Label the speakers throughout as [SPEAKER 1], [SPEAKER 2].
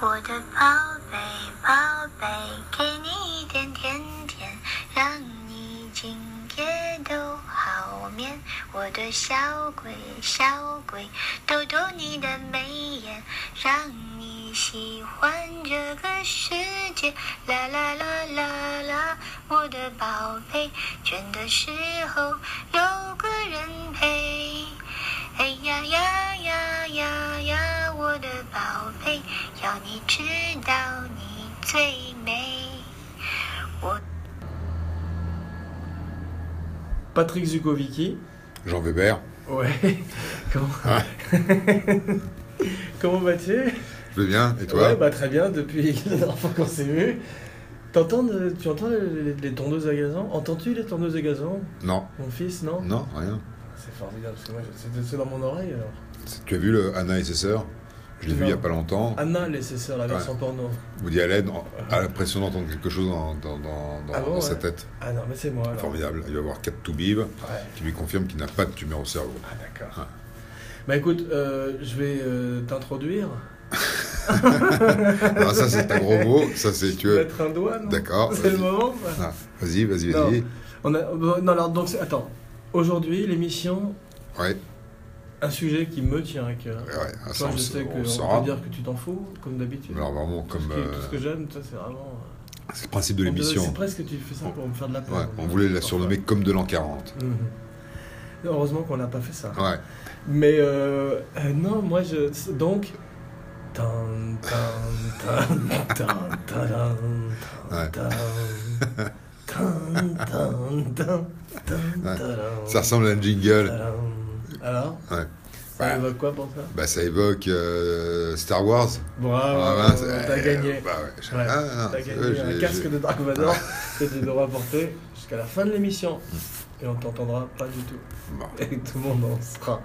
[SPEAKER 1] 我的宝贝，宝贝，给你一点甜甜，让你今夜都好眠。我的小鬼，小鬼，逗逗你的眉眼，让你喜欢这个世界。啦啦啦啦啦，我的宝贝，倦的时候有个人陪。哎呀呀呀呀呀，我的宝贝，要你知道你最美。我。
[SPEAKER 2] Patrick Zukovicki.
[SPEAKER 3] Jean Weber,
[SPEAKER 2] Ouais. Comment, Comment vas-tu
[SPEAKER 3] je vais bien, et toi
[SPEAKER 2] Ouais, bah très bien, depuis la dernière fois qu'on s'est vu. T'entends, de- tu entends les, les- les tondeuses à gazon Entends-tu les tondeuses à gazon
[SPEAKER 3] Non,
[SPEAKER 2] Mon fils, non
[SPEAKER 3] non, rien.
[SPEAKER 2] C'est formidable, parce que moi, je- c'est c'est dans mon oreille alors.
[SPEAKER 3] C'est- Tu as vu le Anna et ses sœurs Je l'ai vu
[SPEAKER 2] Non. Ah.
[SPEAKER 3] il n'y a pas longtemps.
[SPEAKER 2] Anna, les sœurs, la version porno.
[SPEAKER 3] Woody Allen a l'impression d'entendre quelque chose dans, dans- dans- dans-
[SPEAKER 2] Ah bon,
[SPEAKER 3] dans sa
[SPEAKER 2] ouais.
[SPEAKER 3] tête.
[SPEAKER 2] Ah non, mais c'est moi alors.
[SPEAKER 3] Formidable. Il va avoir 4 toubibs
[SPEAKER 2] Ouais.
[SPEAKER 3] qui lui confirment qu'il n'a pas de tumeur au cerveau.
[SPEAKER 2] Ah d'accord.
[SPEAKER 3] Ouais.
[SPEAKER 2] Bah écoute, euh, je vais euh, t'introduire.
[SPEAKER 3] Alors ça, c'est un gros mot. Ça, c'est
[SPEAKER 2] Je
[SPEAKER 3] tu
[SPEAKER 2] peux
[SPEAKER 3] veux-
[SPEAKER 2] Mettre un doigt, non
[SPEAKER 3] D'accord,
[SPEAKER 2] C'est le
[SPEAKER 3] vas-y.
[SPEAKER 2] moment quoi.
[SPEAKER 3] Ah, Vas-y, vas-y,
[SPEAKER 2] Non.
[SPEAKER 3] vas-y.
[SPEAKER 2] On a, euh, bon, non, alors, donc, c'est- attends. Aujourd'hui, l'émission,
[SPEAKER 3] Ouais,
[SPEAKER 2] un sujet qui me tient à cœur.
[SPEAKER 3] ouais, ouais. Ah, ça,
[SPEAKER 2] Toi,
[SPEAKER 3] on
[SPEAKER 2] je
[SPEAKER 3] se-
[SPEAKER 2] sais
[SPEAKER 3] on
[SPEAKER 2] qu'on
[SPEAKER 3] saura.
[SPEAKER 2] peut dire que tu t'en fous, comme d'habitude.
[SPEAKER 3] Alors vraiment,
[SPEAKER 2] tout, ce
[SPEAKER 3] comme
[SPEAKER 2] qui- tout ce que
[SPEAKER 3] euh,
[SPEAKER 2] j'aime, toi, c'est vraiment.
[SPEAKER 3] c'est le principe de
[SPEAKER 2] On dirait- C'est
[SPEAKER 3] l'émission.
[SPEAKER 2] presque tu fais ça pour me faire de la peine.
[SPEAKER 3] Ouais, on voulait la surnommer comme de l'an 40.
[SPEAKER 2] Mhm. Heureusement qu'on n'a pas fait ça.
[SPEAKER 3] Ouais.
[SPEAKER 2] Mais euh, euh, non, moi je. c'est- Donc. Tan, tan, tan, tan, taran, tan,
[SPEAKER 3] Ouais.
[SPEAKER 2] tan. Tan, tan, tan, tan,
[SPEAKER 3] Ouais.
[SPEAKER 2] taran,
[SPEAKER 3] Ça ressemble à un jingle.
[SPEAKER 2] taran. Alors
[SPEAKER 3] Ouais.
[SPEAKER 2] Ça
[SPEAKER 3] Ouais.
[SPEAKER 2] évoque quoi pour ça
[SPEAKER 3] Bah, ça évoque euh, Star Wars.
[SPEAKER 2] Bravo,
[SPEAKER 3] Ah, mince,
[SPEAKER 2] t'as
[SPEAKER 3] euh,
[SPEAKER 2] gagné.
[SPEAKER 3] bah ouais, j'ai-
[SPEAKER 2] Ouais,
[SPEAKER 3] ah, non,
[SPEAKER 2] T'as
[SPEAKER 3] c'est
[SPEAKER 2] gagné
[SPEAKER 3] vrai,
[SPEAKER 2] un
[SPEAKER 3] j'ai- Ah.
[SPEAKER 2] casque
[SPEAKER 3] j'ai-
[SPEAKER 2] de Dark Vador que tu devras porter jusqu'à la fin de l'émission.
[SPEAKER 3] Mm.
[SPEAKER 2] Et on t'entendra pas du tout.
[SPEAKER 3] Bon,
[SPEAKER 2] Et tout le monde en sera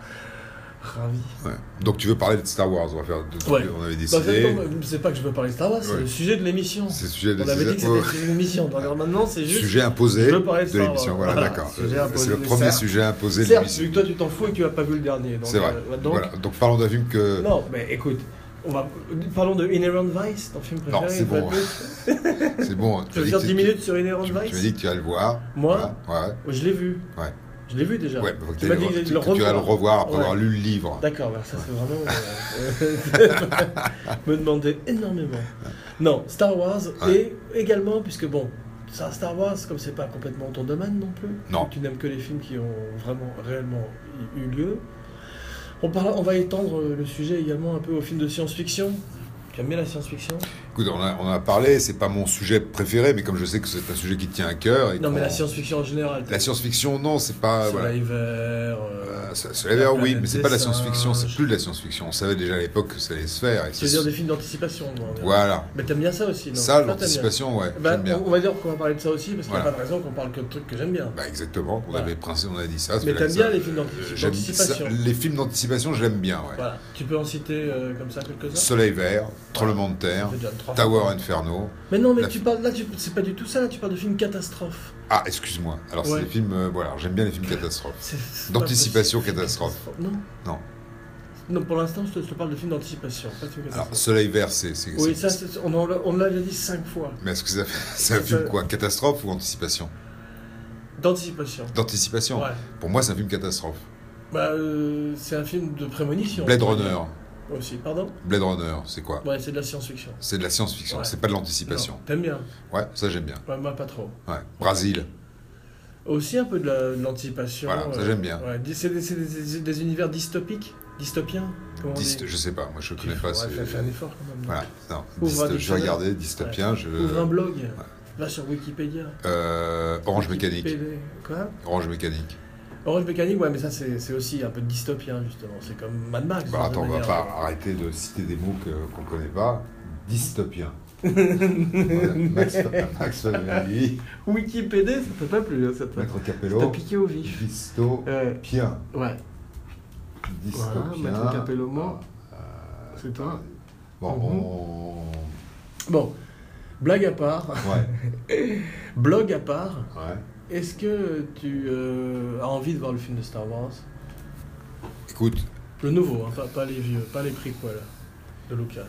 [SPEAKER 2] ravi.
[SPEAKER 3] ouais. Donc tu veux parler de Star Wars, on va faire de-
[SPEAKER 2] Ouais.
[SPEAKER 3] on avait
[SPEAKER 2] Bah,
[SPEAKER 3] décidé.
[SPEAKER 2] attends, c'est pas que je veux parler de Star Wars, c'est
[SPEAKER 3] Ouais.
[SPEAKER 2] le sujet de l'émission.
[SPEAKER 3] C'est le sujet de
[SPEAKER 2] On avait dit que c'était
[SPEAKER 3] oh,
[SPEAKER 2] le sujet de l'émission. Donc, alors maintenant, c'est juste.
[SPEAKER 3] sujet imposé
[SPEAKER 2] Je veux parler de Star
[SPEAKER 3] l'émission.
[SPEAKER 2] Wars.
[SPEAKER 3] Voilà,
[SPEAKER 2] Voilà,
[SPEAKER 3] d'accord.
[SPEAKER 2] sujet
[SPEAKER 3] Euh,
[SPEAKER 2] imposé,
[SPEAKER 3] C'est le
[SPEAKER 2] mais
[SPEAKER 3] premier
[SPEAKER 2] certes-
[SPEAKER 3] sujet imposé de
[SPEAKER 2] Certes, vu
[SPEAKER 3] l'émission.
[SPEAKER 2] que toi tu t'en fous et que tu n'as pas vu le dernier. donc,
[SPEAKER 3] C'est vrai.
[SPEAKER 2] euh, donc,
[SPEAKER 3] Voilà. Donc parlons d'un film que.
[SPEAKER 2] Non, mais écoute, on va... parlons de Inherent Vice, ton film
[SPEAKER 3] Non,
[SPEAKER 2] préféré.
[SPEAKER 3] c'est
[SPEAKER 2] une fois
[SPEAKER 3] bon.
[SPEAKER 2] de plus.
[SPEAKER 3] C'est bon. hein,
[SPEAKER 2] Tu veux
[SPEAKER 3] m'as
[SPEAKER 2] dire
[SPEAKER 3] dit
[SPEAKER 2] 10
[SPEAKER 3] que-
[SPEAKER 2] minutes sur Inherent
[SPEAKER 3] Tu tu m'as
[SPEAKER 2] Vice
[SPEAKER 3] dit que tu allais le voir.
[SPEAKER 2] Moi
[SPEAKER 3] Voilà. Ouais.
[SPEAKER 2] Oh, Je l'ai vu.
[SPEAKER 3] Ouais.
[SPEAKER 2] Je l'ai vu déjà.
[SPEAKER 3] Ouais, bah, faut que
[SPEAKER 2] tu
[SPEAKER 3] t'ailles
[SPEAKER 2] m'as
[SPEAKER 3] le
[SPEAKER 2] dit
[SPEAKER 3] voir-
[SPEAKER 2] que
[SPEAKER 3] que
[SPEAKER 2] j'allais
[SPEAKER 3] tu
[SPEAKER 2] le
[SPEAKER 3] vas le revoir après
[SPEAKER 2] Ouais.
[SPEAKER 3] avoir lu le livre.
[SPEAKER 2] D'accord, bah, ça c'est vraiment. euh, euh, me demander énormément. Non, Star Wars
[SPEAKER 3] Ouais.
[SPEAKER 2] et également, puisque bon, ça, Star Wars, comme c'est pas complètement ton domaine non plus,
[SPEAKER 3] Non.
[SPEAKER 2] tu n'aimes que les films qui ont vraiment, réellement eu lieu. On, parle, on va étendre euh, le sujet également un peu aux films de science-fiction. Tu aimes bien la science-fiction
[SPEAKER 3] Écoute, on a, on a parlé, c'est pas mon sujet préféré, mais comme je sais que c'est un sujet qui te tient à cœur. et
[SPEAKER 2] Non, mais
[SPEAKER 3] qu'on-
[SPEAKER 2] la science-fiction en général.
[SPEAKER 3] La science-fiction, non, c'est pas. voilà.
[SPEAKER 2] Survivor.
[SPEAKER 3] Euh,
[SPEAKER 2] euh,
[SPEAKER 3] ça- ça l'avait, oui,
[SPEAKER 2] planète
[SPEAKER 3] mais c'est
[SPEAKER 2] des
[SPEAKER 3] pas de la science-fiction, c'est
[SPEAKER 2] singes.
[SPEAKER 3] plus de la science-fiction. On savait déjà à l'époque que ça allait se faire. Et
[SPEAKER 2] Tu veux
[SPEAKER 3] c'est-
[SPEAKER 2] dire des films d'anticipation moi, on dirait.
[SPEAKER 3] Voilà.
[SPEAKER 2] Mais t'aimes bien ça aussi, non
[SPEAKER 3] ça,
[SPEAKER 2] t'aimes bien.
[SPEAKER 3] l'anticipation, ouais,
[SPEAKER 2] Bah,
[SPEAKER 3] j'aime bien.
[SPEAKER 2] On on va dire qu'on va parler de ça aussi, parce qu'il n'y a
[SPEAKER 3] Voilà.
[SPEAKER 2] pas de raison qu'on parle que de trucs que j'aime bien.
[SPEAKER 3] Bah, exactement, on
[SPEAKER 2] Voilà.
[SPEAKER 3] avait princi- on a dit ça. ça
[SPEAKER 2] Mais
[SPEAKER 3] fait
[SPEAKER 2] t'aimes
[SPEAKER 3] la-
[SPEAKER 2] bien
[SPEAKER 3] ça- Euh,
[SPEAKER 2] les films d'antici-
[SPEAKER 3] j'aime
[SPEAKER 2] d'anticipation.
[SPEAKER 3] ça- Les films d'anticipation, j'aime bien, ouais.
[SPEAKER 2] Voilà. Tu peux en citer euh, comme ça quelques-uns
[SPEAKER 3] Soleil vert, Tremblement de terre,
[SPEAKER 2] Ça fait déjà trois
[SPEAKER 3] Tower
[SPEAKER 2] fois.
[SPEAKER 3] Inferno.
[SPEAKER 2] Mais non, mais
[SPEAKER 3] La-
[SPEAKER 2] tu parles, là, tu- c'est pas du tout ça, là, tu parles de films catastrophe.
[SPEAKER 3] Ah, excuse-moi. Alors,
[SPEAKER 2] Ouais.
[SPEAKER 3] c'est des films. euh, voilà, j'aime bien les films catastrophes.
[SPEAKER 2] C'est- c'est pas
[SPEAKER 3] D'anticipation,
[SPEAKER 2] possible.
[SPEAKER 3] catastrophe.
[SPEAKER 2] Non.
[SPEAKER 3] Non.
[SPEAKER 2] Non, pour l'instant, je te, je te parle de films d'anticipation, pas de films
[SPEAKER 3] Alors,
[SPEAKER 2] catastrophe.
[SPEAKER 3] Soleil vert, c'est. c'est-
[SPEAKER 2] oui, ça,
[SPEAKER 3] c'est-
[SPEAKER 2] c'est- on, en l'a- on l'a déjà dit cinq fois.
[SPEAKER 3] Mais est-ce que ça fait- c'est un
[SPEAKER 2] Ça-
[SPEAKER 3] film quoi Catastrophe ou anticipation
[SPEAKER 2] D'anticipation.
[SPEAKER 3] D'anticipation.
[SPEAKER 2] Ouais.
[SPEAKER 3] Pour moi, c'est un film catastrophe.
[SPEAKER 2] Bah, euh, c'est un film de prémonition.
[SPEAKER 3] Blade Runner.
[SPEAKER 2] Aussi, pardon
[SPEAKER 3] Blade Runner, c'est quoi
[SPEAKER 2] Ouais, c'est de la science-fiction.
[SPEAKER 3] C'est de la science-fiction,
[SPEAKER 2] Ouais.
[SPEAKER 3] c'est pas de
[SPEAKER 2] Non,
[SPEAKER 3] l'anticipation.
[SPEAKER 2] T'aimes bien
[SPEAKER 3] Ouais, ça j'aime bien.
[SPEAKER 2] Ouais, Moi, pas trop.
[SPEAKER 3] Ouais. Brésil,
[SPEAKER 2] Aussi un peu de la- de l'anticipation.
[SPEAKER 3] Voilà, ça,
[SPEAKER 2] euh,
[SPEAKER 3] j'aime bien.
[SPEAKER 2] ouais, des- c'est des, c'est des- des univers dystopiques, dystopiens. Comment on dit
[SPEAKER 3] dyst- je sais pas, moi je
[SPEAKER 2] Tu
[SPEAKER 3] connais
[SPEAKER 2] feras-
[SPEAKER 3] pas. ce-
[SPEAKER 2] fais- fais un effort quand même.
[SPEAKER 3] Voilà, non.
[SPEAKER 2] Ouvre un
[SPEAKER 3] dyst- je
[SPEAKER 2] dictionnaire.
[SPEAKER 3] vais regarder, dystopien, je.
[SPEAKER 2] Ouvre un blog, va sur Wikipédia.
[SPEAKER 3] Euh, Orange Mécanique.
[SPEAKER 2] Wikipédia, Quoi
[SPEAKER 3] Orange Mécanique.
[SPEAKER 2] Orange Mécanique, ouais, mais ça c'est c'est aussi un peu dystopien justement. C'est comme Mad Max.
[SPEAKER 3] Bah,
[SPEAKER 2] de
[SPEAKER 3] attends, on va
[SPEAKER 2] manière.
[SPEAKER 3] pas arrêter de citer des mots que- qu'on connaît pas. Dystopien. Voilà, Max, Max Favalli,
[SPEAKER 2] euh, Wikipédia, ça t'a pas plu, hein, ça t'a
[SPEAKER 3] Maître
[SPEAKER 2] t'a
[SPEAKER 3] Capello,
[SPEAKER 2] piqué au vif.
[SPEAKER 3] dystopien.
[SPEAKER 2] Ouais. Ouais. Voilà, Maître
[SPEAKER 3] Dystopien.
[SPEAKER 2] Capello mort.
[SPEAKER 3] Euh,
[SPEAKER 2] C'est toi.
[SPEAKER 3] Bon,
[SPEAKER 2] Mhm.
[SPEAKER 3] on.
[SPEAKER 2] Bon, blague à part,
[SPEAKER 3] Ouais,
[SPEAKER 2] blog à part.
[SPEAKER 3] ouais.
[SPEAKER 2] Est-ce que tu euh, as envie de voir le film de Star Wars
[SPEAKER 3] Écoute,
[SPEAKER 2] Le nouveau, hein, pas, pas les vieux, pas les prequels. de Lucas.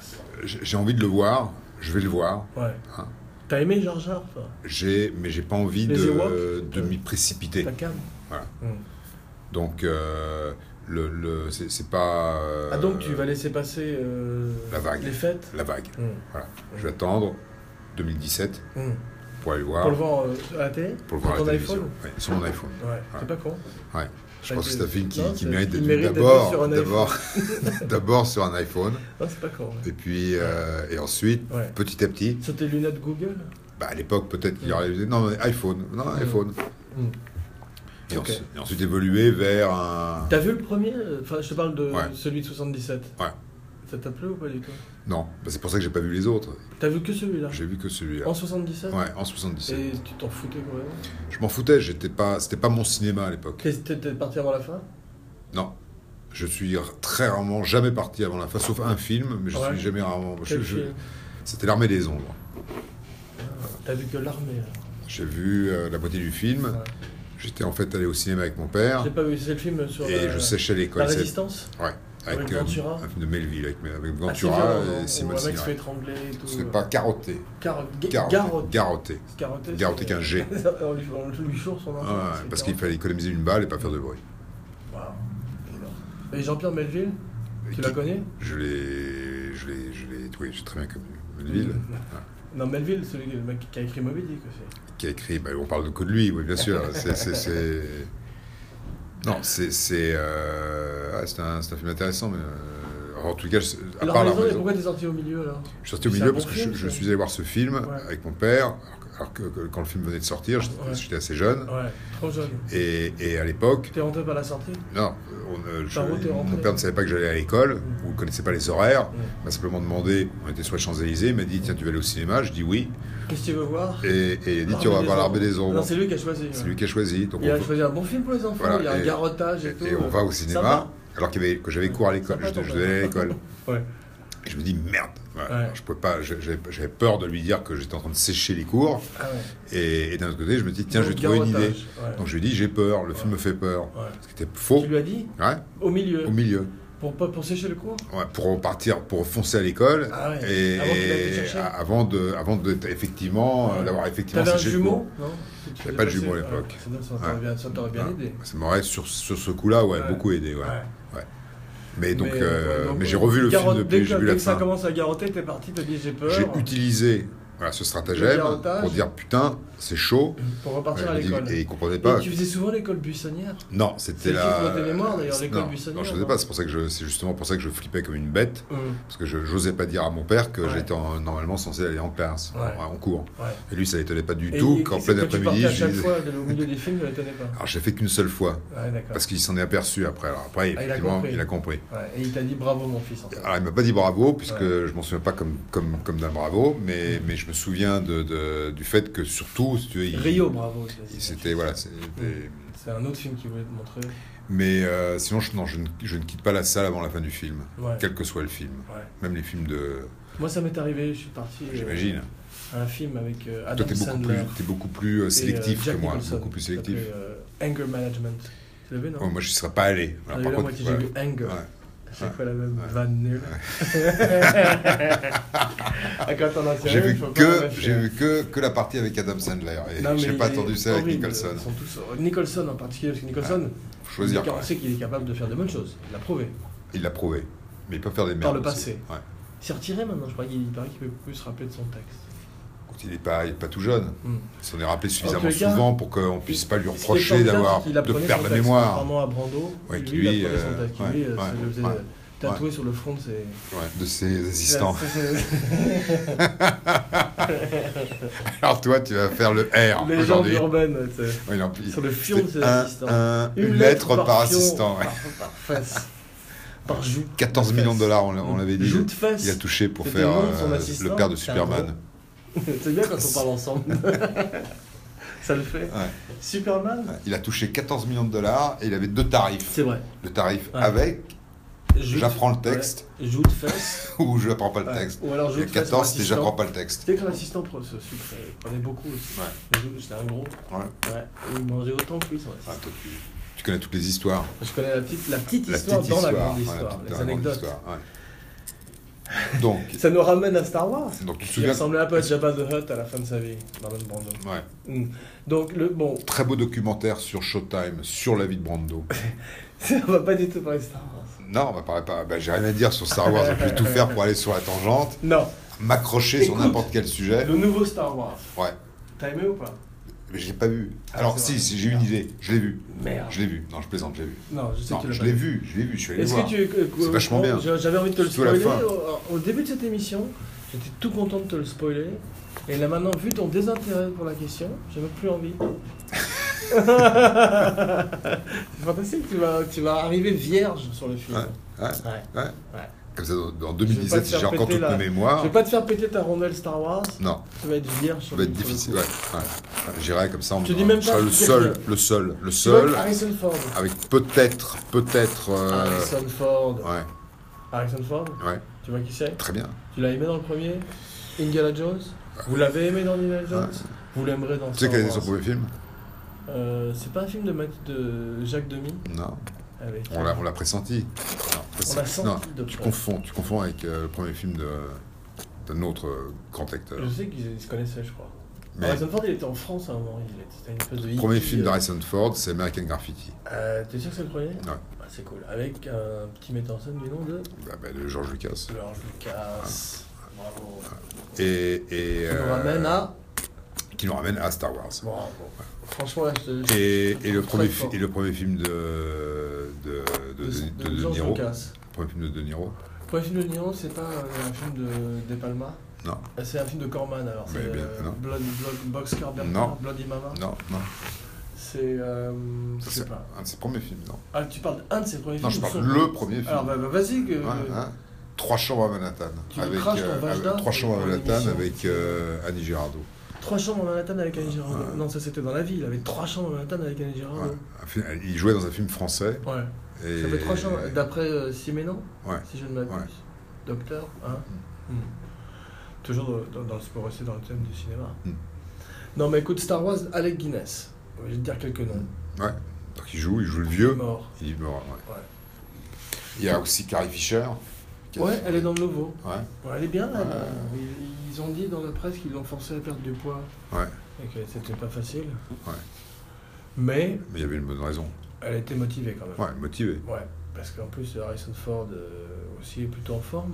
[SPEAKER 3] J'ai j'ai envie de le voir, je vais le voir.
[SPEAKER 2] Ouais.
[SPEAKER 3] Ah.
[SPEAKER 2] T'as aimé Jar Jar ou pas
[SPEAKER 3] J'ai, mais j'ai pas envie
[SPEAKER 2] Les Ewoks,
[SPEAKER 3] de, de
[SPEAKER 2] euh,
[SPEAKER 3] m'y précipiter.
[SPEAKER 2] T'as calme
[SPEAKER 3] Voilà.
[SPEAKER 2] Hum.
[SPEAKER 3] Donc, euh, le, le- c'est, c'est pas. euh,
[SPEAKER 2] Ah donc tu vas laisser passer euh,
[SPEAKER 3] la vague.
[SPEAKER 2] les fêtes
[SPEAKER 3] La vague.
[SPEAKER 2] Hum,
[SPEAKER 3] Voilà. Je vais attendre 2017
[SPEAKER 2] hum.
[SPEAKER 3] pour aller voir.
[SPEAKER 2] Pour le voir euh, à la télé
[SPEAKER 3] Ah. pour le voir à
[SPEAKER 2] Sur
[SPEAKER 3] la
[SPEAKER 2] ton
[SPEAKER 3] télévision.
[SPEAKER 2] iPhone
[SPEAKER 3] Ouais, sur mon iPhone.
[SPEAKER 2] Ouais, c'est pas con.
[SPEAKER 3] Ouais. Je
[SPEAKER 2] Ouais,
[SPEAKER 3] pense que
[SPEAKER 2] c'est-
[SPEAKER 3] c'est un film qui,
[SPEAKER 2] non,
[SPEAKER 3] qui
[SPEAKER 2] c'est-
[SPEAKER 3] mérite
[SPEAKER 2] il
[SPEAKER 3] d'être vu
[SPEAKER 2] mérite d'être
[SPEAKER 3] d'abord,
[SPEAKER 2] sur un iPhone.
[SPEAKER 3] d'abord, d'abord sur un iPhone,
[SPEAKER 2] Non, c'est pas con. ouais.
[SPEAKER 3] et puis euh, et ensuite,
[SPEAKER 2] Ouais.
[SPEAKER 3] petit à petit,
[SPEAKER 2] Sur tes lunettes Google
[SPEAKER 3] bah, à l'époque peut-être qu'il y
[SPEAKER 2] Mm.
[SPEAKER 3] aurait eu- non mais iPhone, non
[SPEAKER 2] Mm.
[SPEAKER 3] iPhone,
[SPEAKER 2] Hum.
[SPEAKER 3] et,
[SPEAKER 2] Ok.
[SPEAKER 3] ensu- et ensuite évoluer vers un
[SPEAKER 2] T'as vu le premier euh, Enfin, je te parle de
[SPEAKER 3] Ouais.
[SPEAKER 2] celui de 77.
[SPEAKER 3] Ouais.
[SPEAKER 2] Ça t'a plu ou pas du tout
[SPEAKER 3] non, bah, c'est pour ça que j'ai pas vu les autres,
[SPEAKER 2] T'as vu que celui-là
[SPEAKER 3] j'ai vu que celui-là,
[SPEAKER 2] Bah. En 77
[SPEAKER 3] ouais, en 77.
[SPEAKER 2] Et tu t'en foutais quand même
[SPEAKER 3] Je m'en foutais, j'étais pas, c'était pas mon cinéma à l'époque,
[SPEAKER 2] Qu'est-ce- T'es t'es parti avant la fin
[SPEAKER 3] non. Je suis r- très rarement jamais parti avant la fin, sauf un film, mais je
[SPEAKER 2] Ouais.
[SPEAKER 3] suis jamais rarement. je-
[SPEAKER 2] Quel
[SPEAKER 3] je-
[SPEAKER 2] film
[SPEAKER 3] C'était l'armée des ombres.
[SPEAKER 2] T'as vu que l'armée alors
[SPEAKER 3] J'ai vu euh, la moitié du film.
[SPEAKER 2] Ouais.
[SPEAKER 3] J'étais en fait allé au cinéma avec mon père
[SPEAKER 2] J'ai pas vu, c'est le film sur
[SPEAKER 3] Ah. et
[SPEAKER 2] la,
[SPEAKER 3] je séchais
[SPEAKER 2] la
[SPEAKER 3] l'école. c'est-
[SPEAKER 2] résistance
[SPEAKER 3] Ouais, avec,
[SPEAKER 2] Avec
[SPEAKER 3] euh,
[SPEAKER 2] Ventura.
[SPEAKER 3] un film de Melville, avec, euh, avec
[SPEAKER 2] Ah, c'est
[SPEAKER 3] Ventura
[SPEAKER 2] violent,
[SPEAKER 3] et
[SPEAKER 2] non
[SPEAKER 3] Simon
[SPEAKER 2] Où un mec se fait
[SPEAKER 3] Signoret.
[SPEAKER 2] étrangler et tout. euh.
[SPEAKER 3] Ce n'est pas carotté.
[SPEAKER 2] Car...
[SPEAKER 3] Garotté.
[SPEAKER 2] Garot.
[SPEAKER 3] Garotté.
[SPEAKER 2] Garotté, c'est-
[SPEAKER 3] Garotté qu'un G.
[SPEAKER 2] on, lui, on lui choure son enfant.
[SPEAKER 3] Ah,
[SPEAKER 2] c'est
[SPEAKER 3] parce
[SPEAKER 2] Garotté.
[SPEAKER 3] qu'il fallait économiser une balle et pas faire de bruit.
[SPEAKER 2] Et Jean-Pierre Melville, tu
[SPEAKER 3] Qui-
[SPEAKER 2] l'as connu
[SPEAKER 3] Je l'ai. Je l'ai. Je l'ai. Oui, j'ai très bien connu. Melville, hein,
[SPEAKER 2] Non, Melville, celui le mec qui a écrit Moby Dick aussi.
[SPEAKER 3] qui a écrit. bah, on parle de que de lui, oui, bien sûr. hein, C'est. c'est- c'est- Non, c'est. C'est euh, ah, c'est un, c'est un film intéressant, mais. euh, en tout cas, je- à
[SPEAKER 2] Alors,
[SPEAKER 3] part la
[SPEAKER 2] raison, et
[SPEAKER 3] raison.
[SPEAKER 2] pourquoi t'es sorti au milieu alors
[SPEAKER 3] Je suis sorti au
[SPEAKER 2] C'est
[SPEAKER 3] milieu
[SPEAKER 2] un bon
[SPEAKER 3] parce que je,
[SPEAKER 2] film,
[SPEAKER 3] je
[SPEAKER 2] ça.
[SPEAKER 3] suis allé voir ce film
[SPEAKER 2] Ouais.
[SPEAKER 3] avec mon père, alors que, que- quand le film venait de sortir, j'étais
[SPEAKER 2] Ouais.
[SPEAKER 3] j'étais assez jeune.
[SPEAKER 2] Ouais, trop jeune.
[SPEAKER 3] Et, et à l'époque,
[SPEAKER 2] T'es rentré par la sortie
[SPEAKER 3] non, on, euh, je-
[SPEAKER 2] Par où t'es rentré
[SPEAKER 3] mon père ne savait pas que j'allais à l'école,
[SPEAKER 2] Mm.
[SPEAKER 3] ou ne connaissait pas les horaires,
[SPEAKER 2] Mm.
[SPEAKER 3] Il m'a simplement demandé, on était sur les Champs-Élysées, il m'a dit tiens tu vas aller au cinéma, je dis oui,
[SPEAKER 2] Qu'est-ce que tu veux voir
[SPEAKER 3] et, et il a dit tu vas voir l'armée des
[SPEAKER 2] Non,
[SPEAKER 3] ombres,
[SPEAKER 2] c'est lui qui a choisi.
[SPEAKER 3] c'est
[SPEAKER 2] ouais.
[SPEAKER 3] lui qui a choisi, donc
[SPEAKER 2] Il
[SPEAKER 3] on
[SPEAKER 2] a
[SPEAKER 3] peut-
[SPEAKER 2] choisi un bon film pour les enfants,
[SPEAKER 3] Voilà,
[SPEAKER 2] il y a un
[SPEAKER 3] et-
[SPEAKER 2] garrotage et, tout.
[SPEAKER 3] et, et on va au cinéma,
[SPEAKER 2] Sympa.
[SPEAKER 3] alors qu'il y avait- que j'avais cours à l'école,
[SPEAKER 2] Sympa,
[SPEAKER 3] je, je
[SPEAKER 2] ton
[SPEAKER 3] devais aller à
[SPEAKER 2] père.
[SPEAKER 3] l'école.
[SPEAKER 2] Ouais.
[SPEAKER 3] Et je me dis merde, Voilà.
[SPEAKER 2] Ouais.
[SPEAKER 3] Alors, je pouvais pas, je- j'avais j'avais peur de lui dire que j'étais en train de sécher les cours.
[SPEAKER 2] Ah ouais.
[SPEAKER 3] Et, et d'un autre côté, je me dis, tiens, je vais
[SPEAKER 2] Donc,
[SPEAKER 3] trouver une idée.
[SPEAKER 2] garrotage, ouais.
[SPEAKER 3] Donc je lui dis, j'ai peur, le film me fait peur.
[SPEAKER 2] Ouais.
[SPEAKER 3] Ce qui était faux.
[SPEAKER 2] Tu lui as dit
[SPEAKER 3] Ouais,
[SPEAKER 2] Au milieu.
[SPEAKER 3] au milieu.
[SPEAKER 2] Pour, pas- pour sécher le cours
[SPEAKER 3] Ouais, pour partir, pour foncer à l'école.
[SPEAKER 2] Ah ouais.
[SPEAKER 3] Et, ah,
[SPEAKER 2] Avant qu'il aille te
[SPEAKER 3] et
[SPEAKER 2] chercher.
[SPEAKER 3] a- avant de, avant de, effectivement, euh,
[SPEAKER 2] Ouais.
[SPEAKER 3] d'avoir effectivement
[SPEAKER 2] T'avais un
[SPEAKER 3] séché le
[SPEAKER 2] jumeau
[SPEAKER 3] cours.
[SPEAKER 2] Non
[SPEAKER 3] J'avais pas de jumeau à l'époque. Ah.
[SPEAKER 2] Ouais, ça t'aurait
[SPEAKER 3] Ouais.
[SPEAKER 2] bien, ça t'aurait bien
[SPEAKER 3] Ouais.
[SPEAKER 2] aidé.
[SPEAKER 3] Ça m'aurait, sur, sur ce coup-là, ouais,
[SPEAKER 2] Ouais.
[SPEAKER 3] beaucoup aidé, ouais. Mais donc,
[SPEAKER 2] Mais,
[SPEAKER 3] euh,
[SPEAKER 2] ouais, donc,
[SPEAKER 3] mais j'ai revu le
[SPEAKER 2] garotte-
[SPEAKER 3] film
[SPEAKER 2] dès
[SPEAKER 3] depuis,
[SPEAKER 2] que-
[SPEAKER 3] j'ai vu
[SPEAKER 2] dès
[SPEAKER 3] la
[SPEAKER 2] que ça
[SPEAKER 3] fin.
[SPEAKER 2] commence à garrotter, t'es parti, t'as dit j'ai peur.
[SPEAKER 3] J'ai utilisé voilà, ce
[SPEAKER 2] Le
[SPEAKER 3] stratagème
[SPEAKER 2] garrotage.
[SPEAKER 3] pour dire, putain, c'est chaud.
[SPEAKER 2] Pour repartir à
[SPEAKER 3] Ouais, il me dit-
[SPEAKER 2] l'école.
[SPEAKER 3] Et
[SPEAKER 2] Et,
[SPEAKER 3] il comprenait pas.
[SPEAKER 2] tu faisais souvent l'école buissonnière
[SPEAKER 3] Non,
[SPEAKER 2] C'est
[SPEAKER 3] c'était
[SPEAKER 2] le
[SPEAKER 3] la.
[SPEAKER 2] chiffre de tes mémoires, d'ailleurs, l'école hein.
[SPEAKER 3] Non,
[SPEAKER 2] buissonnière,
[SPEAKER 3] Non, je faisais
[SPEAKER 2] non
[SPEAKER 3] pas. C'est pour ça que je, c'est justement pour ça que je flippais comme une bête.
[SPEAKER 2] Hum,
[SPEAKER 3] Parce que je n'osais pas dire à mon père que
[SPEAKER 2] Ouais.
[SPEAKER 3] j'étais en- normalement censé aller en classe,
[SPEAKER 2] Ouais.
[SPEAKER 3] en, en cours.
[SPEAKER 2] Ouais.
[SPEAKER 3] Et lui, ça l'étonnait pas du tout
[SPEAKER 2] et-
[SPEAKER 3] qu'en
[SPEAKER 2] et
[SPEAKER 3] plein
[SPEAKER 2] quand Tu
[SPEAKER 3] après-midi,
[SPEAKER 2] partais à
[SPEAKER 3] je
[SPEAKER 2] chaque
[SPEAKER 3] lui disais-
[SPEAKER 2] fois de- au milieu des films, ne l'étonnais pas.
[SPEAKER 3] Alors, j'ai fait qu'une seule fois,
[SPEAKER 2] Ouais, d'accord.
[SPEAKER 3] parce qu'il s'en est aperçu après. Alors, après,
[SPEAKER 2] il a
[SPEAKER 3] effectivement,
[SPEAKER 2] compris.
[SPEAKER 3] il a compris.
[SPEAKER 2] Ouais, et il t'a dit bravo mon fils. En fait.
[SPEAKER 3] Alors, il m'a pas dit bravo, puisque
[SPEAKER 2] Ouais. Mm.
[SPEAKER 3] je m'en souviens pas comme, comme, comme d'un bravo, mais, mais je me souviens de, de- du fait que surtout, si tu veux, il-
[SPEAKER 2] Rio, Mm. bravo. tu as
[SPEAKER 3] il-
[SPEAKER 2] dit.
[SPEAKER 3] C'était, voilà, c'était-
[SPEAKER 2] C'est un autre film qu'il voulait te montrer.
[SPEAKER 3] Mais euh, sinon, je, non, je, ne, je ne quitte pas la salle avant la fin du film,
[SPEAKER 2] Ouais.
[SPEAKER 3] quel que soit le film.
[SPEAKER 2] Ouais.
[SPEAKER 3] Même les films de.
[SPEAKER 2] Moi, ça m'est arrivé, je suis parti euh,
[SPEAKER 3] J'imagine.
[SPEAKER 2] à un film avec euh,
[SPEAKER 3] Toi,
[SPEAKER 2] Adam
[SPEAKER 3] t'es beaucoup,
[SPEAKER 2] Sandler.
[SPEAKER 3] plus- t'es beaucoup plus euh,
[SPEAKER 2] et, euh,
[SPEAKER 3] sélectif
[SPEAKER 2] Jack
[SPEAKER 3] que moi.
[SPEAKER 2] Nicholson.
[SPEAKER 3] Beaucoup plus
[SPEAKER 2] Ça s'appelait,
[SPEAKER 3] sélectif.
[SPEAKER 2] euh, Anger Management. Tu l'as vu, non
[SPEAKER 3] Ouais, moi, je ne serais pas allé.
[SPEAKER 2] J'en
[SPEAKER 3] Alors,
[SPEAKER 2] ai
[SPEAKER 3] par
[SPEAKER 2] vu la
[SPEAKER 3] contre,
[SPEAKER 2] moitié,
[SPEAKER 3] voilà.
[SPEAKER 2] j'ai vu Anger.
[SPEAKER 3] Ouais.
[SPEAKER 2] C'est
[SPEAKER 3] Ouais.
[SPEAKER 2] quoi la même vanne nulle Ah, Quand on a
[SPEAKER 3] J'ai
[SPEAKER 2] sérieux,
[SPEAKER 3] vu,
[SPEAKER 2] faut pas la
[SPEAKER 3] que,
[SPEAKER 2] faire.
[SPEAKER 3] j'ai vu que, que la partie avec Adam Sandler. Et
[SPEAKER 2] Non,
[SPEAKER 3] j'ai
[SPEAKER 2] mais
[SPEAKER 3] pas
[SPEAKER 2] il est
[SPEAKER 3] attendu celle avec
[SPEAKER 2] horrible.
[SPEAKER 3] Nicholson. Ah,
[SPEAKER 2] Ils sont tous horribles. Nicholson en particulier, parce que Nicholson,
[SPEAKER 3] Faut choisir.
[SPEAKER 2] on
[SPEAKER 3] quoi.
[SPEAKER 2] sait qu'il est capable de faire de bonnes choses. Il l'a prouvé.
[SPEAKER 3] Il l'a prouvé. Mais il peut faire des merdes.
[SPEAKER 2] le
[SPEAKER 3] aussi.
[SPEAKER 2] passé.
[SPEAKER 3] Ouais.
[SPEAKER 2] Il s'est retiré maintenant, je crois qu'il il paraît qu'il peut plus se rappeler de son texte.
[SPEAKER 3] Quand il n'est pas, il est pas tout jeune.
[SPEAKER 2] Hmm.
[SPEAKER 3] Il s'en est rappelé suffisamment
[SPEAKER 2] En tout cas,
[SPEAKER 3] souvent pour qu'on puisse pas lui
[SPEAKER 2] Ce qui est
[SPEAKER 3] reprocher
[SPEAKER 2] formidable,
[SPEAKER 3] d'avoir
[SPEAKER 2] c'est qu'il apprenait
[SPEAKER 3] de perdre
[SPEAKER 2] son
[SPEAKER 3] la
[SPEAKER 2] texte,
[SPEAKER 3] mémoire
[SPEAKER 2] Contrairement à Brando,
[SPEAKER 3] Ouais,
[SPEAKER 2] qui
[SPEAKER 3] qui
[SPEAKER 2] lui,
[SPEAKER 3] lui,
[SPEAKER 2] il apprenait son
[SPEAKER 3] euh,
[SPEAKER 2] texte, qui
[SPEAKER 3] ouais,
[SPEAKER 2] lui, euh, ça
[SPEAKER 3] ouais,
[SPEAKER 2] le faisait
[SPEAKER 3] ouais.
[SPEAKER 2] tatouer sur le front de ses...
[SPEAKER 3] ouais, de ses assistants. Alors toi, tu vas faire le R
[SPEAKER 2] Légende
[SPEAKER 3] aujourd'hui.
[SPEAKER 2] urbaine, tu sais.
[SPEAKER 3] Ouais, il en- il-
[SPEAKER 2] Sur le fion de
[SPEAKER 3] c'est
[SPEAKER 2] ses
[SPEAKER 3] un-
[SPEAKER 2] assistants.
[SPEAKER 3] un- une, lettre, par,
[SPEAKER 2] fion,
[SPEAKER 3] assistant. ouais.
[SPEAKER 2] Par, par fesse. Par joue.
[SPEAKER 3] 14 millions de dollars, on, l'a- on l'avait dit.
[SPEAKER 2] Joue de fesse.
[SPEAKER 3] Il a touché pour
[SPEAKER 2] C'était
[SPEAKER 3] faire
[SPEAKER 2] le nom de son
[SPEAKER 3] euh,
[SPEAKER 2] assistant,
[SPEAKER 3] le père de
[SPEAKER 2] c'est un gros.
[SPEAKER 3] Superman.
[SPEAKER 2] C'est bien quand on parle ensemble. Ça le fait.
[SPEAKER 3] Ouais.
[SPEAKER 2] Superman
[SPEAKER 3] Il a touché 14 millions de dollars et il avait deux tarifs.
[SPEAKER 2] C'est vrai.
[SPEAKER 3] Le tarif
[SPEAKER 2] Ouais.
[SPEAKER 3] avec
[SPEAKER 2] Joue de-
[SPEAKER 3] J'apprends le texte.
[SPEAKER 2] Ouais. Joue de fesse.
[SPEAKER 3] ou je n'apprends pas le
[SPEAKER 2] Ouais.
[SPEAKER 3] texte.
[SPEAKER 2] Ou alors joue
[SPEAKER 3] Il y
[SPEAKER 2] de
[SPEAKER 3] a
[SPEAKER 2] fesse. pour
[SPEAKER 3] 14 et
[SPEAKER 2] assistant.
[SPEAKER 3] j'apprends pas le texte.
[SPEAKER 2] C'était que l'assistant pro, ce sucre, euh, prenait beaucoup aussi.
[SPEAKER 3] Ouais.
[SPEAKER 2] Le joue- C'était un gros.
[SPEAKER 3] Ouais.
[SPEAKER 2] Ouais. Il mangeait autant que lui, son
[SPEAKER 3] Ah,
[SPEAKER 2] assistant.
[SPEAKER 3] toi, tu, tu connais toutes les histoires.
[SPEAKER 2] Je connais la petite, la petite
[SPEAKER 3] La
[SPEAKER 2] histoire
[SPEAKER 3] petite
[SPEAKER 2] dans
[SPEAKER 3] histoire.
[SPEAKER 2] la grande
[SPEAKER 3] ouais,
[SPEAKER 2] histoire.
[SPEAKER 3] petite-
[SPEAKER 2] les
[SPEAKER 3] dans la grande
[SPEAKER 2] anecdotes.
[SPEAKER 3] histoire, ouais. Donc,
[SPEAKER 2] Ça nous ramène à Star Wars.
[SPEAKER 3] donc tu te
[SPEAKER 2] Il
[SPEAKER 3] souviens
[SPEAKER 2] ressemblait un peu à Jabba the Hutt à la fin de sa vie, Marlon Brando.
[SPEAKER 3] Ouais.
[SPEAKER 2] Mm. Donc, le, bon,
[SPEAKER 3] Très beau documentaire sur Showtime, sur la vie de Brando.
[SPEAKER 2] ça va pas du tout parler Star Wars.
[SPEAKER 3] Non, on va parler pas. ben, J'ai rien à dire sur Star Wars. Je vais tout faire pour aller sur la tangente,
[SPEAKER 2] Non,
[SPEAKER 3] m'accrocher sur
[SPEAKER 2] Écoute.
[SPEAKER 3] n'importe quel sujet.
[SPEAKER 2] le nouveau Star Wars.
[SPEAKER 3] Ouais.
[SPEAKER 2] T'as aimé ou pas
[SPEAKER 3] Mais je l'ai pas vu.
[SPEAKER 2] Ah,
[SPEAKER 3] Alors,
[SPEAKER 2] c'est
[SPEAKER 3] si,
[SPEAKER 2] vrai.
[SPEAKER 3] si, j'ai une idée. Je l'ai vu.
[SPEAKER 2] Merde.
[SPEAKER 3] Je l'ai vu. Non, je plaisante, je l'ai vu.
[SPEAKER 2] Non, je sais
[SPEAKER 3] Non,
[SPEAKER 2] que tu l'as
[SPEAKER 3] je
[SPEAKER 2] pas
[SPEAKER 3] l'ai
[SPEAKER 2] vu.
[SPEAKER 3] vu, je l'ai vu, je suis allé
[SPEAKER 2] Est-ce
[SPEAKER 3] voir.
[SPEAKER 2] que tu. euh,
[SPEAKER 3] C'est
[SPEAKER 2] euh,
[SPEAKER 3] vachement bien.
[SPEAKER 2] j'a- J'avais envie de te le
[SPEAKER 3] Surtout à la
[SPEAKER 2] spoiler Oh,
[SPEAKER 3] fin.
[SPEAKER 2] au, au début de cette émission. J'étais tout content de te le spoiler. Et là maintenant, vu ton désintérêt pour la question, j'ai même plus envie. C'est fantastique, tu vas, tu vas arriver vierge sur le film.
[SPEAKER 3] Ouais,
[SPEAKER 2] Ouais.
[SPEAKER 3] ouais.
[SPEAKER 2] Ouais.
[SPEAKER 3] Comme ça, dans- en
[SPEAKER 2] Je vais pas te
[SPEAKER 3] 2017, si
[SPEAKER 2] faire
[SPEAKER 3] j'ai encore
[SPEAKER 2] péter
[SPEAKER 3] toute
[SPEAKER 2] la-
[SPEAKER 3] ma
[SPEAKER 2] Je
[SPEAKER 3] mémoire.
[SPEAKER 2] vais pas te faire péter ta rondelle Star Wars,
[SPEAKER 3] Non,
[SPEAKER 2] tu vas être vierge sur
[SPEAKER 3] ça va
[SPEAKER 2] le
[SPEAKER 3] être
[SPEAKER 2] sur le
[SPEAKER 3] difficile.
[SPEAKER 2] coup.
[SPEAKER 3] Ouais, ouais. Ouais, J'irai comme ça. On
[SPEAKER 2] Je te dis même
[SPEAKER 3] je
[SPEAKER 2] pas,
[SPEAKER 3] serai le
[SPEAKER 2] je te dis
[SPEAKER 3] seul,
[SPEAKER 2] rien.
[SPEAKER 3] le seul, le
[SPEAKER 2] Tu vas être
[SPEAKER 3] seul.
[SPEAKER 2] Harrison Ford.
[SPEAKER 3] Avec Ah peut-être, peut-être. euh,
[SPEAKER 2] Harrison Ford.
[SPEAKER 3] Ouais,
[SPEAKER 2] Harrison Ford,
[SPEAKER 3] ouais,
[SPEAKER 2] tu vois qui c'est
[SPEAKER 3] très bien.
[SPEAKER 2] Tu l'as aimé dans le premier Indiana Jones Vous l'avez aimé dans Indiana Jones Vous l'aimerez dans
[SPEAKER 3] Euh. Tu sais
[SPEAKER 2] Star
[SPEAKER 3] quel était
[SPEAKER 2] Wars.
[SPEAKER 3] son premier film
[SPEAKER 2] Euh, C'est pas un film de, Math- de Jacques Demy
[SPEAKER 3] Non,
[SPEAKER 2] avec...
[SPEAKER 3] on l'a, on l'a pressenti. Non,
[SPEAKER 2] On
[SPEAKER 3] pressenti.
[SPEAKER 2] l'a senti
[SPEAKER 3] Non,
[SPEAKER 2] de
[SPEAKER 3] tu
[SPEAKER 2] près.
[SPEAKER 3] confonds, tu confonds avec euh, le premier film de, d'un autre euh, grand acteur.
[SPEAKER 2] Je sais qu'ils ils se connaissaient, je crois.
[SPEAKER 3] Mais
[SPEAKER 2] Harrison Ford, il était en France à un moment. Il était, c'était une espèce de
[SPEAKER 3] le premier
[SPEAKER 2] hippie,
[SPEAKER 3] film
[SPEAKER 2] euh,
[SPEAKER 3] d'Harrison Ford, c'est American Graffiti.
[SPEAKER 2] euh, T'es sûr que c'est le premier Ah, C'est cool. Avec un petit metteur en scène du nom de
[SPEAKER 3] Bah, bah, de George Lucas.
[SPEAKER 2] George Lucas. Bravo.
[SPEAKER 3] Et, et,
[SPEAKER 2] Qui nous
[SPEAKER 3] euh,
[SPEAKER 2] ramène à...
[SPEAKER 3] qui nous ramène à Star Wars.
[SPEAKER 2] Bravo. Franchement, là, je te...
[SPEAKER 3] Et, et le
[SPEAKER 2] Très
[SPEAKER 3] premier,
[SPEAKER 2] fort.
[SPEAKER 3] fi- et le premier film de de, de, de- de
[SPEAKER 2] George
[SPEAKER 3] Niro.
[SPEAKER 2] Lucas.
[SPEAKER 3] Le premier film de De Niro.
[SPEAKER 2] Le premier film de Niro, c'est pas euh, un film de De Palma
[SPEAKER 3] Non.
[SPEAKER 2] Euh, C'est un film de Corman alors. C'est
[SPEAKER 3] Mais bien,
[SPEAKER 2] euh,
[SPEAKER 3] non.
[SPEAKER 2] Blood, Blood, Boxcar Bertrand,
[SPEAKER 3] Non.
[SPEAKER 2] Bloody Mama.
[SPEAKER 3] Non, non.
[SPEAKER 2] C'est. Euh, Ah. je
[SPEAKER 3] Ça,
[SPEAKER 2] sais
[SPEAKER 3] c'est
[SPEAKER 2] pas.
[SPEAKER 3] un de ses premiers films. Non,
[SPEAKER 2] Ah, tu parles d'un de ses premiers
[SPEAKER 3] non je
[SPEAKER 2] films
[SPEAKER 3] parle
[SPEAKER 2] ou son-
[SPEAKER 3] le premier film.
[SPEAKER 2] Alors, bah, bah, vas-y. Que...
[SPEAKER 3] Ouais, hein. Trois chambres à Manhattan.
[SPEAKER 2] Tu
[SPEAKER 3] avec,
[SPEAKER 2] craches ton
[SPEAKER 3] euh,
[SPEAKER 2] vagin
[SPEAKER 3] avec- trois chambres à
[SPEAKER 2] dans
[SPEAKER 3] Manhattan
[SPEAKER 2] l'émission.
[SPEAKER 3] avec euh, Annie Girardot.
[SPEAKER 2] Trois chambres en Manhattan avec Annie Girardot.
[SPEAKER 3] Ouais.
[SPEAKER 2] Non, ça c'était dans la vie. Il avait trois chambres en Manhattan avec Annie Girardot.
[SPEAKER 3] Ouais. Un film- Il jouait dans un film français.
[SPEAKER 2] Ouais.
[SPEAKER 3] Et...
[SPEAKER 2] Ah Ça fait trois chambres. D'après euh, Siménon,
[SPEAKER 3] Ouais.
[SPEAKER 2] si je ne m'abuse.
[SPEAKER 3] Ouais. Mm.
[SPEAKER 2] Docteur, hein. Hmm. Toujours dans, dans- dans le sport aussi, dans le thème du cinéma.
[SPEAKER 3] Hmm.
[SPEAKER 2] Non, mais écoute, Star Wars, Alec Guinness. Je vais te dire quelques noms.
[SPEAKER 3] Donc, il joue, il joue le vieux.
[SPEAKER 2] Mort.
[SPEAKER 3] Il est mort. ouais.
[SPEAKER 2] Ouais.
[SPEAKER 3] Il y a aussi Carrie Fisher. qui a
[SPEAKER 2] Ouais,
[SPEAKER 3] fait-
[SPEAKER 2] elle est dans le nouveau.
[SPEAKER 3] Ouais.
[SPEAKER 2] Ouais, elle est bien, elle.
[SPEAKER 3] Ouais.
[SPEAKER 2] Euh, Ils, ils ont dit dans la presse qu'ils l'ont forcée à perdre du poids.
[SPEAKER 3] Ouais.
[SPEAKER 2] Et que c'était pas facile.
[SPEAKER 3] Ouais.
[SPEAKER 2] Mais
[SPEAKER 3] Mais il y avait une bonne raison.
[SPEAKER 2] elle était motivée quand même.
[SPEAKER 3] Ouais, motivé.
[SPEAKER 2] Ouais, parce qu'en plus, Harrison Ford euh, aussi est plutôt en forme.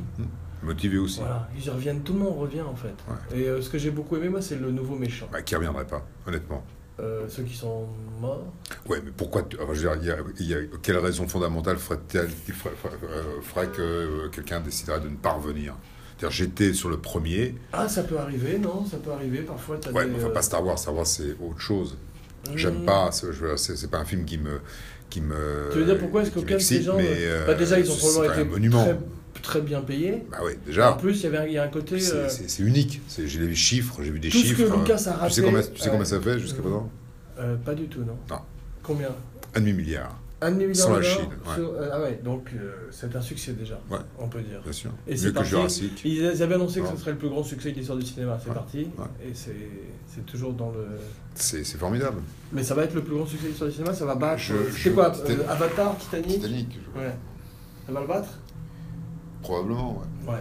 [SPEAKER 3] Motivé aussi.
[SPEAKER 2] Voilà, ils y reviennent, tout le monde revient en fait.
[SPEAKER 3] Ouais.
[SPEAKER 2] Et euh, ce que j'ai beaucoup aimé, moi, c'est le nouveau méchant.
[SPEAKER 3] Bah, qui reviendrait pas, honnêtement.
[SPEAKER 2] Euh, ceux qui sont morts.
[SPEAKER 3] Ouais, mais pourquoi tu- alors, je veux dire, il y a, il y a- Quelle raison fondamentale ferait-elle- ferait, ferait- euh, ferait que euh, quelqu'un déciderait de ne pas revenir C'est-à-dire, j'étais sur le premier.
[SPEAKER 2] Ah, ça peut arriver, non Ça peut arriver, parfois t'as
[SPEAKER 3] Ouais,
[SPEAKER 2] des.
[SPEAKER 3] mais enfin,
[SPEAKER 2] euh,
[SPEAKER 3] pas Star Wars. Star Wars, c'est autre chose.
[SPEAKER 2] hmm.
[SPEAKER 3] J'aime pas. C'est, je veux dire, c'est, c'est pas un film qui me. Qui me
[SPEAKER 2] Tu veux dire pourquoi est-ce
[SPEAKER 3] qui
[SPEAKER 2] qu'aucun de ces
[SPEAKER 3] m'excite,
[SPEAKER 2] gens.
[SPEAKER 3] mais,
[SPEAKER 2] euh,
[SPEAKER 3] euh,
[SPEAKER 2] bah, déjà, ils ont
[SPEAKER 3] c'est
[SPEAKER 2] probablement
[SPEAKER 3] quand
[SPEAKER 2] été
[SPEAKER 3] même un monument.
[SPEAKER 2] très, Mm, très bien payés.
[SPEAKER 3] Bah ouais,
[SPEAKER 2] en
[SPEAKER 3] déjà.
[SPEAKER 2] plus, il y avait un- il y a un côté.
[SPEAKER 3] C'est,
[SPEAKER 2] euh,
[SPEAKER 3] c'est- c'est unique. C'est- j'ai les chiffres, j'ai vu des
[SPEAKER 2] Tout ce
[SPEAKER 3] chiffres.
[SPEAKER 2] que Lucas a
[SPEAKER 3] euh, tu sais
[SPEAKER 2] raté,
[SPEAKER 3] combien, tu sais
[SPEAKER 2] euh,
[SPEAKER 3] combien ça fait jusqu'à
[SPEAKER 2] euh,
[SPEAKER 3] présent
[SPEAKER 2] euh, pas du tout, non
[SPEAKER 3] Non.
[SPEAKER 2] Combien
[SPEAKER 3] Un demi-milliard,
[SPEAKER 2] Un demi-milliard
[SPEAKER 3] Sans la
[SPEAKER 2] de dollars
[SPEAKER 3] Chine, ouais.
[SPEAKER 2] sur- euh, ah ouais, donc euh, c'est un succès déjà,
[SPEAKER 3] Ouais.
[SPEAKER 2] on peut dire.
[SPEAKER 3] bien sûr.
[SPEAKER 2] Et c'est
[SPEAKER 3] Mieux que
[SPEAKER 2] parti.
[SPEAKER 3] Jurassic.
[SPEAKER 2] Ils avaient annoncé que
[SPEAKER 3] Non.
[SPEAKER 2] ce serait le plus grand succès de l'histoire du cinéma, c'est
[SPEAKER 3] Ouais,
[SPEAKER 2] parti.
[SPEAKER 3] ouais.
[SPEAKER 2] Et c'est c'est toujours dans le.
[SPEAKER 3] C'est, c'est formidable.
[SPEAKER 2] Mais ça va être le plus grand succès de l'histoire du cinéma, ça va battre.
[SPEAKER 3] Je-
[SPEAKER 2] euh,
[SPEAKER 3] je-
[SPEAKER 2] C'était quoi
[SPEAKER 3] Titan-
[SPEAKER 2] euh, Avatar, Titanic
[SPEAKER 3] Titanic, je-
[SPEAKER 2] Ouais. Ça va le battre
[SPEAKER 3] probablement. ouais.
[SPEAKER 2] Ouais.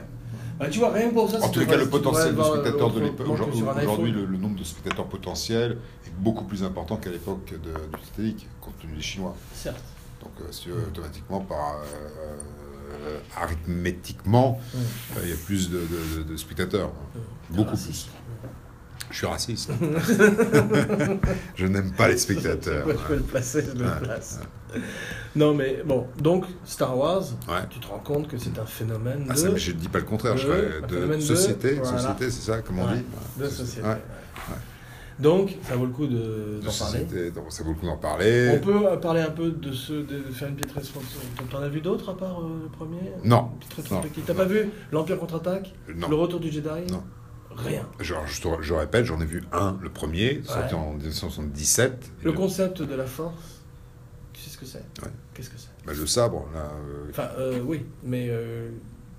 [SPEAKER 2] Bah, tu vois, rien que pour ça,
[SPEAKER 3] En
[SPEAKER 2] c'est
[SPEAKER 3] tous les
[SPEAKER 2] que
[SPEAKER 3] cas,
[SPEAKER 2] voilà,
[SPEAKER 3] le
[SPEAKER 2] tu devrais
[SPEAKER 3] potentiel de
[SPEAKER 2] avoir, euh,
[SPEAKER 3] spectateurs de
[SPEAKER 2] autrement
[SPEAKER 3] l'époque,
[SPEAKER 2] que
[SPEAKER 3] aujourd'hui,
[SPEAKER 2] sur un iPhone.
[SPEAKER 3] aujourd'hui, le, le nombre de spectateurs potentiels est beaucoup plus important qu'à l'époque de, du Titanic, compte tenu des Chinois.
[SPEAKER 2] Certes.
[SPEAKER 3] Donc, euh, si tu veux, automatiquement, par, euh, euh, arithmétiquement,
[SPEAKER 2] Ouais.
[SPEAKER 3] euh, il y a plus de, de- de- de spectateurs. hein.
[SPEAKER 2] Euh,
[SPEAKER 3] Beaucoup
[SPEAKER 2] raciste.
[SPEAKER 3] Je suis raciste. je n'aime pas les spectateurs.
[SPEAKER 2] Ouais, je peux le placer, je le
[SPEAKER 3] Ouais,
[SPEAKER 2] place. Non, mais bon, donc Star Wars,
[SPEAKER 3] Ouais.
[SPEAKER 2] tu te rends compte que c'est un phénomène
[SPEAKER 3] Ah,
[SPEAKER 2] de,
[SPEAKER 3] ça, mais je ne dis pas le contraire. je
[SPEAKER 2] de-
[SPEAKER 3] dirais de,
[SPEAKER 2] phénomène de-
[SPEAKER 3] société,
[SPEAKER 2] voilà.
[SPEAKER 3] société, c'est ça, comment on
[SPEAKER 2] Ouais,
[SPEAKER 3] dit
[SPEAKER 2] de société.
[SPEAKER 3] Ouais,
[SPEAKER 2] ouais. Donc, ça vaut le coup de-
[SPEAKER 3] de
[SPEAKER 2] d'en parler.
[SPEAKER 3] société. Donc, ça vaut le coup d'en parler.
[SPEAKER 2] On peut euh, parler un peu de ce, de de faire une petite rétrospective. T'en as vu d'autres à part euh, le premier
[SPEAKER 3] Non.
[SPEAKER 2] Une petite rétrospective.
[SPEAKER 3] Non,
[SPEAKER 2] T'as
[SPEAKER 3] non.
[SPEAKER 2] pas vu l'Empire contre-attaque
[SPEAKER 3] Euh, Non.
[SPEAKER 2] Le retour du Jedi
[SPEAKER 3] Non.
[SPEAKER 2] Rien.
[SPEAKER 3] Genre, je, te- je répète, j'en ai vu un, le premier, sorti
[SPEAKER 2] Ouais.
[SPEAKER 3] en 1977. et
[SPEAKER 2] Le
[SPEAKER 3] le,
[SPEAKER 2] concept de la force, tu sais ce que c'est
[SPEAKER 3] Ouais.
[SPEAKER 2] Qu'est-ce que c'est
[SPEAKER 3] bah, le sabre, là. euh,
[SPEAKER 2] Enfin, euh, oui, mais euh,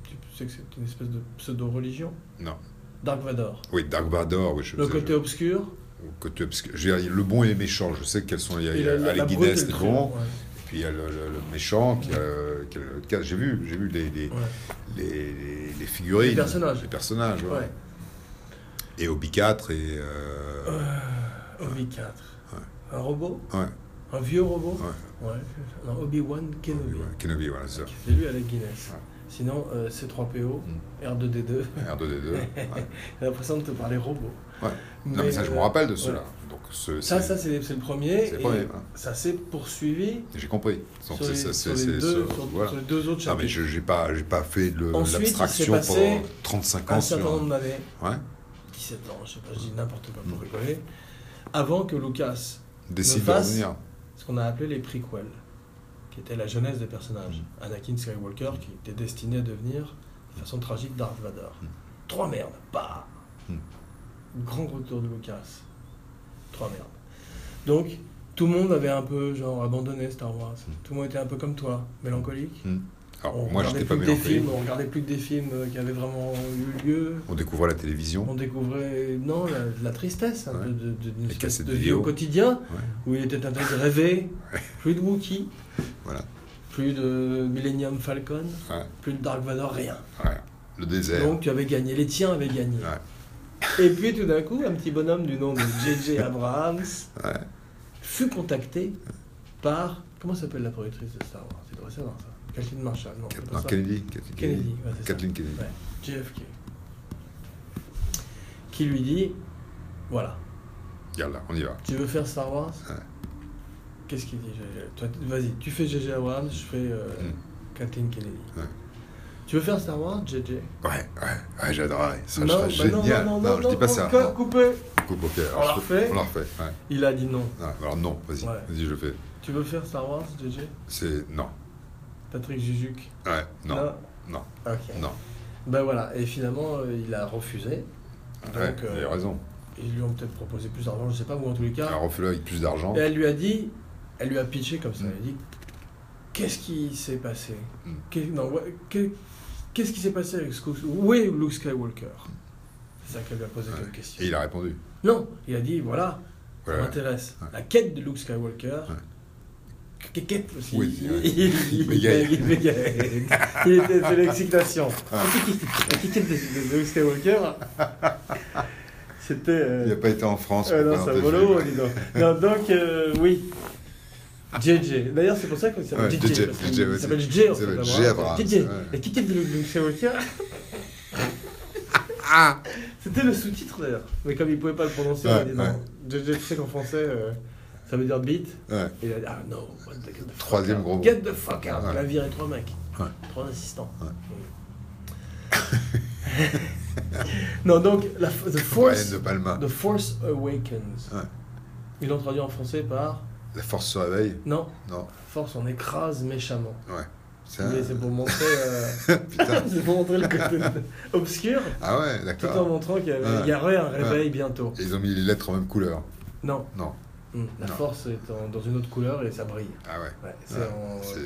[SPEAKER 2] tu sais que c'est une espèce de pseudo-religion
[SPEAKER 3] Non.
[SPEAKER 2] Dark Vador.
[SPEAKER 3] Oui, Dark Vador. Oui, je,
[SPEAKER 2] Le
[SPEAKER 3] je-
[SPEAKER 2] côté obscur
[SPEAKER 3] le côté obscur. Je veux dire, le bon et le méchant, je sais quels sont les.
[SPEAKER 2] et la, la,
[SPEAKER 3] Alec
[SPEAKER 2] la brute et
[SPEAKER 3] Guinness,
[SPEAKER 2] le
[SPEAKER 3] les
[SPEAKER 2] truand,
[SPEAKER 3] bons.
[SPEAKER 2] ouais.
[SPEAKER 3] puis il y a le, le- le méchant, qui a, qui a le casque. J'ai vu, j'ai vu les, les,
[SPEAKER 2] Ouais.
[SPEAKER 3] les- les- les figurines.
[SPEAKER 2] Les personnages.
[SPEAKER 3] Les personnages, ouais.
[SPEAKER 2] Ouais.
[SPEAKER 3] Et Obi 4 et. euh,
[SPEAKER 2] Obi-4. Un robot
[SPEAKER 3] ouais,
[SPEAKER 2] Un vieux robot
[SPEAKER 3] ouais,
[SPEAKER 2] Ouais. Non, Obi-Wan Kenobi.
[SPEAKER 3] ouais, Kenobi, voilà, c'est ça.
[SPEAKER 2] C'est lui à la Guinness.
[SPEAKER 3] Ouais. Mm.
[SPEAKER 2] Sinon, euh, C3PO, R2D2,
[SPEAKER 3] R2D2. ouais.
[SPEAKER 2] j'ai l'impression de te parler robot.
[SPEAKER 3] Ouais. Non, mais ça, je
[SPEAKER 2] euh,
[SPEAKER 3] me rappelle de
[SPEAKER 2] ouais.
[SPEAKER 3] cela. Donc, ce,
[SPEAKER 2] Ça,
[SPEAKER 3] c'est-
[SPEAKER 2] ça c'est c'est le premier.
[SPEAKER 3] c'est le
[SPEAKER 2] et
[SPEAKER 3] premier, hein.
[SPEAKER 2] Ça s'est poursuivi
[SPEAKER 3] j'ai compris. Donc,
[SPEAKER 2] sur
[SPEAKER 3] c'est-
[SPEAKER 2] les,
[SPEAKER 3] c'est-
[SPEAKER 2] sur
[SPEAKER 3] c'est-
[SPEAKER 2] les deux,
[SPEAKER 3] c'est-
[SPEAKER 2] sur-
[SPEAKER 3] voilà.
[SPEAKER 2] sur les deux autres
[SPEAKER 3] Non, mais
[SPEAKER 2] chapitres.
[SPEAKER 3] je n'ai pas, j'ai pas fait le-
[SPEAKER 2] Ensuite, il s'est
[SPEAKER 3] l'abstraction
[SPEAKER 2] passé
[SPEAKER 3] pendant 35 ans.
[SPEAKER 2] Un certain
[SPEAKER 3] sur-
[SPEAKER 2] nombre d'années,
[SPEAKER 3] Ouais.
[SPEAKER 2] 17 ans, je sais pas, je dis n'importe quoi pour
[SPEAKER 3] Mm.
[SPEAKER 2] rigoler, avant que Lucas,
[SPEAKER 3] Décide de
[SPEAKER 2] face.
[SPEAKER 3] revenir.
[SPEAKER 2] ce qu'on a appelé les prequels, qui était la jeunesse des personnages,
[SPEAKER 3] Mm.
[SPEAKER 2] Anakin Skywalker qui était destiné à devenir, de façon tragique, Darth Vader.
[SPEAKER 3] Mm.
[SPEAKER 2] Trois merdes, bah
[SPEAKER 3] Mm.
[SPEAKER 2] Grand retour de Lucas. Trois merdes. Donc, tout le monde avait un peu, genre, abandonné Star Wars. Tout le monde était un peu comme toi, mélancolique.
[SPEAKER 3] Mm. Alors,
[SPEAKER 2] on
[SPEAKER 3] moi,
[SPEAKER 2] regardait
[SPEAKER 3] j'étais pas
[SPEAKER 2] plus que des
[SPEAKER 3] mélancolique.
[SPEAKER 2] films, on regardait plus que des films euh, qui avaient vraiment eu lieu.
[SPEAKER 3] On découvre la télévision.
[SPEAKER 2] On découvrait non, la, la tristesse, un
[SPEAKER 3] Ouais.
[SPEAKER 2] peu de, de, d'une
[SPEAKER 3] Les
[SPEAKER 2] espèce
[SPEAKER 3] cassettes
[SPEAKER 2] de vie
[SPEAKER 3] vidéo.
[SPEAKER 2] au quotidien,
[SPEAKER 3] Ouais.
[SPEAKER 2] où il était en train de rêver, plus de Wookiee,
[SPEAKER 3] Voilà.
[SPEAKER 2] plus de Millennium Falcon,
[SPEAKER 3] Ouais.
[SPEAKER 2] plus de Dark Vador, rien.
[SPEAKER 3] Ouais. Le désert.
[SPEAKER 2] Donc tu avais gagné, les tiens avaient gagné. Et puis tout d'un coup, un petit bonhomme du nom de JJ Abrams
[SPEAKER 3] Ouais.
[SPEAKER 2] fut contacté par, comment s'appelle la productrice de Star Wars Tu devrais savoir ça. Kathleen Marshall, non, c'est
[SPEAKER 3] Cat-
[SPEAKER 2] pas
[SPEAKER 3] non,
[SPEAKER 2] ça.
[SPEAKER 3] Kennedy. Kathleen
[SPEAKER 2] Kennedy,
[SPEAKER 3] Kennedy.
[SPEAKER 2] ouais, c'est ça.
[SPEAKER 3] Kathleen Kennedy.
[SPEAKER 2] Ouais, JFK. Qui lui dit, voilà,
[SPEAKER 3] Regarde là, on y va.
[SPEAKER 2] Tu veux faire Star Wars
[SPEAKER 3] Ouais.
[SPEAKER 2] Qu'est-ce qu'il dit Gégé Toi, t- Vas-y, tu fais GG Abrams, je fais euh,
[SPEAKER 3] Mm.
[SPEAKER 2] Kathleen Kennedy.
[SPEAKER 3] Ouais.
[SPEAKER 2] Tu veux faire Star Wars, JJ
[SPEAKER 3] Ouais, ouais, ouais j'adorerais. Ça,
[SPEAKER 2] Non,
[SPEAKER 3] serait
[SPEAKER 2] bah
[SPEAKER 3] génial.
[SPEAKER 2] non, non, non,
[SPEAKER 3] je dis pas
[SPEAKER 2] non,
[SPEAKER 3] ça.
[SPEAKER 2] coupé,
[SPEAKER 3] Non.
[SPEAKER 2] coupé.
[SPEAKER 3] Coupe, ok, alors
[SPEAKER 2] On la
[SPEAKER 3] je-
[SPEAKER 2] refait
[SPEAKER 3] On la refait. ouais.
[SPEAKER 2] Il a dit non.
[SPEAKER 3] Non, alors non, vas-y,
[SPEAKER 2] Ouais.
[SPEAKER 3] vas-y, je le fais.
[SPEAKER 2] Tu veux faire Star Wars, JJ
[SPEAKER 3] C'est non.
[SPEAKER 2] Patrick Jujuk
[SPEAKER 3] Ouais, non, non,
[SPEAKER 2] Ok.
[SPEAKER 3] non.
[SPEAKER 2] Ben voilà, et finalement, euh, il a refusé. Donc,
[SPEAKER 3] Ouais,
[SPEAKER 2] euh,
[SPEAKER 3] il a raison.
[SPEAKER 2] Ils lui ont peut-être proposé plus d'argent, je sais pas, ou en tous les cas.
[SPEAKER 3] Alors refais-le avec plus d'argent.
[SPEAKER 2] Et elle lui a dit, elle lui a pitché comme ça,
[SPEAKER 3] Mm.
[SPEAKER 2] elle lui a dit, qu'est-ce qui s'est passé
[SPEAKER 3] Mm.
[SPEAKER 2] Qu'est- non, ouais, qu'est- Qu'est-ce qui s'est passé avec Sco- Où est Luke Skywalker C'est ça qu'elle lui a posé comme question.
[SPEAKER 3] Mm. Et il a répondu.
[SPEAKER 2] Non, il a dit, voilà, ça
[SPEAKER 3] Voilà.
[SPEAKER 2] m'intéresse.
[SPEAKER 3] Ouais.
[SPEAKER 2] La quête de Luke Skywalker. Qu- Quête aussi.
[SPEAKER 3] Oui,
[SPEAKER 2] il,
[SPEAKER 3] ouais.
[SPEAKER 2] il,
[SPEAKER 3] Il
[SPEAKER 2] il-
[SPEAKER 3] bégaye.
[SPEAKER 2] il bégaye. Il était de l'excitation. La quête de, de Luke Skywalker, c'était... euh,
[SPEAKER 3] Il n'a pas été en France.
[SPEAKER 2] euh,
[SPEAKER 3] pour
[SPEAKER 2] non, ça
[SPEAKER 3] présenter
[SPEAKER 2] vaut
[SPEAKER 3] le
[SPEAKER 2] le haut,
[SPEAKER 3] film.
[SPEAKER 2] dis donc. Non, donc, euh, oui. JJ. D'ailleurs, c'est pour ça qu'on s'appelle
[SPEAKER 3] Ouais,
[SPEAKER 2] JJ.
[SPEAKER 3] JJ,
[SPEAKER 2] parce qu'il
[SPEAKER 3] JJ, ouais,
[SPEAKER 2] s'appelle
[SPEAKER 3] c'est-
[SPEAKER 2] JJ. en fait,
[SPEAKER 3] ça s'appelle
[SPEAKER 2] d'abord.
[SPEAKER 3] J Abrams,
[SPEAKER 2] JJ.
[SPEAKER 3] ouais.
[SPEAKER 2] La quête de Luke Skywalker. C'était le sous-titre d'ailleurs. Mais comme il pouvait pas le prononcer, on a
[SPEAKER 3] Ah. Ouais,
[SPEAKER 2] dit non. JJ, tu sais qu'en français, euh, ça veut dire beat.
[SPEAKER 3] Ouais.
[SPEAKER 2] Et il a dit, ah non, what the, get the
[SPEAKER 3] Troisième
[SPEAKER 2] fuck out.
[SPEAKER 3] gros mot.
[SPEAKER 2] Get the fuck out.
[SPEAKER 3] Ouais.
[SPEAKER 2] Il a viré trois mecs.
[SPEAKER 3] Ouais.
[SPEAKER 2] Trois assistants.
[SPEAKER 3] Ouais.
[SPEAKER 2] non, donc, la, the force.
[SPEAKER 3] Brian de Palma.
[SPEAKER 2] The Force Awakens.
[SPEAKER 3] Ouais.
[SPEAKER 2] Ils l'ont traduit en français par.
[SPEAKER 3] La force se réveille.
[SPEAKER 2] Non,
[SPEAKER 3] Non.
[SPEAKER 2] Force on écrase méchamment.
[SPEAKER 3] C'est un-
[SPEAKER 2] Mais c'est pour montrer. euh,
[SPEAKER 3] Putain.
[SPEAKER 2] c'est pour montrer le côté obscur,
[SPEAKER 3] Ah ouais,
[SPEAKER 2] tout en
[SPEAKER 3] d'accord.
[SPEAKER 2] montrant qu'il y, avait-
[SPEAKER 3] Ouais.
[SPEAKER 2] il y aurait un réveil bientôt.
[SPEAKER 3] Et Ils ont mis les lettres en même couleur.
[SPEAKER 2] Non.
[SPEAKER 3] Non.
[SPEAKER 2] Mm. La
[SPEAKER 3] Non.
[SPEAKER 2] Force est en- dans une autre couleur et ça brille.
[SPEAKER 3] Ah ouais.
[SPEAKER 2] Ouais, c'est
[SPEAKER 3] Ouais,
[SPEAKER 2] en-
[SPEAKER 3] c'est-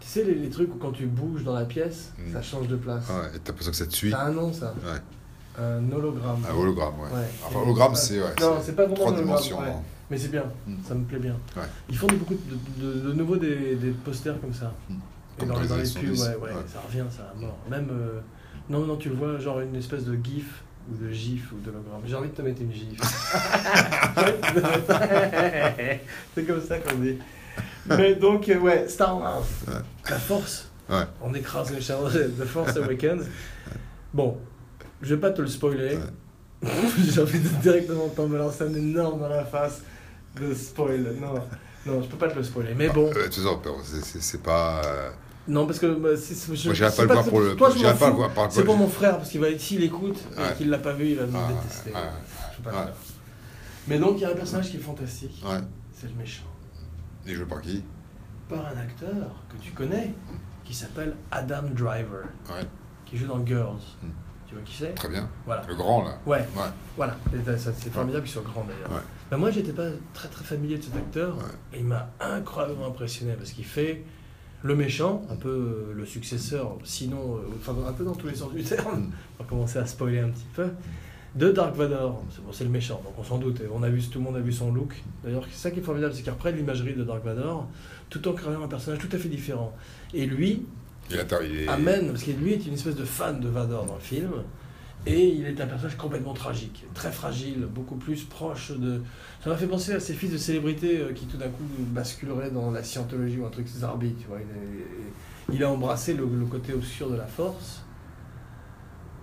[SPEAKER 2] Tu sais les, les trucs où quand tu bouges dans la pièce,
[SPEAKER 3] Mm.
[SPEAKER 2] ça change de place.
[SPEAKER 3] ouais, et t'as l'impression que ça te suit.
[SPEAKER 2] T'as un nom ça.
[SPEAKER 3] Ouais.
[SPEAKER 2] Un hologramme.
[SPEAKER 3] Un hologramme, Ah ouais.
[SPEAKER 2] Ouais.
[SPEAKER 3] Enfin, hologramme,
[SPEAKER 2] Ouais.
[SPEAKER 3] c'est ouais,
[SPEAKER 2] Non,
[SPEAKER 3] c'est
[SPEAKER 2] c'est pas vraiment
[SPEAKER 3] trois
[SPEAKER 2] un hologramme,
[SPEAKER 3] dimensions.
[SPEAKER 2] ouais.
[SPEAKER 3] hein.
[SPEAKER 2] Mais c'est bien,
[SPEAKER 3] Mm.
[SPEAKER 2] ça me plaît bien.
[SPEAKER 3] Ouais.
[SPEAKER 2] Ils font de- beaucoup de, de, de nouveau des, des posters comme ça.
[SPEAKER 3] Mm.
[SPEAKER 2] Et
[SPEAKER 3] Comme
[SPEAKER 2] dans,
[SPEAKER 3] dans les
[SPEAKER 2] dans les
[SPEAKER 3] années
[SPEAKER 2] pubs,
[SPEAKER 3] 70,
[SPEAKER 2] ouais, ouais,
[SPEAKER 3] ouais.
[SPEAKER 2] ça revient, ça, à mort. Même, euh, non, non, tu le vois, genre une espèce de gif ou de gif ou d'hologramme. J'ai envie de te mettre une gif. J'ai envie de te mettre- c'est comme ça qu'on dit. Mais donc, euh, ouais, Star Wars, la force.
[SPEAKER 3] Ouais.
[SPEAKER 2] On écrase les charges de Force Awakens. Bon, je vais pas te le spoiler.
[SPEAKER 3] Ouais.
[SPEAKER 2] J'ai envie de directement t'en balancer un énorme dans la face de spoil. Non, non, je peux pas te le spoiler. Mais bon,
[SPEAKER 3] Euh, tu sais, c'est- c'est- c'est pas. euh,
[SPEAKER 2] non, parce que bah, c'est- c'est- je
[SPEAKER 3] Moi, j'irai
[SPEAKER 2] c'est
[SPEAKER 3] pas le voir
[SPEAKER 2] que-
[SPEAKER 3] pour le.
[SPEAKER 2] Toi, je m'en
[SPEAKER 3] J'irai pas le
[SPEAKER 2] fous.
[SPEAKER 3] voir par
[SPEAKER 2] C'est pour mon frère, parce qu'il va être s'il écoute et
[SPEAKER 3] Ouais.
[SPEAKER 2] qu'il l'a pas vu, il va me
[SPEAKER 3] Ah,
[SPEAKER 2] détester.
[SPEAKER 3] ouais, ouais,
[SPEAKER 2] Je peux pas le
[SPEAKER 3] ouais.
[SPEAKER 2] faire. Mais donc, il y a un personnage qui est fantastique.
[SPEAKER 3] Ouais.
[SPEAKER 2] C'est le méchant.
[SPEAKER 3] Et je par qui
[SPEAKER 2] Par un acteur que tu connais, qui s'appelle Adam Driver,
[SPEAKER 3] Ouais.
[SPEAKER 2] qui joue dans Girls.
[SPEAKER 3] Mm.
[SPEAKER 2] Tu vois qui c'est
[SPEAKER 3] Très bien.
[SPEAKER 2] Voilà.
[SPEAKER 3] Le grand, là.
[SPEAKER 2] Ouais.
[SPEAKER 3] Ouais.
[SPEAKER 2] Voilà, Et ça, ça, c'est formidable qu'il soit grand d'ailleurs.
[SPEAKER 3] Ouais.
[SPEAKER 2] Bah, moi, j'étais pas très très familier de cet acteur
[SPEAKER 3] Ouais.
[SPEAKER 2] et il m'a incroyablement impressionné parce qu'il fait le méchant, un peu euh, le successeur, sinon, euh, enfin un peu dans tous les sens du terme.
[SPEAKER 3] Mm.
[SPEAKER 2] On va commencer à spoiler un petit peu. de Dark Vador. C'est bon, c'est le méchant, donc on s'en doute. Et on a vu, tout le monde a vu son look. D'ailleurs, c'est ça qui est formidable, c'est qu'il reprennent l'imagerie de Dark Vador, tout en créant un personnage tout à fait différent. Et lui
[SPEAKER 3] Il a- il est-
[SPEAKER 2] amène, parce que lui est une espèce de fan de Vador dans le film, et il est un personnage complètement tragique, très fragile, beaucoup plus proche de. Ça m'a fait penser à ces fils de célébrités euh, qui tout d'un coup basculeraient dans la scientologie ou un truc zarbi, tu vois. Il, est- il a embrassé le, le côté obscur de la force.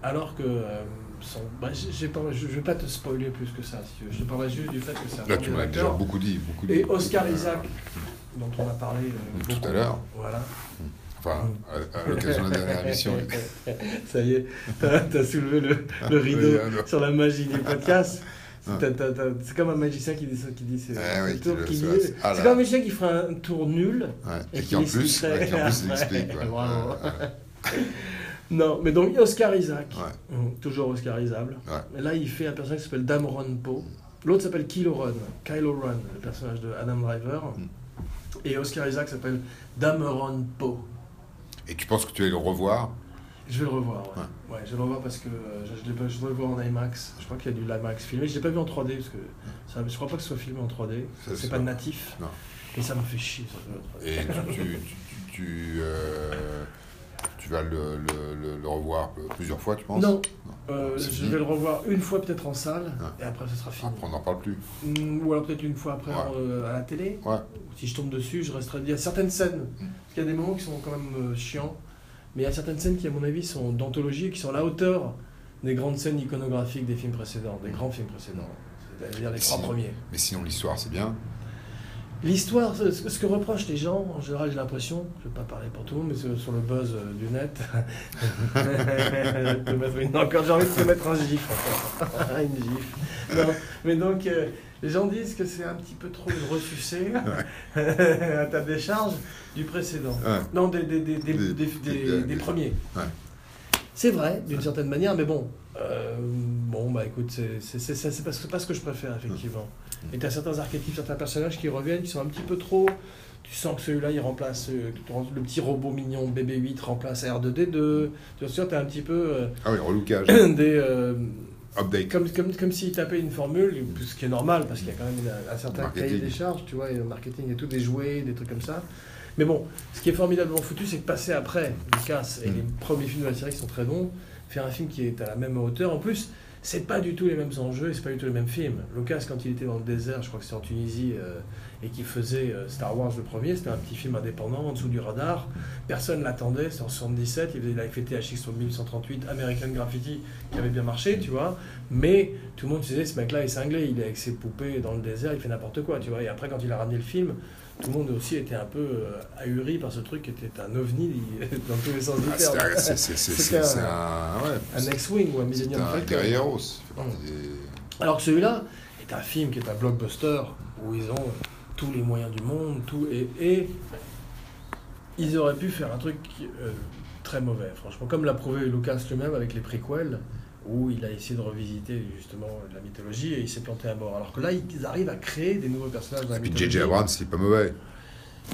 [SPEAKER 2] Alors que. euh, son- bah, j'ai- j'ai pas- je ne vais pas te spoiler plus que ça, si tu veux. Je te parlerai juste du fait que c'est un
[SPEAKER 3] Là, tu m'en as
[SPEAKER 2] formidable
[SPEAKER 3] déjà
[SPEAKER 2] acteur.
[SPEAKER 3] beaucoup dit. Beaucoup dit.
[SPEAKER 2] Et Oscar Isaac, dont on a parlé euh,
[SPEAKER 3] Tout à
[SPEAKER 2] beaucoup.
[SPEAKER 3] l'heure.
[SPEAKER 2] Voilà.
[SPEAKER 3] Enfin, à, à l'occasion de la dernière émission.
[SPEAKER 2] Ça y est, t'as t'as soulevé le, le rideau
[SPEAKER 3] Ah, Oui, alors.
[SPEAKER 2] sur la magie du podcast.
[SPEAKER 3] Ah.
[SPEAKER 2] C'est t'as- t'as- t'as- c'est comme un magicien qui dit ça, qui dit c'est
[SPEAKER 3] Ah oui,
[SPEAKER 2] c'est tour
[SPEAKER 3] qui le-
[SPEAKER 2] qui dit-
[SPEAKER 3] c'est- ah
[SPEAKER 2] c'est
[SPEAKER 3] là.
[SPEAKER 2] comme un magicien qui ferait un tour nul.
[SPEAKER 3] Ouais.
[SPEAKER 2] Et
[SPEAKER 3] Et,
[SPEAKER 2] qui
[SPEAKER 3] qui en plus,
[SPEAKER 2] l'expliquerait.
[SPEAKER 3] ouais, qui en plus l'explique. ouais.
[SPEAKER 2] Bravo.
[SPEAKER 3] Ouais, ouais.
[SPEAKER 2] Non, mais donc Oscar Isaac,
[SPEAKER 3] Ouais.
[SPEAKER 2] Hum, toujours Oscarisable.
[SPEAKER 3] Ouais.
[SPEAKER 2] Mais là, il fait un personnage qui s'appelle Damron Poe. L'autre s'appelle Kylo Ren, Kylo Ren, le personnage de Adam Driver.
[SPEAKER 3] Hum.
[SPEAKER 2] Et Oscar Isaac s'appelle Dameron Poe.
[SPEAKER 3] Et tu penses que tu vas le revoir
[SPEAKER 2] Je vais le revoir, ouais. Ouais, je vais le revoir parce que euh, je, je l'ai pas- je voudrais le voir en IMAX. Je crois qu'il y a du IMAX filmé. Je ne l'ai pas vu en 3D parce que ça, je crois pas que ce soit filmé en 3D.
[SPEAKER 3] Ça,
[SPEAKER 2] C'est
[SPEAKER 3] c'est
[SPEAKER 2] pas
[SPEAKER 3] vrai.
[SPEAKER 2] natif.
[SPEAKER 3] Non.
[SPEAKER 2] Et ça me fait chier. ça, le 3D.
[SPEAKER 3] Et tu, tu, tu, tu, euh, tu vas le, le, le, le revoir plusieurs fois, tu penses
[SPEAKER 2] Non, euh,
[SPEAKER 3] Non, c'est
[SPEAKER 2] je
[SPEAKER 3] fini.
[SPEAKER 2] vais le revoir une fois peut-être en salle
[SPEAKER 3] Ouais.
[SPEAKER 2] et après ce sera fini.
[SPEAKER 3] Après, Ah, on n'en parle plus.
[SPEAKER 2] Mm, Ou alors peut-être une fois après
[SPEAKER 3] Ouais.
[SPEAKER 2] euh, à la télé.
[SPEAKER 3] Ouais.
[SPEAKER 2] Si je tombe dessus, je resterai. Il y a certaines scènes, parce qu'il y a des moments qui sont quand même euh, chiants, mais il y a certaines scènes qui, à mon avis, sont d'anthologie et qui sont à la hauteur des grandes scènes iconographiques des films précédents, des grands films précédents, c'est-à-dire les trois
[SPEAKER 3] Si.
[SPEAKER 2] premiers.
[SPEAKER 3] Mais sinon, l'histoire, c'est bien.
[SPEAKER 2] L'histoire, ce ce que reprochent les gens, en général, j'ai l'impression, je ne vais pas parler pour tout le monde, mais sur sur le buzz euh, du net, de mettre une- encore j'ai envie de te mettre un gif, encore. une gif. Non, mais donc, euh, les gens disent que c'est un petit peu trop ressucé à ta décharge du précédent.
[SPEAKER 3] Ouais.
[SPEAKER 2] Non, des, des, des, des,
[SPEAKER 3] Des-
[SPEAKER 2] des-
[SPEAKER 3] des-
[SPEAKER 2] des-
[SPEAKER 3] des-
[SPEAKER 2] des premiers.
[SPEAKER 3] Ouais.
[SPEAKER 2] C'est vrai, d'une certaine manière, mais bon, euh, bon bah écoute, c'est- c'est c'est- c'est- c'est pas, c'est pas ce que je préfère, effectivement.
[SPEAKER 3] Hum.
[SPEAKER 2] Et t'as certains archétypes, certains personnages qui reviennent, qui sont un petit peu trop... Tu sens que celui-là, il remplace... euh, le petit robot mignon BB-8 remplace R2-D2. Tu vois, t'as un petit peu
[SPEAKER 3] Ah oui, relookage.
[SPEAKER 2] euh, des... euh,
[SPEAKER 3] Update.
[SPEAKER 2] comme, comme, comme s'il tapait une formule, ce qui est normal, parce qu'il y a quand même un, un certain
[SPEAKER 3] Marketing.
[SPEAKER 2] cahier des charges, tu vois, et le marketing et tout, des jouets, des trucs comme ça. Mais bon, ce qui est formidablement foutu, c'est que passer après Lucas et
[SPEAKER 3] Mm.
[SPEAKER 2] les premiers films de la série qui sont très bons, faire un film qui est à la même hauteur, en plus, c'est pas du tout les mêmes enjeux, et c'est pas du tout les mêmes films. Lucas, quand il était dans le désert, je crois que c'est en Tunisie, euh, et qui faisait euh, Star Wars le premier, c'était un petit film indépendant, en dessous du radar, personne l'attendait, c'était en 77, il, faisait- il avait fait THX 1138, American Graffiti, qui avait bien marché, tu vois, mais tout le monde se disait, ce mec-là est cinglé, il est avec ses poupées dans le désert, il fait n'importe quoi, tu vois, et après, quand il a ramené le film, tout le monde aussi était un peu euh, ahuri par ce truc qui était un ovni dans tous les sens du
[SPEAKER 3] Ah,
[SPEAKER 2] terme.
[SPEAKER 3] c'est- c'est- c'est- c'est-
[SPEAKER 2] C'était
[SPEAKER 3] C'est c'est
[SPEAKER 2] un-
[SPEAKER 3] un.
[SPEAKER 2] Un
[SPEAKER 3] Ouais.
[SPEAKER 2] Hmm. X-Wing ou un
[SPEAKER 3] C'est
[SPEAKER 2] Millennium
[SPEAKER 3] un
[SPEAKER 2] Falcon.
[SPEAKER 3] guerrier Heroes. fait partie des-
[SPEAKER 2] Alors que celui-là est un film qui est un blockbuster où ils ont tous les moyens du monde, tout et, et ils auraient pu faire un truc euh, très mauvais, franchement, comme l'a prouvé Lucas lui-même avec les préquels où il a essayé de revisiter justement la mythologie et il s'est planté à bord. Alors que là, ils arrivent à créer des nouveaux personnages. Dans la
[SPEAKER 3] Et puis
[SPEAKER 2] mythologie.
[SPEAKER 3] J.J. Abrams, il est pas mauvais.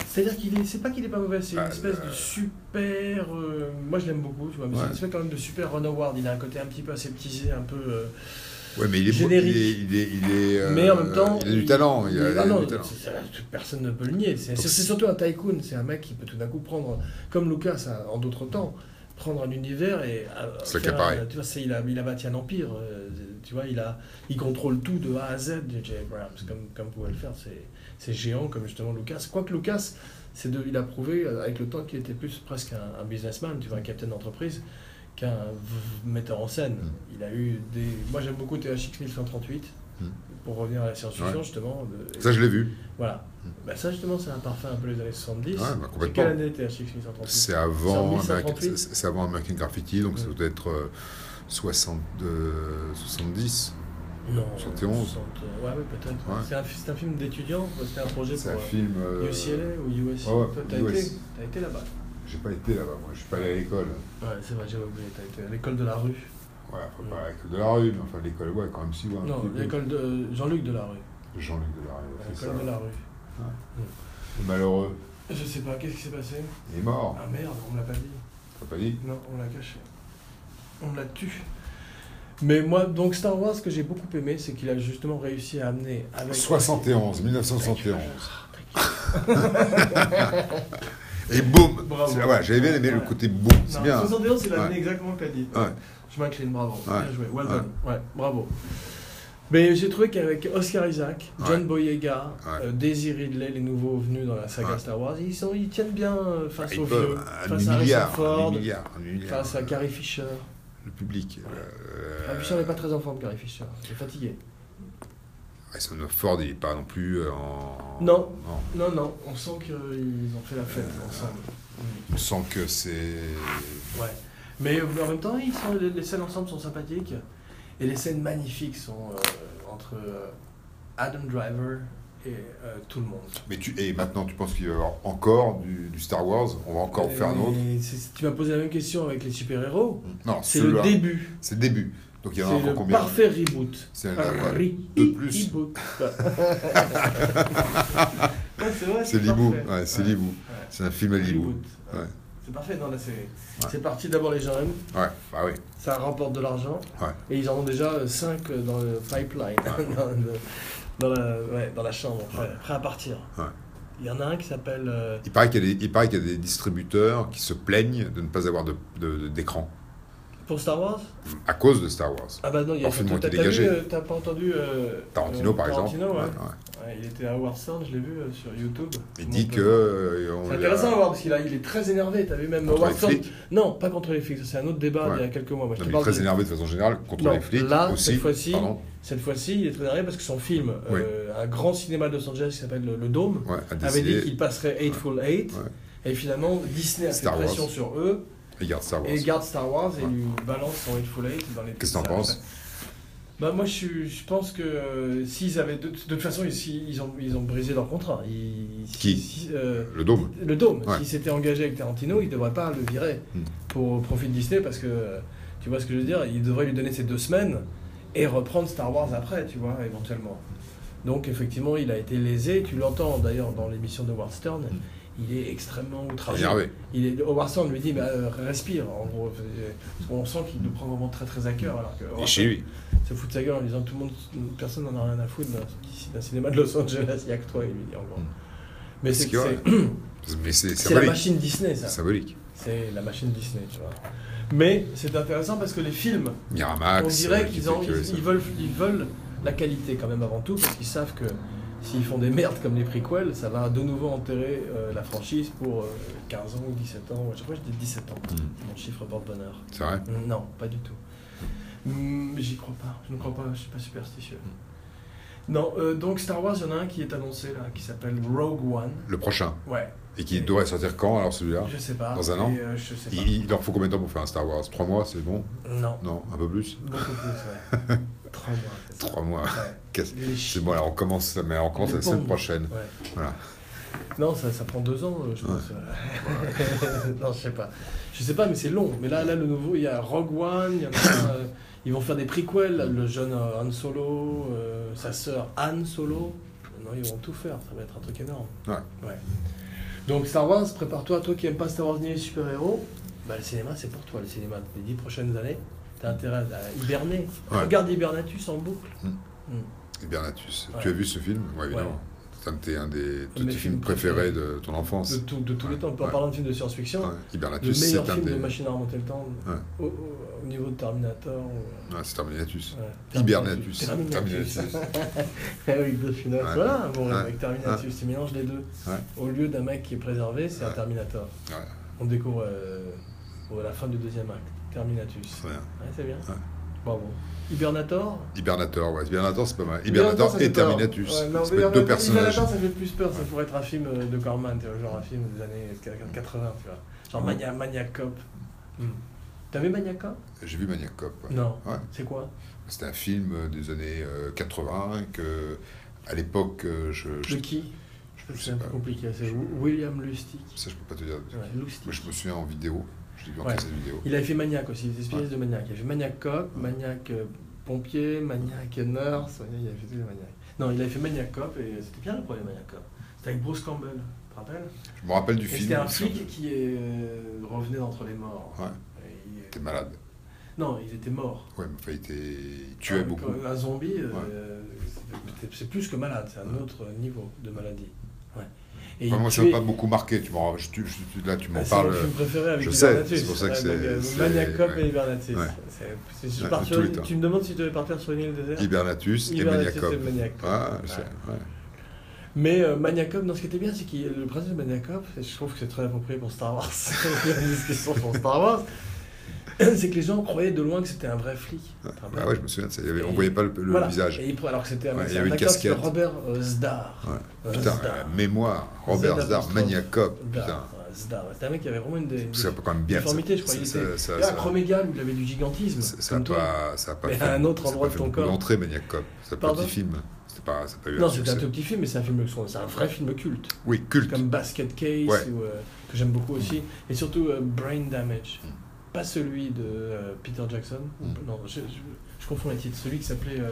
[SPEAKER 2] C'est-à-dire qu'il est, c'est pas qu'il est pas mauvais, c'est une
[SPEAKER 3] Ah,
[SPEAKER 2] espèce
[SPEAKER 3] euh,
[SPEAKER 2] de super. euh, moi, je l'aime beaucoup, tu vois, mais c'est
[SPEAKER 3] Ouais.
[SPEAKER 2] une espèce quand même de super Ron Howard. Il a un côté un petit peu aseptisé, un peu. euh,
[SPEAKER 3] Ouais, mais il est beau-
[SPEAKER 2] Générique.
[SPEAKER 3] Il est, il est, il est, euh,
[SPEAKER 2] Mais en même temps,
[SPEAKER 3] Il a du talent. Il, a,
[SPEAKER 2] Ah
[SPEAKER 3] il a
[SPEAKER 2] non,
[SPEAKER 3] du talent.
[SPEAKER 2] c'est- c'est- personne ne peut le nier. C'est c'est- c'est surtout un tycoon. C'est un mec qui peut tout d'un coup prendre, comme Lucas a- en d'autres temps, prendre un univers et. euh,
[SPEAKER 3] C'est le
[SPEAKER 2] faire
[SPEAKER 3] cas pareil.
[SPEAKER 2] un- Tu vois, c'est- il a, il a bâti un empire. euh, tu vois, il a, il contrôle tout de A à Z. J.J. Abrams, comme comme pouvait le faire, c'est c'est géant comme justement Lucas. Quoique Lucas, c'est de, il a prouvé euh, avec le temps qu'il était plus presque un, un businessman, tu vois, un capitaine d'entreprise qu'un v- metteur en scène. Il a eu des. Moi, j'aime beaucoup THX 1138.
[SPEAKER 3] Mm.
[SPEAKER 2] Pour revenir à la science-fiction,
[SPEAKER 3] Ouais.
[SPEAKER 2] justement. de-
[SPEAKER 3] Ça, je l'ai vu.
[SPEAKER 2] voilà. Bah ça justement, c'est un parfum un peu les années 70.
[SPEAKER 3] Ouais, bah,
[SPEAKER 2] c'est
[SPEAKER 3] complètement.
[SPEAKER 2] quelle année THX 1138
[SPEAKER 3] C'est avant,
[SPEAKER 2] C'est en 1838.
[SPEAKER 3] American, c'est- c'est avant American Graffiti, donc ça
[SPEAKER 2] Ouais.
[SPEAKER 3] doit être euh, 60, euh, 70.
[SPEAKER 2] Non.
[SPEAKER 3] 71.
[SPEAKER 2] 60, euh, ouais, ouais, peut-être.
[SPEAKER 3] Ouais.
[SPEAKER 2] C'est un, c'est un film d'étudiants, quoi, c'était un projet
[SPEAKER 3] C'est un
[SPEAKER 2] pour
[SPEAKER 3] film. euh,
[SPEAKER 2] euh, UCLA ou USC.
[SPEAKER 3] ouais, ouais,
[SPEAKER 2] Toi, t'as
[SPEAKER 3] US.
[SPEAKER 2] été, t'as été là-bas.
[SPEAKER 3] J'ai pas été là-bas, moi, je suis pas allé à l'école.
[SPEAKER 2] Ouais, c'est vrai, j'avais oublié. T'as été à l'école de la rue.
[SPEAKER 3] Ouais, enfin, pas à l'école de la rue, mais enfin, l'école, ouais, quand même, si, ouais. un
[SPEAKER 2] non,
[SPEAKER 3] petit peu.
[SPEAKER 2] l'école de Jean-Luc de la rue.
[SPEAKER 3] Jean-Luc de la rue, c'est ça.
[SPEAKER 2] L'école de la rue.
[SPEAKER 3] Le malheureux,
[SPEAKER 2] Je sais pas, qu'est-ce qui s'est passé
[SPEAKER 3] il est mort,
[SPEAKER 2] Ah merde, on me l'a pas dit.
[SPEAKER 3] t'as pas dit
[SPEAKER 2] Non, on l'a caché. On l'a tue. Mais moi, donc Star Wars, ce que j'ai beaucoup aimé, c'est qu'il a justement réussi à amener avec.
[SPEAKER 3] 71, 1971. Et boum
[SPEAKER 2] Bravo.
[SPEAKER 3] C'est- ouais, J'avais bien aimé le
[SPEAKER 2] Ouais.
[SPEAKER 3] côté boum, c'est
[SPEAKER 2] Non,
[SPEAKER 3] bien.
[SPEAKER 2] 71, il a amené
[SPEAKER 3] Ouais.
[SPEAKER 2] exactement le qu'elle dit.
[SPEAKER 3] Ouais.
[SPEAKER 2] Je m'incline, bravo.
[SPEAKER 3] Ouais.
[SPEAKER 2] Bien joué, well done. Ouais, bravo. Mais j'ai trouvé qu'avec Oscar Isaac, John Boyega,
[SPEAKER 3] Ouais.
[SPEAKER 2] euh, Daisy Ridley, les nouveaux venus dans la saga
[SPEAKER 3] Ouais. Ah,
[SPEAKER 2] Star Wars, ils, sont, ils tiennent bien euh, face
[SPEAKER 3] Ils
[SPEAKER 2] aux
[SPEAKER 3] peuvent,
[SPEAKER 2] vieux,
[SPEAKER 3] un
[SPEAKER 2] face à Harrison
[SPEAKER 3] milliard, un
[SPEAKER 2] Ford,
[SPEAKER 3] milliard, un milliard.
[SPEAKER 2] face à Carrie Fisher.
[SPEAKER 3] Le public. euh,
[SPEAKER 2] Ah, Fisher n'est pas très en forme, Carrie Fisher. Il est fatigué.
[SPEAKER 3] Harrison Ford, il n'est pas non plus euh, en.
[SPEAKER 2] Non. Non, non, on sent qu'ils ont fait la fête ensemble.
[SPEAKER 3] On sent que c'est.
[SPEAKER 2] Euh, Ouais. Mais euh, en même temps, ils sont, les, les scènes ensemble sont sympathiques. Et les scènes magnifiques sont euh, entre euh, Adam Driver et euh, tout le monde.
[SPEAKER 3] Mais tu... Et maintenant, tu penses qu'il va y avoir encore du, du Star Wars On va encore
[SPEAKER 2] Euh,
[SPEAKER 3] faire un autre
[SPEAKER 2] mais c'est- Tu m'as posé la même question avec les super-héros.
[SPEAKER 3] Non,
[SPEAKER 2] C'est le
[SPEAKER 3] celui-là,
[SPEAKER 2] début.
[SPEAKER 3] C'est le début. Donc il
[SPEAKER 2] C'est
[SPEAKER 3] y en a encore
[SPEAKER 2] le
[SPEAKER 3] combien
[SPEAKER 2] parfait reboot.
[SPEAKER 3] C'est un-
[SPEAKER 2] Un
[SPEAKER 3] ouais.
[SPEAKER 2] ri-
[SPEAKER 3] de plus.
[SPEAKER 2] reboot. Ouais, c'est vrai,
[SPEAKER 3] C'est Libou.
[SPEAKER 2] parfait.
[SPEAKER 3] Ouais, c'est
[SPEAKER 2] Ouais.
[SPEAKER 3] Libou. C'est un film à Libou.
[SPEAKER 2] Reboot. Ouais.
[SPEAKER 3] Ouais.
[SPEAKER 2] C'est parfait dans la série.
[SPEAKER 3] Ouais.
[SPEAKER 2] C'est parti d'abord les jeunes.
[SPEAKER 3] Ouais, bah oui.
[SPEAKER 2] Ça remporte de l'argent.
[SPEAKER 3] Ouais.
[SPEAKER 2] Et ils en ont déjà 5 dans le pipeline, dans, le- dans la, ouais, dans la chambre, prêt, prêt à partir.
[SPEAKER 3] Ouais.
[SPEAKER 2] Il y en a un qui s'appelle. euh,
[SPEAKER 3] Il paraît qu'il y, a des- il paraît qu'il y a des distributeurs qui se plaignent de ne pas avoir de- de- de- d'écran
[SPEAKER 2] pour Star Wars
[SPEAKER 3] à cause de Star Wars.
[SPEAKER 2] Ah bah non, il y a
[SPEAKER 3] Leur film
[SPEAKER 2] t'as-
[SPEAKER 3] ont été
[SPEAKER 2] T'as vu,
[SPEAKER 3] dégagés.
[SPEAKER 2] euh, t'as pas entendu. euh,
[SPEAKER 3] Tarantino,
[SPEAKER 2] euh,
[SPEAKER 3] par exemple.
[SPEAKER 2] Tarantino, ouais.
[SPEAKER 3] Ouais, ouais.
[SPEAKER 2] Ouais, il était à Howard Stern, je l'ai vu euh, sur YouTube.
[SPEAKER 3] Il
[SPEAKER 2] Donc,
[SPEAKER 3] dit que.
[SPEAKER 2] euh,
[SPEAKER 3] euh, on
[SPEAKER 2] C'est
[SPEAKER 3] l'a-
[SPEAKER 2] intéressant à voir parce qu'il a- il est très énervé. T'as vu même
[SPEAKER 3] contre
[SPEAKER 2] Howard
[SPEAKER 3] les
[SPEAKER 2] Stern
[SPEAKER 3] flics.
[SPEAKER 2] Non, pas contre les flics, ça, c'est un autre débat
[SPEAKER 3] Ouais.
[SPEAKER 2] il y a quelques mois. Moi, je te
[SPEAKER 3] Non, mais il est
[SPEAKER 2] parle
[SPEAKER 3] très
[SPEAKER 2] de-
[SPEAKER 3] énervé de façon générale contre
[SPEAKER 2] Non,
[SPEAKER 3] les flics
[SPEAKER 2] là, cette
[SPEAKER 3] aussi.
[SPEAKER 2] fois-ci-
[SPEAKER 3] Pardon.
[SPEAKER 2] Cette fois-ci, il est très énervé parce que son film,
[SPEAKER 3] Oui.
[SPEAKER 2] euh, un grand cinéma de Los Angeles qui s'appelle le, Le Dôme,
[SPEAKER 3] Ouais, a
[SPEAKER 2] avait dit
[SPEAKER 3] décidé.
[SPEAKER 2] qu'il passerait Eightful Eight.
[SPEAKER 3] Ouais.
[SPEAKER 2] Et finalement, Disney a fait
[SPEAKER 3] Star Wars.
[SPEAKER 2] pression sur eux
[SPEAKER 3] Il garde Star Wars.
[SPEAKER 2] et garde Star Wars et
[SPEAKER 3] Ouais.
[SPEAKER 2] lui balance son Eightful Eight dans les.
[SPEAKER 3] Qu'est-ce que t'en
[SPEAKER 2] ça-
[SPEAKER 3] penses
[SPEAKER 2] Bah moi je, suis- je pense que euh, s'ils avaient de, de toute façon ils, s'ils- ils ont ils ont brisé leur contrat. Ils-
[SPEAKER 3] Qui
[SPEAKER 2] si- euh,
[SPEAKER 3] Le dôme.
[SPEAKER 2] le Dôme.
[SPEAKER 3] Ouais.
[SPEAKER 2] S'ils s'étaient engagés avec Tarantino, ils ne devraient pas le virer
[SPEAKER 3] Hmm.
[SPEAKER 2] pour profit de Disney parce que, euh, tu vois ce que je veux dire, ils devraient lui donner ces deux semaines et reprendre Star Wars après, tu vois, éventuellement. Donc effectivement, il a été lésé, tu l'entends d'ailleurs dans l'émission de Howard Stern, il est extrêmement outragé.
[SPEAKER 3] Hmm. Énervé.
[SPEAKER 2] Il est, Howard Stern lui dit, mais euh, respire, en gros, euh, parce qu'on sent qu'il nous prend vraiment très très à cœur. Alors que
[SPEAKER 3] Et
[SPEAKER 2] Howard
[SPEAKER 3] chez lui.
[SPEAKER 2] se fout de sa gueule en disant que tout le monde, personne n'en a rien à foutre d'un petit- d'un cinéma de Los Angeles, il n'y a que toi, il lui dit en gros.
[SPEAKER 3] Mm.
[SPEAKER 2] Mais
[SPEAKER 3] Parce
[SPEAKER 2] c'est
[SPEAKER 3] que, ouais,
[SPEAKER 2] c'est-
[SPEAKER 3] Mais c'est
[SPEAKER 2] c'est la
[SPEAKER 3] symbolique.
[SPEAKER 2] machine Disney, ça.
[SPEAKER 3] C'est symbolique.
[SPEAKER 2] C'est la machine Disney, tu vois. Mais c'est intéressant parce que les films,
[SPEAKER 3] Miramax.
[SPEAKER 2] on dirait
[SPEAKER 3] euh, qui
[SPEAKER 2] qu'ils
[SPEAKER 3] fait
[SPEAKER 2] en-
[SPEAKER 3] que
[SPEAKER 2] ils,
[SPEAKER 3] ça.
[SPEAKER 2] ils veulent, ils veulent la qualité quand même avant tout parce qu'ils savent que s'ils font des merdes comme les prequels, ça va de nouveau enterrer euh, la franchise pour euh, 15 ans ou 17 ans. Je crois que je dis 17 ans.
[SPEAKER 3] Mm.
[SPEAKER 2] Mon chiffre porte bonheur.
[SPEAKER 3] C'est vrai.
[SPEAKER 2] Non, pas du tout. Mm, J'y crois pas. Je ne crois pas. Je suis pas superstitieux.
[SPEAKER 3] Hmm.
[SPEAKER 2] Non, euh, donc Star Wars, il y en a un qui est annoncé là, qui s'appelle Rogue One.
[SPEAKER 3] Le prochain.
[SPEAKER 2] Ouais,
[SPEAKER 3] Et qui
[SPEAKER 2] Et-
[SPEAKER 3] devrait sortir quand alors celui-là
[SPEAKER 2] je sais pas.
[SPEAKER 3] Ah. Dans un an
[SPEAKER 2] Et, euh, Je sais pas.
[SPEAKER 3] il, il leur faut combien de temps pour faire un Star Wars Trois mois, c'est bon
[SPEAKER 2] Non.
[SPEAKER 3] Non, un peu plus
[SPEAKER 2] Beaucoup plus, ouais. Trois mois. c'est ça.
[SPEAKER 3] Trois mois.
[SPEAKER 2] Ouais.
[SPEAKER 3] Qu'est-ce-
[SPEAKER 2] Les chi-
[SPEAKER 3] C'est bon, alors on commence, mais on commence
[SPEAKER 2] Les
[SPEAKER 3] la semaine
[SPEAKER 2] bombes.
[SPEAKER 3] prochaine.
[SPEAKER 2] Ouais.
[SPEAKER 3] Voilà.
[SPEAKER 2] Non, ça, ça prend deux ans, euh, je pense. euh. non, je sais pas. Je sais pas, mais c'est long. Mais là, là, le nouveau, il y a Rogue One, il y en a, euh, ils vont faire des prequels. là, Le jeune euh, Han Solo, euh, sa sœur Anne Solo. Non, ils vont tout faire. Ça va être un truc énorme.
[SPEAKER 3] Ouais.
[SPEAKER 2] Donc Star Wars, prépare-toi, toi qui n'aimes pas Star Wars ni les super-héros. Bah, le cinéma, c'est pour toi, le cinéma. Les dix prochaines années, t'as intérêt à hiberner.
[SPEAKER 3] Ouais.
[SPEAKER 2] Regarde Hibernatus en boucle.
[SPEAKER 3] Hibernatus.
[SPEAKER 2] Ouais.
[SPEAKER 3] Tu as vu ce film Oui, évidemment.
[SPEAKER 2] Ouais.
[SPEAKER 3] C'est un de tes, un des, de
[SPEAKER 2] mes
[SPEAKER 3] tes films
[SPEAKER 2] films
[SPEAKER 3] préférés de ton enfance.
[SPEAKER 2] De, tout- de tous les
[SPEAKER 3] Ouais,
[SPEAKER 2] temps, en
[SPEAKER 3] ouais.
[SPEAKER 2] parlant de films de science-fiction,
[SPEAKER 3] Ouais.
[SPEAKER 2] le
[SPEAKER 3] Hibernatus,
[SPEAKER 2] meilleur
[SPEAKER 3] c'est un
[SPEAKER 2] film de
[SPEAKER 3] des.
[SPEAKER 2] machine à remonter le temps,
[SPEAKER 3] Ouais.
[SPEAKER 2] au, au- au niveau de Terminator. ou-
[SPEAKER 3] Ouais, c'est Terminatus.
[SPEAKER 2] ouais,
[SPEAKER 3] Hibernatus.
[SPEAKER 2] Terminatus. Eh
[SPEAKER 3] Terminatus.
[SPEAKER 2] Avec deux finales.
[SPEAKER 3] Ouais.
[SPEAKER 2] Voilà, bon,
[SPEAKER 3] Ouais.
[SPEAKER 2] avec Terminatus, tu mélanges les deux.
[SPEAKER 3] Ouais.
[SPEAKER 2] Au lieu d'un mec qui est préservé, c'est un
[SPEAKER 3] Ouais.
[SPEAKER 2] Terminator.
[SPEAKER 3] Ouais.
[SPEAKER 2] On découvre euh, à la fin du deuxième acte. Terminatus.
[SPEAKER 3] C'est bien.
[SPEAKER 2] Ouais, c'est bien.
[SPEAKER 3] Ouais.
[SPEAKER 2] Bravo. Hibernator
[SPEAKER 3] Hibernator, ouais. Hibernator, c'est pas mal. Hibernator,
[SPEAKER 2] ça fait
[SPEAKER 3] et
[SPEAKER 2] peur.
[SPEAKER 3] Terminatus.
[SPEAKER 2] Ouais, non,
[SPEAKER 3] ça peut être
[SPEAKER 2] Hibernator-
[SPEAKER 3] deux personnages.
[SPEAKER 2] Hibernator, ça fait plus peur. Ça pourrait être un film euh, de Corman, tu vois, genre un film des années 80, tu vois. Genre
[SPEAKER 3] Mm.
[SPEAKER 2] Mania, Mania Cop. Mm. T'as vu Mania Cop
[SPEAKER 3] J'ai vu Maniac Cop. ouais.
[SPEAKER 2] Non.
[SPEAKER 3] Ouais.
[SPEAKER 2] C'est quoi
[SPEAKER 3] C'était un film euh, des années euh, 80 que, à l'époque, euh, je, je,
[SPEAKER 2] De qui
[SPEAKER 3] je
[SPEAKER 2] C'est
[SPEAKER 3] sais
[SPEAKER 2] un
[SPEAKER 3] pas.
[SPEAKER 2] peu compliqué. C'est William Lustig.
[SPEAKER 3] Ça, je peux pas te dire.
[SPEAKER 2] Ouais, Lustig.
[SPEAKER 3] Moi, je me souviens en vidéo. Je l'ai vu en
[SPEAKER 2] Ouais.
[SPEAKER 3] cassette vidéo.
[SPEAKER 2] Il avait fait Maniac aussi, des espèces
[SPEAKER 3] Ouais.
[SPEAKER 2] de Maniac. Il a fait Maniac Cop, Maniac euh, Pompier, Maniac Nurse, Maniac- il avait fait tous les Maniacs. Non, il avait fait Maniac Cop et c'était bien le premier Maniac Cop. C'était avec Bruce Campbell, tu te rappelles
[SPEAKER 3] Je me rappelle du
[SPEAKER 2] Et
[SPEAKER 3] film.
[SPEAKER 2] c'était un
[SPEAKER 3] sur-
[SPEAKER 2] flic qui est, euh, revenait d'entre les morts.
[SPEAKER 3] Ouais.
[SPEAKER 2] Et il-
[SPEAKER 3] T'es malade.
[SPEAKER 2] Non, ils étaient morts.
[SPEAKER 3] Ouais, mais enfin, il était- il tuait
[SPEAKER 2] Ah,
[SPEAKER 3] beaucoup.
[SPEAKER 2] quand Un zombie, euh, c'est- c'est plus que malade, c'est un autre niveau de maladie. Ouais. Et
[SPEAKER 3] Enfin,
[SPEAKER 2] il
[SPEAKER 3] moi, ça m'a
[SPEAKER 2] tuait-
[SPEAKER 3] pas beaucoup marqué. Tu m'en- je- tu- je- là, tu m'en
[SPEAKER 2] Ah, C'est mon
[SPEAKER 3] parles.
[SPEAKER 2] film préféré avec
[SPEAKER 3] je sais,
[SPEAKER 2] Hibernatus.
[SPEAKER 3] c'est pour ça que c'est-
[SPEAKER 2] Avec,
[SPEAKER 3] c'est-
[SPEAKER 2] euh, Maniac Cop
[SPEAKER 3] ouais.
[SPEAKER 2] et Hibernatus.
[SPEAKER 3] Ouais.
[SPEAKER 2] C'est- c'est- je
[SPEAKER 3] Ouais,
[SPEAKER 2] pars
[SPEAKER 3] de
[SPEAKER 2] sur
[SPEAKER 3] tous
[SPEAKER 2] une-
[SPEAKER 3] les temps.
[SPEAKER 2] tu me demandes si tu devais partir sur une île déserte
[SPEAKER 3] euh, Hibernatus et
[SPEAKER 2] Hibernatus et
[SPEAKER 3] Maniacop.
[SPEAKER 2] Maniacop.
[SPEAKER 3] Ah, je sais,
[SPEAKER 2] Ouais.
[SPEAKER 3] ouais.
[SPEAKER 2] Mais euh, Maniacop, non, ce qui était bien, c'est que le principe de Maniacop, et je trouve que c'est très approprié pour Star Wars, on a une discussion sur Star Wars, c'est que les gens croyaient de loin que c'était un vrai flic. Enfin,
[SPEAKER 3] Ah ouais, je me souviens de ça. Il y avait- On
[SPEAKER 2] Et-
[SPEAKER 3] voyait pas le, le
[SPEAKER 2] voilà.
[SPEAKER 3] visage.
[SPEAKER 2] Et il pr- alors que c'était un,
[SPEAKER 3] Ouais,
[SPEAKER 2] mec,
[SPEAKER 3] il y
[SPEAKER 2] c'est
[SPEAKER 3] avait
[SPEAKER 2] un
[SPEAKER 3] une
[SPEAKER 2] acteur qui s'appelle
[SPEAKER 3] casquette.
[SPEAKER 2] Robert euh, Zdar. Euh,
[SPEAKER 3] Putain,
[SPEAKER 2] Zdar.
[SPEAKER 3] la mémoire. Robert
[SPEAKER 2] Z
[SPEAKER 3] Zdar,
[SPEAKER 2] apostrophe.
[SPEAKER 3] Maniacop.
[SPEAKER 2] Zdar,
[SPEAKER 3] Putain.
[SPEAKER 2] ouais, Zdar. C'était un mec qui avait vraiment une. des- une-
[SPEAKER 3] C'est quand même bien.
[SPEAKER 2] Uniformité, je crois, il était-
[SPEAKER 3] ça-
[SPEAKER 2] Et
[SPEAKER 3] ça-
[SPEAKER 2] Acromégal, où il avait du gigantisme.
[SPEAKER 3] ça- ça a
[SPEAKER 2] comme toi.
[SPEAKER 3] pas, ça a pas
[SPEAKER 2] Mais
[SPEAKER 3] fait-
[SPEAKER 2] à un autre
[SPEAKER 3] ça a
[SPEAKER 2] endroit
[SPEAKER 3] pas
[SPEAKER 2] de
[SPEAKER 3] fait
[SPEAKER 2] ton
[SPEAKER 3] beaucoup
[SPEAKER 2] corps.
[SPEAKER 3] d'entrées, Maniacop. C'est un
[SPEAKER 2] Pardon
[SPEAKER 3] petit film. C'était pas, ça a pas eu un
[SPEAKER 2] Non, c'était un
[SPEAKER 3] succès.
[SPEAKER 2] tout petit film, mais c'est un film de c'est un vrai film culte.
[SPEAKER 3] Oui, culte.
[SPEAKER 2] Comme Basket Case,
[SPEAKER 3] Ouais.
[SPEAKER 2] ou, euh, que j'aime beaucoup aussi. Et surtout euh, Brain Damage.
[SPEAKER 3] Mm.
[SPEAKER 2] Pas celui de euh, Peter Jackson. ou-
[SPEAKER 3] Mm.
[SPEAKER 2] Non, je, je- je confonds les titres. Celui qui s'appelait. euh,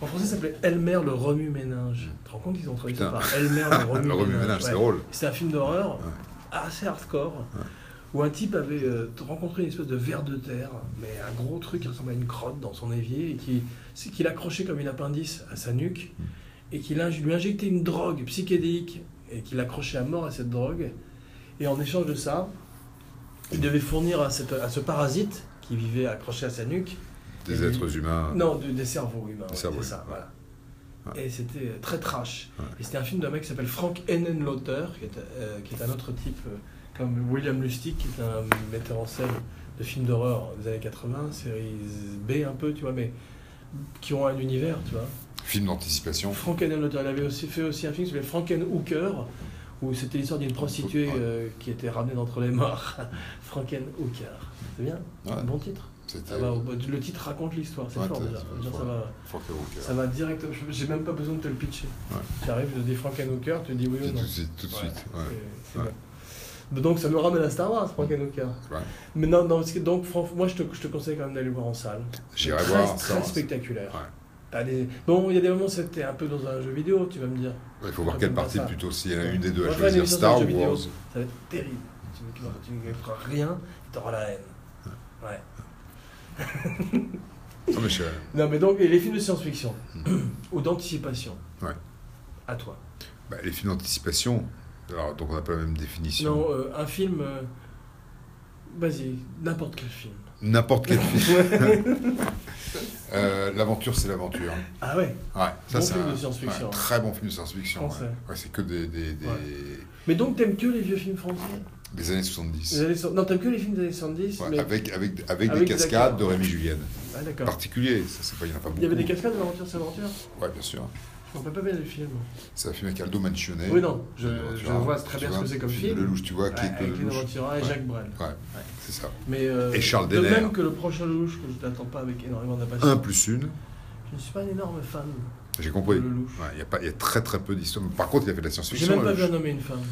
[SPEAKER 2] en français, ça s'appelait Elmer le remue-ménage.
[SPEAKER 3] Mm.
[SPEAKER 2] Tu te rends compte qu'ils ont traduit ça
[SPEAKER 3] Putain.
[SPEAKER 2] par Elmer
[SPEAKER 3] Ah,
[SPEAKER 2] le
[SPEAKER 3] le remue
[SPEAKER 2] remue-ménage
[SPEAKER 3] ménage,
[SPEAKER 2] ouais.
[SPEAKER 3] c'est drôle.
[SPEAKER 2] C'est un film d'horreur
[SPEAKER 3] Ouais.
[SPEAKER 2] assez hardcore où un type avait euh, rencontré une espèce de ver de terre, mais un gros truc qui ressemblait à une crotte dans son évier et qui c'est qu'il accrochait comme une appendice à sa nuque et qu'il inj- lui injectait une drogue psychédélique et qu'il accrochait à mort à cette drogue et en échange de ça, il devait fournir à, cette- à ce parasite qui vivait accroché à sa nuque
[SPEAKER 3] Des
[SPEAKER 2] Et-
[SPEAKER 3] êtres humains.
[SPEAKER 2] non, de- des cerveaux humains.
[SPEAKER 3] Ah. Des
[SPEAKER 2] ouais,
[SPEAKER 3] cerveaux
[SPEAKER 2] c'est
[SPEAKER 3] humains,
[SPEAKER 2] ça,
[SPEAKER 3] ouais.
[SPEAKER 2] voilà. Et c'était euh, très trash.
[SPEAKER 3] Ouais.
[SPEAKER 2] Et c'était un film d'un mec qui s'appelle Frank Hennen l'auteur, qui, est, euh, qui est un autre type, euh, comme William Lustig, qui est un metteur en scène de films d'horreur des années 80, série B un peu, tu vois, mais qui ont un univers, tu vois.
[SPEAKER 3] Film d'anticipation.
[SPEAKER 2] Frank Hennen l'auteur, il avait aussi fait aussi un film qui s'appelait Frankenhooker, où c'était l'histoire d'une prostituée
[SPEAKER 3] Ouais.
[SPEAKER 2] euh, qui était ramenée d'entre les morts. Frankenhooker. C'est bien
[SPEAKER 3] Ouais.
[SPEAKER 2] Bon titre.
[SPEAKER 3] C'était.
[SPEAKER 2] Ça va, le titre raconte l'histoire, c'est
[SPEAKER 3] Ouais,
[SPEAKER 2] fort
[SPEAKER 3] t'as-
[SPEAKER 2] déjà.
[SPEAKER 3] t'as-
[SPEAKER 2] Déjà, ça
[SPEAKER 3] ouais.
[SPEAKER 2] va,
[SPEAKER 3] Franck Walker.
[SPEAKER 2] ça va direct, je- j'ai même pas besoin de te le pitcher.
[SPEAKER 3] Ouais.
[SPEAKER 2] Tu arrives, je dis Frank Hooker, tu dis oui
[SPEAKER 3] Dis
[SPEAKER 2] ou
[SPEAKER 3] Tout
[SPEAKER 2] non.
[SPEAKER 3] de suite, tout de
[SPEAKER 2] Ouais.
[SPEAKER 3] suite.
[SPEAKER 2] C'est-
[SPEAKER 3] ouais.
[SPEAKER 2] c'est bon. Donc ça nous ramène à Star Wars, Frank Hooker.
[SPEAKER 3] Ouais.
[SPEAKER 2] Mais non, non, parce que- donc Franck, moi je te, je te conseille quand même d'aller le voir en salle.
[SPEAKER 3] J'irai
[SPEAKER 2] Très-
[SPEAKER 3] voir.
[SPEAKER 2] Très
[SPEAKER 3] ça,
[SPEAKER 2] spectaculaire.
[SPEAKER 3] Ouais.
[SPEAKER 2] T'as des- Bon, il y a des moments c'était un peu dans un jeu vidéo, tu vas me dire.
[SPEAKER 3] Il faut voir
[SPEAKER 2] Ça
[SPEAKER 3] quelle
[SPEAKER 2] donne pas
[SPEAKER 3] partie
[SPEAKER 2] ça.
[SPEAKER 3] plutôt. S'il y en a
[SPEAKER 2] Ouais.
[SPEAKER 3] une des deux
[SPEAKER 2] On
[SPEAKER 3] à
[SPEAKER 2] va faire
[SPEAKER 3] choisir,
[SPEAKER 2] une émission sur
[SPEAKER 3] Star
[SPEAKER 2] les jeux vidéo.
[SPEAKER 3] Wars.
[SPEAKER 2] Ça va être terrible. Tu, tu vas- tu ne feras rien, tu auras la haine. Ouais.
[SPEAKER 3] Non, mais je-
[SPEAKER 2] Non, mais donc, et les films de science-fiction ou d'anticipation.
[SPEAKER 3] Mm. Ouais.
[SPEAKER 2] À toi.
[SPEAKER 3] bah, les films d'anticipation. Alors, donc, on n'a pas la même définition.
[SPEAKER 2] Non, euh, un film. euh, Vas-y, n'importe quel film.
[SPEAKER 3] N'importe quel film. Euh, l'aventure, c'est l'aventure.
[SPEAKER 2] Ah ouais
[SPEAKER 3] Ouais, ça,
[SPEAKER 2] Bon
[SPEAKER 3] c'est
[SPEAKER 2] film
[SPEAKER 3] un,
[SPEAKER 2] de science-fiction. hein.
[SPEAKER 3] ouais, très bon film de science-fiction.
[SPEAKER 2] Français.
[SPEAKER 3] Ouais. Ouais, c'est que des, des, des,
[SPEAKER 2] Ouais. Mais donc, t'aimes que les vieux films français
[SPEAKER 3] des années
[SPEAKER 2] Les
[SPEAKER 3] 70.
[SPEAKER 2] années so- Non, t'aimes que les films des années 70
[SPEAKER 3] Ouais,
[SPEAKER 2] Euh, mais...
[SPEAKER 3] avec, avec, avec, des
[SPEAKER 2] Avec des
[SPEAKER 3] cascades
[SPEAKER 2] acteurs.
[SPEAKER 3] de Rémi Julienne.
[SPEAKER 2] Ah d'accord.
[SPEAKER 3] Particulier, ça, c'est pas, il n'y en a pas beaucoup.
[SPEAKER 2] Il y avait des cascades dans l'aventure, c'est l'aventure
[SPEAKER 3] Ouais, bien sûr.
[SPEAKER 2] Je ne comprends pas bien le film.
[SPEAKER 3] C'est un film avec Aldo Mancini.
[SPEAKER 2] Oui, non, je,
[SPEAKER 3] Tu
[SPEAKER 2] je
[SPEAKER 3] vois,
[SPEAKER 2] vois très bien
[SPEAKER 3] tu
[SPEAKER 2] ce que
[SPEAKER 3] vois,
[SPEAKER 2] c'est comme
[SPEAKER 3] de
[SPEAKER 2] film.
[SPEAKER 3] Lelouch, tu vois,
[SPEAKER 2] Ouais,
[SPEAKER 3] qui est
[SPEAKER 2] avec Lino
[SPEAKER 3] Lelouch.
[SPEAKER 2] Ventura et
[SPEAKER 3] Ouais.
[SPEAKER 2] Jacques Brel.
[SPEAKER 3] Ouais, c'est ça.
[SPEAKER 2] Mais, euh,
[SPEAKER 3] Et Charles
[SPEAKER 2] De
[SPEAKER 3] Denner.
[SPEAKER 2] même que le prochain Lelouch, que je n'attends pas avec énormément d'impatience.
[SPEAKER 3] 1 plus 1,
[SPEAKER 2] Je ne suis pas un énorme fan
[SPEAKER 3] j'ai
[SPEAKER 2] de
[SPEAKER 3] compris.
[SPEAKER 2] Lelouch.
[SPEAKER 3] Ouais, Il y, a pas- il y a très très peu d'histoires. Mais Par contre, il a fait de la
[SPEAKER 2] J'ai
[SPEAKER 3] science-fiction.
[SPEAKER 2] même pas
[SPEAKER 3] Lelouch.
[SPEAKER 2] vu un homme et une femme.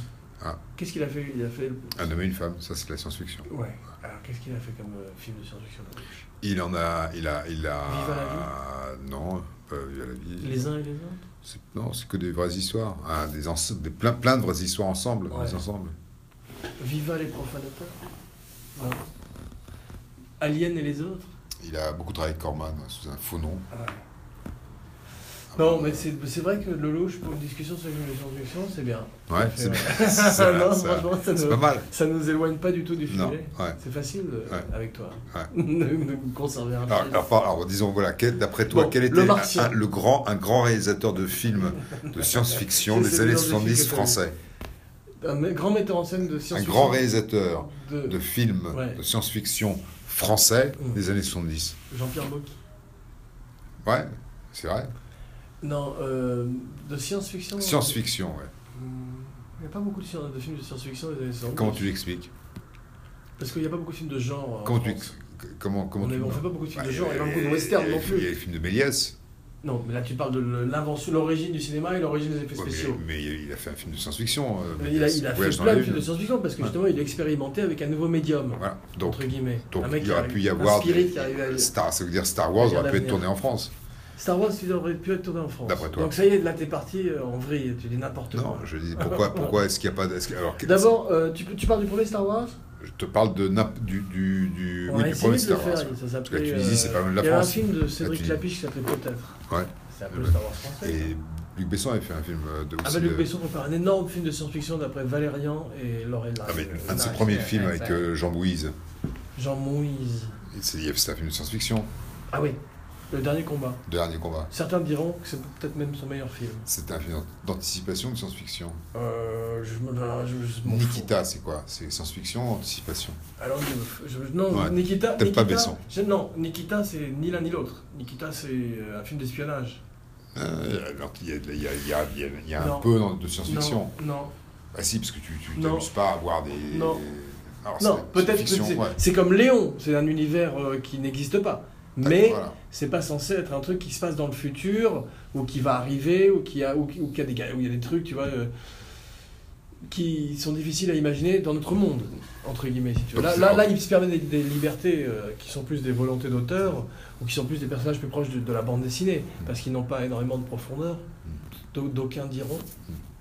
[SPEAKER 3] Ah.
[SPEAKER 2] Qu'est-ce qu'il a fait Il a fait.
[SPEAKER 3] Un homme et une femme, ça c'est de la science-fiction.
[SPEAKER 2] Ouais. Alors qu'est-ce qu'il a fait comme euh, film de science-fiction Lelouch
[SPEAKER 3] Il en a. Il a, il a...
[SPEAKER 2] Viva
[SPEAKER 3] Non, pas Viva la vie.
[SPEAKER 2] Les uns et les autres
[SPEAKER 3] C'est- Non, c'est que des vraies histoires. Ah, des ens- des plein, plein de vraies histoires ensemble.
[SPEAKER 2] Ouais.
[SPEAKER 3] des ensembles.
[SPEAKER 2] Viva les profanateurs Non. Ah. Alien et les autres
[SPEAKER 3] Il a beaucoup travaillé avec Corman hein, sous un faux nom.
[SPEAKER 2] Ah.
[SPEAKER 3] Ah
[SPEAKER 2] Non, mais c'est c'est vrai que Lelouch, pour une discussion sur les films de science-fiction, c'est bien.
[SPEAKER 3] Ouais,
[SPEAKER 2] Tout
[SPEAKER 3] c'est
[SPEAKER 2] à fait,
[SPEAKER 3] bien. Ça- ça-
[SPEAKER 2] non, franchement, ça
[SPEAKER 3] C'est pas
[SPEAKER 2] ne
[SPEAKER 3] mal.
[SPEAKER 2] ça nous éloigne pas du tout du sujet.
[SPEAKER 3] Non, ouais.
[SPEAKER 2] C'est facile euh,
[SPEAKER 3] Ouais.
[SPEAKER 2] avec toi
[SPEAKER 3] Ouais.
[SPEAKER 2] de de conserver un
[SPEAKER 3] Alors,
[SPEAKER 2] fil.
[SPEAKER 3] alors, par- alors, disons, voilà, quel- d'après toi,
[SPEAKER 2] Bon,
[SPEAKER 3] quel
[SPEAKER 2] le
[SPEAKER 3] était un-
[SPEAKER 2] Martien.
[SPEAKER 3] un, le grand, un grand réalisateur de films de science-fiction
[SPEAKER 2] C'est
[SPEAKER 3] des
[SPEAKER 2] celui
[SPEAKER 3] années
[SPEAKER 2] dans le film
[SPEAKER 3] 70
[SPEAKER 2] que t'as vu.
[SPEAKER 3] français
[SPEAKER 2] Un grand metteur en scène de
[SPEAKER 3] Un
[SPEAKER 2] science-fiction.
[SPEAKER 3] grand réalisateur
[SPEAKER 2] de,
[SPEAKER 3] de films
[SPEAKER 2] Ouais.
[SPEAKER 3] de science-fiction français
[SPEAKER 2] Mm.
[SPEAKER 3] des années 70.
[SPEAKER 2] Jean-Pierre Bocchi.
[SPEAKER 3] Ouais, c'est vrai.
[SPEAKER 2] Non, euh, de science-fiction.
[SPEAKER 3] Science-fiction, ouais.
[SPEAKER 2] Hmm, Il n'y a pas beaucoup de, science- de films de science-fiction des années 70.
[SPEAKER 3] Comment tu l'expliques
[SPEAKER 2] Parce qu'il n'y a pas beaucoup de films de genre. hein, en
[SPEAKER 3] Comment tu
[SPEAKER 2] France.
[SPEAKER 3] ex- Comment, comment
[SPEAKER 2] on
[SPEAKER 3] tu
[SPEAKER 2] ne fait pas beaucoup de films
[SPEAKER 3] Ouais,
[SPEAKER 2] de genre, il n'y a pas
[SPEAKER 3] y
[SPEAKER 2] beaucoup de
[SPEAKER 3] avait-
[SPEAKER 2] western
[SPEAKER 3] il y
[SPEAKER 2] non
[SPEAKER 3] avait- Il y
[SPEAKER 2] plus.
[SPEAKER 3] avait les films de Méliès.
[SPEAKER 2] Non, mais là tu parles de l'invention, l'origine du cinéma et l'origine des effets
[SPEAKER 3] Ouais, mais-
[SPEAKER 2] spéciaux.
[SPEAKER 3] mais, il a fait un film de science-fiction. euh,
[SPEAKER 2] Mais il a,
[SPEAKER 3] Méliès.
[SPEAKER 2] il a
[SPEAKER 3] Ouais,
[SPEAKER 2] fait
[SPEAKER 3] j'en
[SPEAKER 2] plein de
[SPEAKER 3] avais
[SPEAKER 2] films
[SPEAKER 3] vu.
[SPEAKER 2] de science-fiction parce que
[SPEAKER 3] Ouais.
[SPEAKER 2] justement il a expérimenté avec un nouveau médium.
[SPEAKER 3] Voilà. Donc,
[SPEAKER 2] entre guillemets.
[SPEAKER 3] donc
[SPEAKER 2] un mec
[SPEAKER 3] il aurait
[SPEAKER 2] qui
[SPEAKER 3] pu y
[SPEAKER 2] un
[SPEAKER 3] avoir
[SPEAKER 2] spirit
[SPEAKER 3] des-
[SPEAKER 2] qui arrive à-
[SPEAKER 3] Star, ça veut dire Star Wars
[SPEAKER 2] Vers
[SPEAKER 3] aurait pu être
[SPEAKER 2] l'avenir.
[SPEAKER 3] tourné en France.
[SPEAKER 2] Star Wars, il aurait pu être tourné en France.
[SPEAKER 3] D'après toi.
[SPEAKER 2] Donc ça y est, là t'es parti euh, en vrille, tu dis n'importe
[SPEAKER 3] Non,
[SPEAKER 2] quoi.
[SPEAKER 3] je dis pourquoi, pourquoi est-ce qu'il n'y a pas. de- est-ce que- alors, que-
[SPEAKER 2] D'abord, euh, tu, tu parles du premier Star Wars
[SPEAKER 3] Je te parle de Nap, du, du, du,
[SPEAKER 2] On
[SPEAKER 3] oui,
[SPEAKER 2] a
[SPEAKER 3] du
[SPEAKER 2] essayé de
[SPEAKER 3] premier
[SPEAKER 2] le
[SPEAKER 3] Star
[SPEAKER 2] faire,
[SPEAKER 3] Wars.
[SPEAKER 2] ça
[SPEAKER 3] Parce que la
[SPEAKER 2] s'appelait... euh,
[SPEAKER 3] Tunisie, c'est pas loin de la
[SPEAKER 2] Il y avait un
[SPEAKER 3] France. Ah,
[SPEAKER 2] film de Cédric
[SPEAKER 3] Tunisie.
[SPEAKER 2] Lapiche qui s'appelait Peut-être.
[SPEAKER 3] Ouais.
[SPEAKER 2] C'est un peu le
[SPEAKER 3] Ouais.
[SPEAKER 2] Star Wars français.
[SPEAKER 3] Et Luc Besson avait fait un film euh, de
[SPEAKER 2] Ah
[SPEAKER 3] aussi
[SPEAKER 2] bah, Luc
[SPEAKER 3] de-
[SPEAKER 2] Besson prépare un énorme film de science-fiction d'après Valérian et Laurel
[SPEAKER 3] Ah, mais
[SPEAKER 2] Larsen.
[SPEAKER 3] un de ses
[SPEAKER 2] Larsen.
[SPEAKER 3] premiers
[SPEAKER 4] ouais,
[SPEAKER 3] films
[SPEAKER 4] ouais,
[SPEAKER 3] avec
[SPEAKER 4] ouais.
[SPEAKER 3] euh, Jean Bouise.
[SPEAKER 2] Jean Moïse.
[SPEAKER 3] Et C'est il y a- c'est un film de science-fiction,
[SPEAKER 2] Ah oui, le dernier combat.
[SPEAKER 3] Dernier Combat.
[SPEAKER 2] Certains diront que c'est peut-être même son meilleur film.
[SPEAKER 3] C'est un film d'anticipation de science-fiction.
[SPEAKER 2] Euh, je me. ben, Je, je m'en fous.
[SPEAKER 3] Nikita, c'est quoi C'est science-fiction, anticipation.
[SPEAKER 2] Alors, je- je- non,
[SPEAKER 3] Ouais,
[SPEAKER 2] Nikita.
[SPEAKER 3] t'aimes
[SPEAKER 2] Nikita-
[SPEAKER 3] pas Besson.
[SPEAKER 2] je- non, Nikita, c'est ni l'un ni l'autre. Nikita, c'est euh, un film d'espionnage.
[SPEAKER 3] Euh, alors, Il y a, il y a- il y a- il y a- il y a
[SPEAKER 2] Non.
[SPEAKER 3] un peu dans- de
[SPEAKER 2] Non,
[SPEAKER 3] science-fiction.
[SPEAKER 2] non,
[SPEAKER 3] Bah si, parce que tu tu
[SPEAKER 2] Non.
[SPEAKER 3] t'amuses pas à voir des...
[SPEAKER 2] Non.
[SPEAKER 3] Alors,
[SPEAKER 2] non.
[SPEAKER 3] Ah, c'est de la
[SPEAKER 2] Peut-être que
[SPEAKER 3] science-fiction,
[SPEAKER 2] c'est
[SPEAKER 3] ouais.
[SPEAKER 2] c'est comme Léon, c'est un univers euh, qui n'existe pas. Mais
[SPEAKER 3] Voilà.
[SPEAKER 2] c'est pas censé être un truc qui se passe dans le futur ou qui va arriver ou qui a ou, qui- ou qu'il y a des ga- ou il y a des trucs, tu vois, euh, qui sont difficiles à imaginer dans notre monde entre guillemets. Si tu veux. Là, là, là, il se permet des, des libertés euh, qui sont plus des volontés d'auteur ou qui sont plus des personnages plus proches de, de la bande dessinée parce qu'ils n'ont pas énormément de profondeur.
[SPEAKER 3] Mm.
[SPEAKER 2] D'au- D'aucuns diront.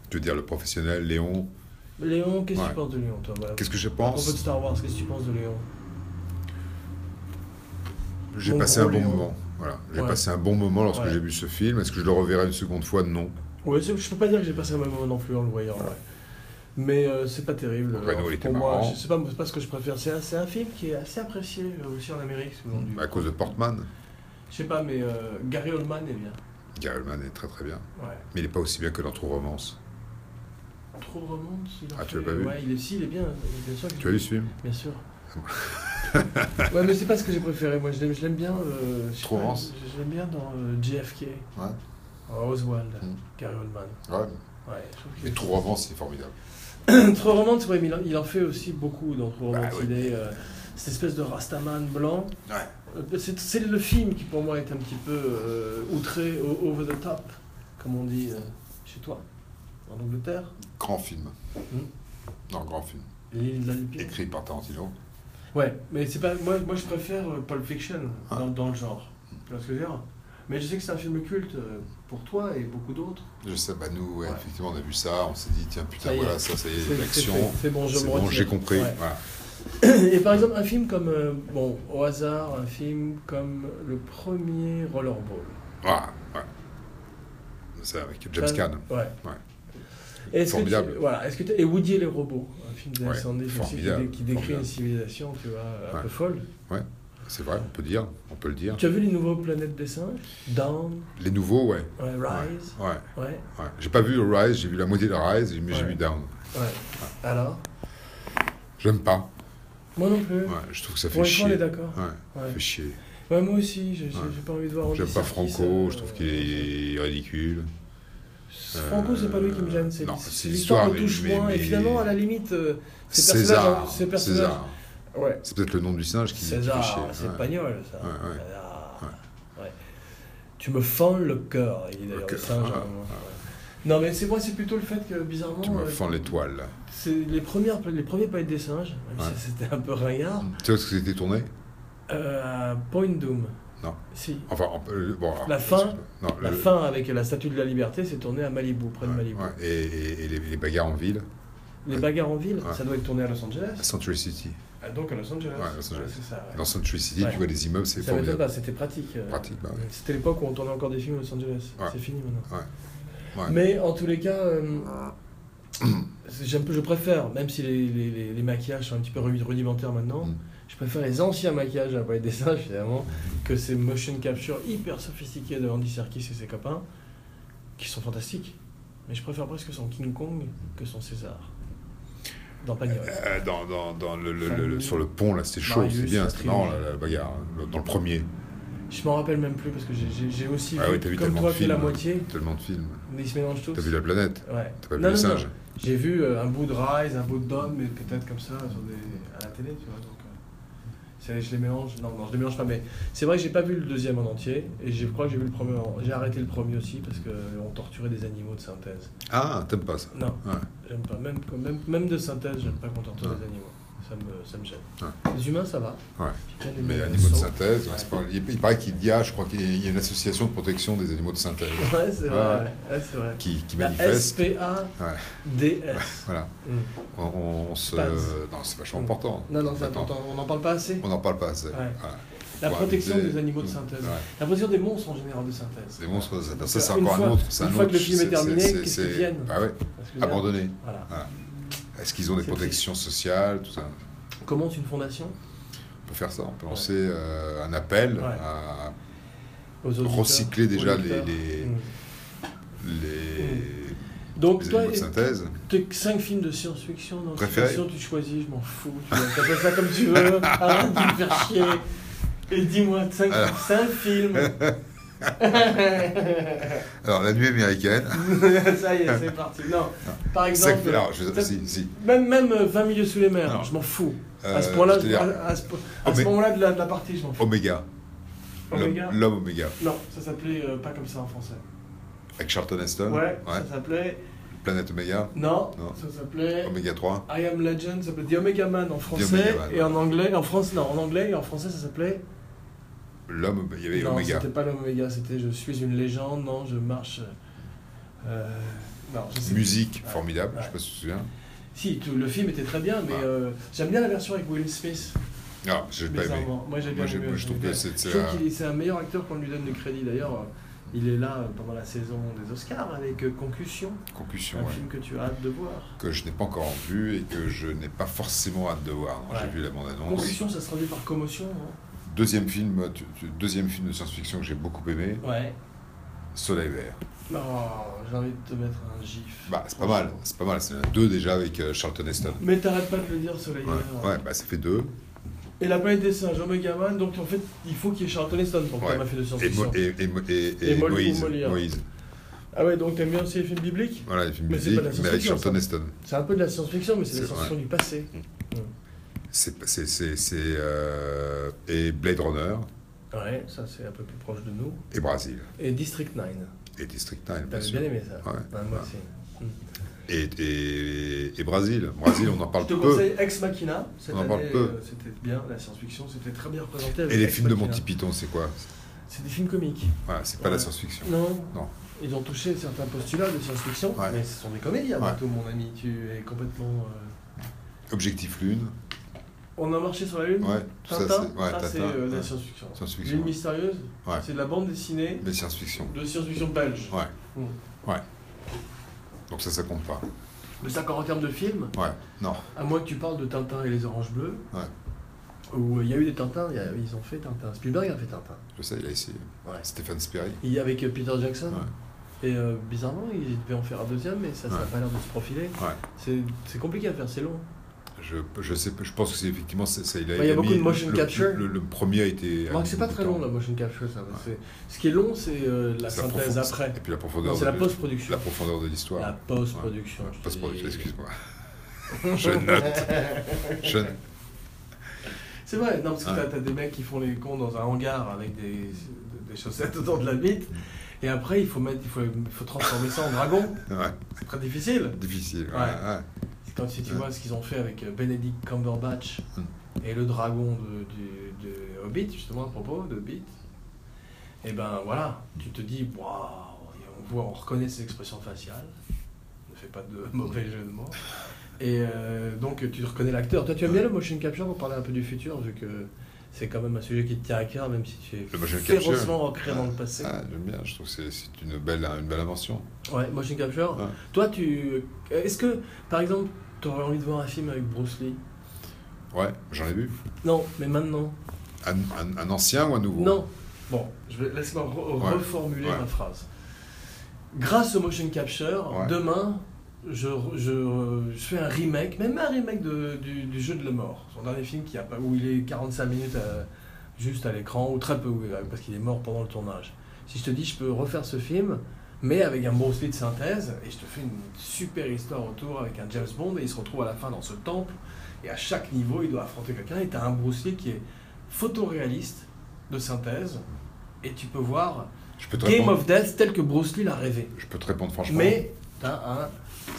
[SPEAKER 3] Tu veux dire le professionnel, Léon.
[SPEAKER 2] Léon, qu'est-ce que tu
[SPEAKER 3] Ouais.
[SPEAKER 2] penses de Léon, toi voilà.
[SPEAKER 3] Qu'est-ce que je
[SPEAKER 2] À propos de
[SPEAKER 3] pense
[SPEAKER 2] Star Wars, qu'est-ce que tu penses de Léon
[SPEAKER 3] J'ai
[SPEAKER 2] Mon
[SPEAKER 3] passé
[SPEAKER 2] gros
[SPEAKER 3] un bon
[SPEAKER 2] Léon.
[SPEAKER 3] moment. Voilà. J'ai
[SPEAKER 2] Ouais.
[SPEAKER 3] passé un bon moment lorsque
[SPEAKER 2] Ouais.
[SPEAKER 3] j'ai vu ce film. Est-ce que je le reverrai une seconde fois Non.
[SPEAKER 2] Ouais, c'est- je peux pas dire que j'ai passé un bon moment non plus en le voyant. ouais. Mais euh, c'est pas terrible.
[SPEAKER 3] Renault,
[SPEAKER 2] Alors,
[SPEAKER 3] il était
[SPEAKER 2] pour moi,
[SPEAKER 3] marrant.
[SPEAKER 2] je- c'est pas, c'est pas ce que je préfère. C'est un, c'est un film qui est assez apprécié euh, aussi en Amérique. sous le nom du-
[SPEAKER 3] À cause de Portman.
[SPEAKER 2] Je sais pas, mais euh, Gary Oldman est bien.
[SPEAKER 3] Gary Oldman est très très bien.
[SPEAKER 2] Ouais.
[SPEAKER 3] Mais il n'est pas aussi bien que dans True Romance.
[SPEAKER 2] Trop de remontes. il en
[SPEAKER 3] Ah, tu
[SPEAKER 2] fait-
[SPEAKER 3] l'as pas vu
[SPEAKER 2] Ouais, il est, si, il est bien. il est bien sûr que-
[SPEAKER 3] Tu as vu ce film
[SPEAKER 2] Bien sûr. ouais, mais c'est pas ce que j'ai préféré. Moi, je l'aime- je l'aime bien. euh, je sais
[SPEAKER 3] Trop
[SPEAKER 2] pas,
[SPEAKER 3] rance.
[SPEAKER 2] Je je l'aime bien dans euh, JFK.
[SPEAKER 3] Ouais.
[SPEAKER 2] Oh, Oswald.
[SPEAKER 3] Mm.
[SPEAKER 2] Gary Oldman.
[SPEAKER 3] Ouais.
[SPEAKER 2] Ouais, je trouve qu'il
[SPEAKER 3] Mais
[SPEAKER 2] est-
[SPEAKER 3] True Romance, c'est formidable.
[SPEAKER 2] Trop romance, ouais, mais il en, il en fait aussi beaucoup dans Trop
[SPEAKER 3] Bah
[SPEAKER 2] romance.
[SPEAKER 3] oui.
[SPEAKER 2] Il est euh, cette espèce de rastaman blanc.
[SPEAKER 3] Ouais.
[SPEAKER 2] Euh, C'est c'est le film qui, pour moi, est un petit peu euh, outré, o- over the top, comme on dit euh, chez toi, en Angleterre.
[SPEAKER 3] Grand film.
[SPEAKER 2] Hum.
[SPEAKER 3] Non, grand film.
[SPEAKER 2] L'île de la Lupine.
[SPEAKER 3] Écrit par Tarantino.
[SPEAKER 2] Ouais, mais c'est pas. Moi, moi, je préfère euh, Pulp Fiction
[SPEAKER 3] Ah.
[SPEAKER 2] dans, dans le genre. Tu vois ce que je veux dire Mais je sais que c'est un film culte euh, pour toi et beaucoup d'autres.
[SPEAKER 3] Je sais, bah nous, ouais,
[SPEAKER 2] Ouais.
[SPEAKER 3] effectivement, on a vu ça. On s'est dit, tiens, putain,
[SPEAKER 2] Ça y est.
[SPEAKER 3] voilà, ça, ça y
[SPEAKER 2] C'est-
[SPEAKER 3] est,
[SPEAKER 2] c'est fait.
[SPEAKER 3] l'action.
[SPEAKER 2] C'est bon, je
[SPEAKER 3] C'est
[SPEAKER 2] me
[SPEAKER 3] bon,
[SPEAKER 2] retire.
[SPEAKER 3] j'ai compris.
[SPEAKER 2] Ouais.
[SPEAKER 3] Voilà.
[SPEAKER 2] Et par exemple, un film comme, euh, bon, au hasard, un film comme le premier Rollerball.
[SPEAKER 3] Voilà, voilà. Ah, C'est avec James
[SPEAKER 2] Ça-
[SPEAKER 3] Caan.
[SPEAKER 2] Ouais.
[SPEAKER 3] Ouais.
[SPEAKER 2] Est-ce que
[SPEAKER 3] Formidable.
[SPEAKER 2] tu- voilà, est-ce que t'as- et Woody et les robots, un film des
[SPEAKER 3] Ouais,
[SPEAKER 2] années 70 aussi, qui,
[SPEAKER 3] formidable,
[SPEAKER 2] dé- qui décrit
[SPEAKER 3] formidable.
[SPEAKER 2] une civilisation, tu vois, un
[SPEAKER 3] Ouais.
[SPEAKER 2] peu folle.
[SPEAKER 3] C'est vrai, on peut le dire. On peut le dire.
[SPEAKER 2] Tu as vu les nouveaux Planètes des singes Down,
[SPEAKER 3] Les nouveaux, ouais.
[SPEAKER 2] ouais, Rise,
[SPEAKER 3] Ouais,
[SPEAKER 2] ouais. ouais,
[SPEAKER 3] ouais. J'ai pas vu le Rise, j'ai vu la moitié de Rise, mais j'ai
[SPEAKER 2] Ouais.
[SPEAKER 3] vu Down.
[SPEAKER 2] Alors
[SPEAKER 3] J'aime pas.
[SPEAKER 2] Moi non plus.
[SPEAKER 3] Ouais, je trouve que ça fait
[SPEAKER 2] Pour une fois,
[SPEAKER 3] chier.
[SPEAKER 2] on est
[SPEAKER 3] Ouais,
[SPEAKER 2] d'accord.
[SPEAKER 3] ça
[SPEAKER 2] Ouais.
[SPEAKER 3] fait chier.
[SPEAKER 2] Ouais, moi aussi, j'ai j'ai-
[SPEAKER 3] Ouais.
[SPEAKER 2] j'ai pas envie de voir. Andy
[SPEAKER 3] J'aime pas
[SPEAKER 2] Serkis,
[SPEAKER 3] Franco,
[SPEAKER 2] euh,
[SPEAKER 3] je trouve qu'il est ridicule.
[SPEAKER 2] Franco, c'est pas lui qui me gêne, c'est
[SPEAKER 3] euh, non,
[SPEAKER 2] c'est
[SPEAKER 3] c'est
[SPEAKER 2] l'histoire
[SPEAKER 3] l'histoire,
[SPEAKER 2] me touche
[SPEAKER 3] mais- mais-
[SPEAKER 2] moins. Et
[SPEAKER 3] mais-
[SPEAKER 2] finalement, à la limite, euh, ces
[SPEAKER 3] César,
[SPEAKER 2] personnages, hein, ces personnages,
[SPEAKER 3] César.
[SPEAKER 2] ouais,
[SPEAKER 3] C'est peut-être le nom du singe qui qui fait chier.
[SPEAKER 2] César, c'est
[SPEAKER 3] ouais.
[SPEAKER 2] espagnol, ça.
[SPEAKER 3] Ouais, ouais.
[SPEAKER 2] César. Ouais. Tu me fends le cœur, il est d'ailleurs
[SPEAKER 3] cœur,
[SPEAKER 2] singe.
[SPEAKER 3] ah,
[SPEAKER 2] hein, moi. Ouais. Non, mais c'est moi, c'est plutôt le fait que, bizarrement,
[SPEAKER 3] Tu me
[SPEAKER 2] euh,
[SPEAKER 3] fends l'étoile.
[SPEAKER 2] c'est les, premières, les premiers palais des singes, même si
[SPEAKER 3] Ouais.
[SPEAKER 2] c'était un peu ringard,
[SPEAKER 3] Tu sais où est-ce que c'était tourné
[SPEAKER 2] euh, à Point Doom.
[SPEAKER 3] Non.
[SPEAKER 2] Si.
[SPEAKER 3] Enfin, on peut- euh, bon, alors,
[SPEAKER 2] La fin-
[SPEAKER 3] non,
[SPEAKER 2] La
[SPEAKER 3] le-
[SPEAKER 2] fin avec la statue de la liberté s'est tournée à Malibu, près de
[SPEAKER 3] ouais,
[SPEAKER 2] Malibu.
[SPEAKER 3] ouais. Et, et- et les, les bagarres en ville,
[SPEAKER 2] Les bagarres en ville,
[SPEAKER 3] Ouais.
[SPEAKER 2] ça doit être tourné à Los
[SPEAKER 3] à
[SPEAKER 2] Angeles.
[SPEAKER 3] Century City.
[SPEAKER 2] Ah, donc à Los Angeles.
[SPEAKER 3] Ouais, Los Angeles.
[SPEAKER 2] c'est ça. ouais.
[SPEAKER 3] Dans Century City,
[SPEAKER 2] Ouais.
[SPEAKER 3] tu vois les immeubles, c'est
[SPEAKER 2] Ça m'étonne
[SPEAKER 3] formidable.
[SPEAKER 2] pas, c'était pratique. euh,
[SPEAKER 3] Pratique, bah ouais.
[SPEAKER 2] C'était l'époque où on tournait encore des films à Los Angeles.
[SPEAKER 3] Ouais.
[SPEAKER 2] C'est fini maintenant.
[SPEAKER 3] Ouais.
[SPEAKER 2] Mais en tous les cas, euh, c'est- j'aime peu, je préfère, même si les, les- les- les maquillages sont un petit peu rudi- rudimentaires maintenant,
[SPEAKER 3] Mm.
[SPEAKER 2] je préfère les anciens maquillages à la palette des singes finalement que ces motion capture hyper sophistiqués de Andy Serkis et ses copains, qui sont fantastiques. Mais je préfère presque son King Kong que son César. Dans Pagnol.
[SPEAKER 3] Euh, dans, dans, dans le, le- le- le- sur le pont, là, c'était chaud,
[SPEAKER 2] Marius,
[SPEAKER 3] c'était bien, c'était marrant,
[SPEAKER 2] Patrick.
[SPEAKER 3] là, la bagarre, hein, le- dans le premier.
[SPEAKER 2] Je m'en rappelle même plus parce que j'ai- j'ai j'ai aussi
[SPEAKER 3] Ah
[SPEAKER 2] vu,
[SPEAKER 3] oui, t'as vu
[SPEAKER 2] comme
[SPEAKER 3] tellement
[SPEAKER 2] toi,
[SPEAKER 3] de
[SPEAKER 2] que la
[SPEAKER 3] films.
[SPEAKER 2] moitié,
[SPEAKER 3] Tellement de films.
[SPEAKER 2] mais ils se mélangent tous.
[SPEAKER 3] T'as vu la planète
[SPEAKER 2] Ouais.
[SPEAKER 3] T'as pas
[SPEAKER 2] Non,
[SPEAKER 3] vu les
[SPEAKER 2] non, non.
[SPEAKER 3] singes
[SPEAKER 2] J'ai vu euh, un bout de Rise, un bout de Dom, mais peut-être comme ça sur des- à la télé, tu vois. Donc, euh, c'est- je les mélange. Non, non, je les mélange pas. Mais c'est vrai que j'ai pas vu le deuxième en entier, et je crois que j'ai vu le premier. en- J'ai arrêté le premier aussi parce que euh, on torturait des animaux de synthèse.
[SPEAKER 3] Ah, t'aimes pas ça
[SPEAKER 2] Non,
[SPEAKER 3] Ouais.
[SPEAKER 2] j'aime pas. Même, même, même de synthèse, j'aime pas qu'on torture des animaux. ça me, ça me gêne.
[SPEAKER 3] Ouais.
[SPEAKER 2] Les humains, ça va.
[SPEAKER 3] Ouais.
[SPEAKER 2] J'aime les
[SPEAKER 3] Mais
[SPEAKER 2] humains,
[SPEAKER 3] animaux de
[SPEAKER 2] sauf-
[SPEAKER 3] synthèse, c'est pas- il il paraît qu'il y a, je crois qu'il y a une association de protection des animaux de synthèse
[SPEAKER 2] Ouais, c'est vrai.
[SPEAKER 3] Ouais.
[SPEAKER 2] ouais, c'est vrai.
[SPEAKER 3] qui, qui
[SPEAKER 2] La
[SPEAKER 3] manifeste.
[SPEAKER 2] SPADS.
[SPEAKER 3] Ouais. Voilà.
[SPEAKER 2] Mm.
[SPEAKER 3] On, on se... euh,
[SPEAKER 2] Paz.
[SPEAKER 3] Non, c'est vachement important.
[SPEAKER 2] Mm. Non, non, c'est
[SPEAKER 3] Attends,
[SPEAKER 2] important. On n'en parle pas assez.
[SPEAKER 3] On n'en parle pas assez.
[SPEAKER 2] Ouais.
[SPEAKER 3] Voilà.
[SPEAKER 2] La
[SPEAKER 3] Faut
[SPEAKER 2] protection
[SPEAKER 3] aviser-
[SPEAKER 2] des animaux de synthèse.
[SPEAKER 3] Mm. Ouais.
[SPEAKER 2] La protection des monstres en général de synthèse.
[SPEAKER 3] Des monstres de synthèse. Ça, c'est
[SPEAKER 2] Une
[SPEAKER 3] encore
[SPEAKER 2] fois-
[SPEAKER 3] un autre. c'est
[SPEAKER 2] une
[SPEAKER 3] un
[SPEAKER 2] fois que le
[SPEAKER 3] autre-
[SPEAKER 2] film est
[SPEAKER 3] c'est-
[SPEAKER 2] terminé,
[SPEAKER 3] c'est-
[SPEAKER 2] qu'est-ce
[SPEAKER 3] c'est-
[SPEAKER 2] qu'ils viennent
[SPEAKER 3] Bah ouais,
[SPEAKER 2] Parce que là,
[SPEAKER 3] abandonnés.
[SPEAKER 2] Voilà.
[SPEAKER 3] Est-ce qu'ils ont des
[SPEAKER 2] C'est
[SPEAKER 3] protections sociales, tout ça
[SPEAKER 2] On Commence une fondation
[SPEAKER 3] On peut faire ça. On peut
[SPEAKER 2] Ouais.
[SPEAKER 3] lancer euh, un appel
[SPEAKER 2] Ouais.
[SPEAKER 3] à
[SPEAKER 2] aux auditeurs,
[SPEAKER 3] recycler
[SPEAKER 2] aux
[SPEAKER 3] déjà les,
[SPEAKER 2] lecteurs.
[SPEAKER 3] les,
[SPEAKER 2] Mm.
[SPEAKER 3] les,
[SPEAKER 2] Donc
[SPEAKER 3] les
[SPEAKER 2] toi,
[SPEAKER 3] animaux de synthèse.
[SPEAKER 2] tes 5 films de science-fiction, non
[SPEAKER 3] Préférés
[SPEAKER 2] science-fiction, tu choisis, je m'en fous. Tu vois, t'appelles ça comme tu veux. Arrête de me faire chier. Et dis-moi, 5,
[SPEAKER 3] Alors.
[SPEAKER 2] films.
[SPEAKER 3] Alors, la nuit américaine.
[SPEAKER 2] ça y est, c'est parti. Non, par
[SPEAKER 3] Cinq-
[SPEAKER 2] exemple,
[SPEAKER 3] alors, je-
[SPEAKER 2] ça-
[SPEAKER 3] si, si.
[SPEAKER 2] même, même euh, 20 milieux sous les mers,
[SPEAKER 3] Alors.
[SPEAKER 2] je m'en fous.
[SPEAKER 3] Euh,
[SPEAKER 2] à ce point-là,
[SPEAKER 3] je veux dire,
[SPEAKER 2] à,
[SPEAKER 3] Ah,
[SPEAKER 2] à ce, à ce
[SPEAKER 3] Omé-
[SPEAKER 2] moment-là de la, de la partie, je m'en fous.
[SPEAKER 3] Oméga.
[SPEAKER 2] Omega.
[SPEAKER 3] L'homme l'homme Oméga.
[SPEAKER 2] Non, ça s'appelait euh, pas comme ça en français.
[SPEAKER 3] Avec Charlton Heston.
[SPEAKER 2] Ouais, ça s'appelait.
[SPEAKER 3] Planète Oméga.
[SPEAKER 2] Non,
[SPEAKER 3] Non.
[SPEAKER 2] ça s'appelait.
[SPEAKER 3] Oméga 3.
[SPEAKER 2] I Am Legend, ça s'appelait The Omega Man en français
[SPEAKER 3] Omega Man,
[SPEAKER 2] et
[SPEAKER 3] ouais.
[SPEAKER 2] en anglais. En France, non, en anglais et en français, ça s'appelait.
[SPEAKER 3] L'homme, il y avait
[SPEAKER 2] non,
[SPEAKER 3] Oméga.
[SPEAKER 2] c'était pas l'Omega, c'était Je suis une légende, non, je marche. euh, non, je sais
[SPEAKER 3] Musique
[SPEAKER 2] Ouais.
[SPEAKER 3] formidable, je
[SPEAKER 2] Ouais.
[SPEAKER 3] sais pas si tu te souviens.
[SPEAKER 2] Si, tout- le film était très bien, mais
[SPEAKER 3] Ah.
[SPEAKER 2] euh, j'aime bien la version avec Will Smith.
[SPEAKER 3] Ah, je l'ai pas aimé.
[SPEAKER 2] bizarrement. Moi, j'ai bien
[SPEAKER 3] Moi, j'ai-
[SPEAKER 2] aimé,
[SPEAKER 3] moi, je
[SPEAKER 2] j'ai
[SPEAKER 3] trouve
[SPEAKER 2] bien
[SPEAKER 3] que
[SPEAKER 2] aimé.
[SPEAKER 3] c'est-
[SPEAKER 2] Je
[SPEAKER 3] c'est
[SPEAKER 2] trouve
[SPEAKER 3] un-
[SPEAKER 2] qu'il est- c'est un meilleur acteur qu'on lui donne le crédit. D'ailleurs, euh, il est là euh, pendant la saison des Oscars avec euh, Concussion,
[SPEAKER 3] Concussion,
[SPEAKER 2] un
[SPEAKER 3] ouais.
[SPEAKER 2] film que tu as hâte de voir.
[SPEAKER 3] que je n'ai pas encore vu et que je n'ai pas forcément hâte de voir.
[SPEAKER 2] Ouais.
[SPEAKER 3] J'ai vu la bande-annonce.
[SPEAKER 2] Concussion, ça se traduit par commotion. hein.
[SPEAKER 3] Deuxième film, tu- tu- deuxième film de science-fiction que j'ai beaucoup aimé,
[SPEAKER 2] Ouais.
[SPEAKER 3] Soleil Vert.
[SPEAKER 2] Oh, j'ai envie de te mettre un gif.
[SPEAKER 3] Bah, c'est pas mal, c'est pas mal. C'est deux déjà avec euh, Charlton Heston.
[SPEAKER 2] Mais t'arrêtes pas de le dire, Soleil.
[SPEAKER 3] Ouais,
[SPEAKER 2] Vert.
[SPEAKER 3] ouais, bah ça fait deux.
[SPEAKER 2] Et la planète des singes, Omega Man, donc en fait, il faut qu'il y ait Charlton Heston pour que
[SPEAKER 3] Ouais.
[SPEAKER 2] t'aies un film de
[SPEAKER 3] Et, Mo-
[SPEAKER 2] science-fiction.
[SPEAKER 3] et, et, Mo- et- et
[SPEAKER 2] Et Mol- ou
[SPEAKER 3] Moïse.
[SPEAKER 2] Molière.
[SPEAKER 3] Moïse.
[SPEAKER 2] Ah ouais, donc t'aimes bien aussi les films bibliques
[SPEAKER 3] Voilà, les films
[SPEAKER 2] Mais c'est
[SPEAKER 3] musique,
[SPEAKER 2] pas de la
[SPEAKER 3] mais avec
[SPEAKER 2] science-fiction,
[SPEAKER 3] Charlton Heston.
[SPEAKER 2] C'est un peu de la science-fiction, mais c'est de la
[SPEAKER 3] C'est-
[SPEAKER 2] science-fiction du passé.
[SPEAKER 3] C'est pas- c'est- c'est- c'est, euh, et Blade Runner Mm.
[SPEAKER 2] Ouais, ça c'est un peu plus proche de nous.
[SPEAKER 3] et Brasil
[SPEAKER 2] Et District 9.
[SPEAKER 3] et District 9 bien
[SPEAKER 2] T'avais
[SPEAKER 3] sûr.
[SPEAKER 2] Bah, bien aimé ça.
[SPEAKER 3] Ouais.
[SPEAKER 2] Ben, moi aussi.
[SPEAKER 3] Et, et, et Brasil, Brasil, on en
[SPEAKER 2] Je
[SPEAKER 3] parle
[SPEAKER 2] te
[SPEAKER 3] peu.
[SPEAKER 2] conseille Ex Machina. Cette
[SPEAKER 3] On en
[SPEAKER 2] année,
[SPEAKER 3] parle peu.
[SPEAKER 2] euh, c'était bien, la science-fiction, c'était très bien représenté. avec
[SPEAKER 3] Et les
[SPEAKER 2] Ex
[SPEAKER 3] films de
[SPEAKER 2] Machina.
[SPEAKER 3] Monty Python, c'est quoi
[SPEAKER 2] C'est des films comiques.
[SPEAKER 3] Voilà, c'est pas
[SPEAKER 2] Ouais.
[SPEAKER 3] la science-fiction.
[SPEAKER 2] Non.
[SPEAKER 3] Non.
[SPEAKER 2] Ils ont touché certains postulats de science-fiction,
[SPEAKER 3] Ouais.
[SPEAKER 2] mais ce sont des comédies avant
[SPEAKER 3] Ouais.
[SPEAKER 2] tout, mon ami. Tu es complètement. euh,
[SPEAKER 3] Objectif Lune,
[SPEAKER 2] On a marché sur la Lune
[SPEAKER 3] ouais, tout
[SPEAKER 2] Tintin,
[SPEAKER 3] ça, c'est ouais, Tintin,
[SPEAKER 2] c'est euh, de la
[SPEAKER 3] ouais.
[SPEAKER 2] science-fiction.
[SPEAKER 3] science-fiction,
[SPEAKER 2] L'île mystérieuse,
[SPEAKER 3] Ouais.
[SPEAKER 2] c'est de la bande dessinée
[SPEAKER 3] mais science-fiction.
[SPEAKER 2] de science-fiction belge.
[SPEAKER 3] Ouais.
[SPEAKER 2] Mm.
[SPEAKER 3] Ouais. Donc ça, ça compte pas.
[SPEAKER 2] Mais ça, quand en termes de films,
[SPEAKER 3] Ouais. Non.
[SPEAKER 2] à moins que tu parles de Tintin et les Oranges Bleues, où euh, il y a eu des Tintins, il y a- ils ont fait Tintin. Spielberg a fait Tintin.
[SPEAKER 3] Je sais, il a essayé.
[SPEAKER 2] Ouais.
[SPEAKER 3] Stéphane Sperry.
[SPEAKER 2] Il y a avec euh, Peter Jackson.
[SPEAKER 3] Ouais.
[SPEAKER 2] Et euh, bizarrement, ils devaient en faire un deuxième, mais ça n'a
[SPEAKER 3] Ouais.
[SPEAKER 2] pas l'air de se profiler.
[SPEAKER 3] Ouais.
[SPEAKER 2] C'est- C'est compliqué à faire, c'est long.
[SPEAKER 3] Je, je sais, pas, je pense que c'est effectivement, c'est, ça, il a.
[SPEAKER 2] Ouais, Bah, il y a
[SPEAKER 3] a
[SPEAKER 2] beaucoup
[SPEAKER 3] mis-
[SPEAKER 2] de motion
[SPEAKER 3] le-
[SPEAKER 2] capture.
[SPEAKER 3] Le, le premier a été.
[SPEAKER 2] Remarque, c'est pas très long la motion capture. Ça. C'est- Ce qui est long, c'est euh, la
[SPEAKER 3] C'est
[SPEAKER 2] synthèse
[SPEAKER 3] profondeur-
[SPEAKER 2] après.
[SPEAKER 3] Et puis la profondeur.
[SPEAKER 2] Non, c'est la
[SPEAKER 3] de-
[SPEAKER 2] post-production.
[SPEAKER 3] La profondeur de
[SPEAKER 2] La
[SPEAKER 3] l'histoire.
[SPEAKER 2] post-production.
[SPEAKER 3] Ouais,
[SPEAKER 2] je te
[SPEAKER 3] Post-production,
[SPEAKER 2] dis.
[SPEAKER 3] excuse-moi. je note. Je...
[SPEAKER 2] C'est vrai, non, parce que
[SPEAKER 3] Ouais.
[SPEAKER 2] t'as- t'as des mecs qui font les cons dans un hangar avec des, des chaussettes autour de la bite, et après il faut, mettre, il faut, il faut transformer ça en dragon.
[SPEAKER 3] Ouais.
[SPEAKER 2] C'est très difficile.
[SPEAKER 3] Difficile. Ouais.
[SPEAKER 2] Ouais.
[SPEAKER 3] ouais.
[SPEAKER 2] C'est Quand si tu
[SPEAKER 3] Ouais.
[SPEAKER 2] vois ce qu'ils ont fait avec euh, Benedict Cumberbatch
[SPEAKER 3] Mm.
[SPEAKER 2] et le dragon de, de, de Hobbit, justement à propos de Hobbit, et ben voilà, tu te dis, waouh, et on voit, on reconnaît ses expressions faciales, ne fais pas de mauvais jeu de mots. Et euh, donc tu reconnais l'acteur. Toi, tu aimes bien le motion capture pour parler un peu du futur, vu que c'est quand même un sujet qui te tient à cœur, même si tu es
[SPEAKER 3] Le motion capture.
[SPEAKER 2] férocement ancré dans le passé.
[SPEAKER 3] Ah, j'aime bien, je trouve que c'est, c'est une, belle, une belle invention.
[SPEAKER 2] Ouais, motion capture.
[SPEAKER 3] Ouais.
[SPEAKER 2] Toi, tu. euh, Est-ce que, par exemple, tu aurais envie de voir un film avec Bruce Lee
[SPEAKER 3] Ouais, j'en ai vu.
[SPEAKER 2] Non, mais maintenant.
[SPEAKER 3] Un, un- un ancien ou un nouveau
[SPEAKER 2] Non. Bon, je vais, laisse-moi re-
[SPEAKER 3] Ouais.
[SPEAKER 2] reformuler
[SPEAKER 3] Ouais.
[SPEAKER 2] ma phrase. Grâce au motion capture,
[SPEAKER 3] Ouais.
[SPEAKER 2] demain, je, je- je fais un remake, même un remake de- du, du jeu de la mort. Son dernier film qui a pas, où il est 45 minutes à- juste à l'écran, ou très peu, oui, parce qu'il est mort pendant le tournage. Si je te dis, je peux refaire ce film, mais avec un bon speed de synthèse, et je te fais une super histoire autour avec un James Bond, et il se retrouve à la fin dans ce temple, et à chaque niveau, il doit affronter quelqu'un, et t'as un Bruce Lee qui est photoréaliste de synthèse, et tu peux voir
[SPEAKER 3] Je peux te
[SPEAKER 2] Game
[SPEAKER 3] répondre,
[SPEAKER 2] of Death tel que Bruce Lee l'a rêvé.
[SPEAKER 3] je peux te répondre franchement.
[SPEAKER 2] Mais t'as un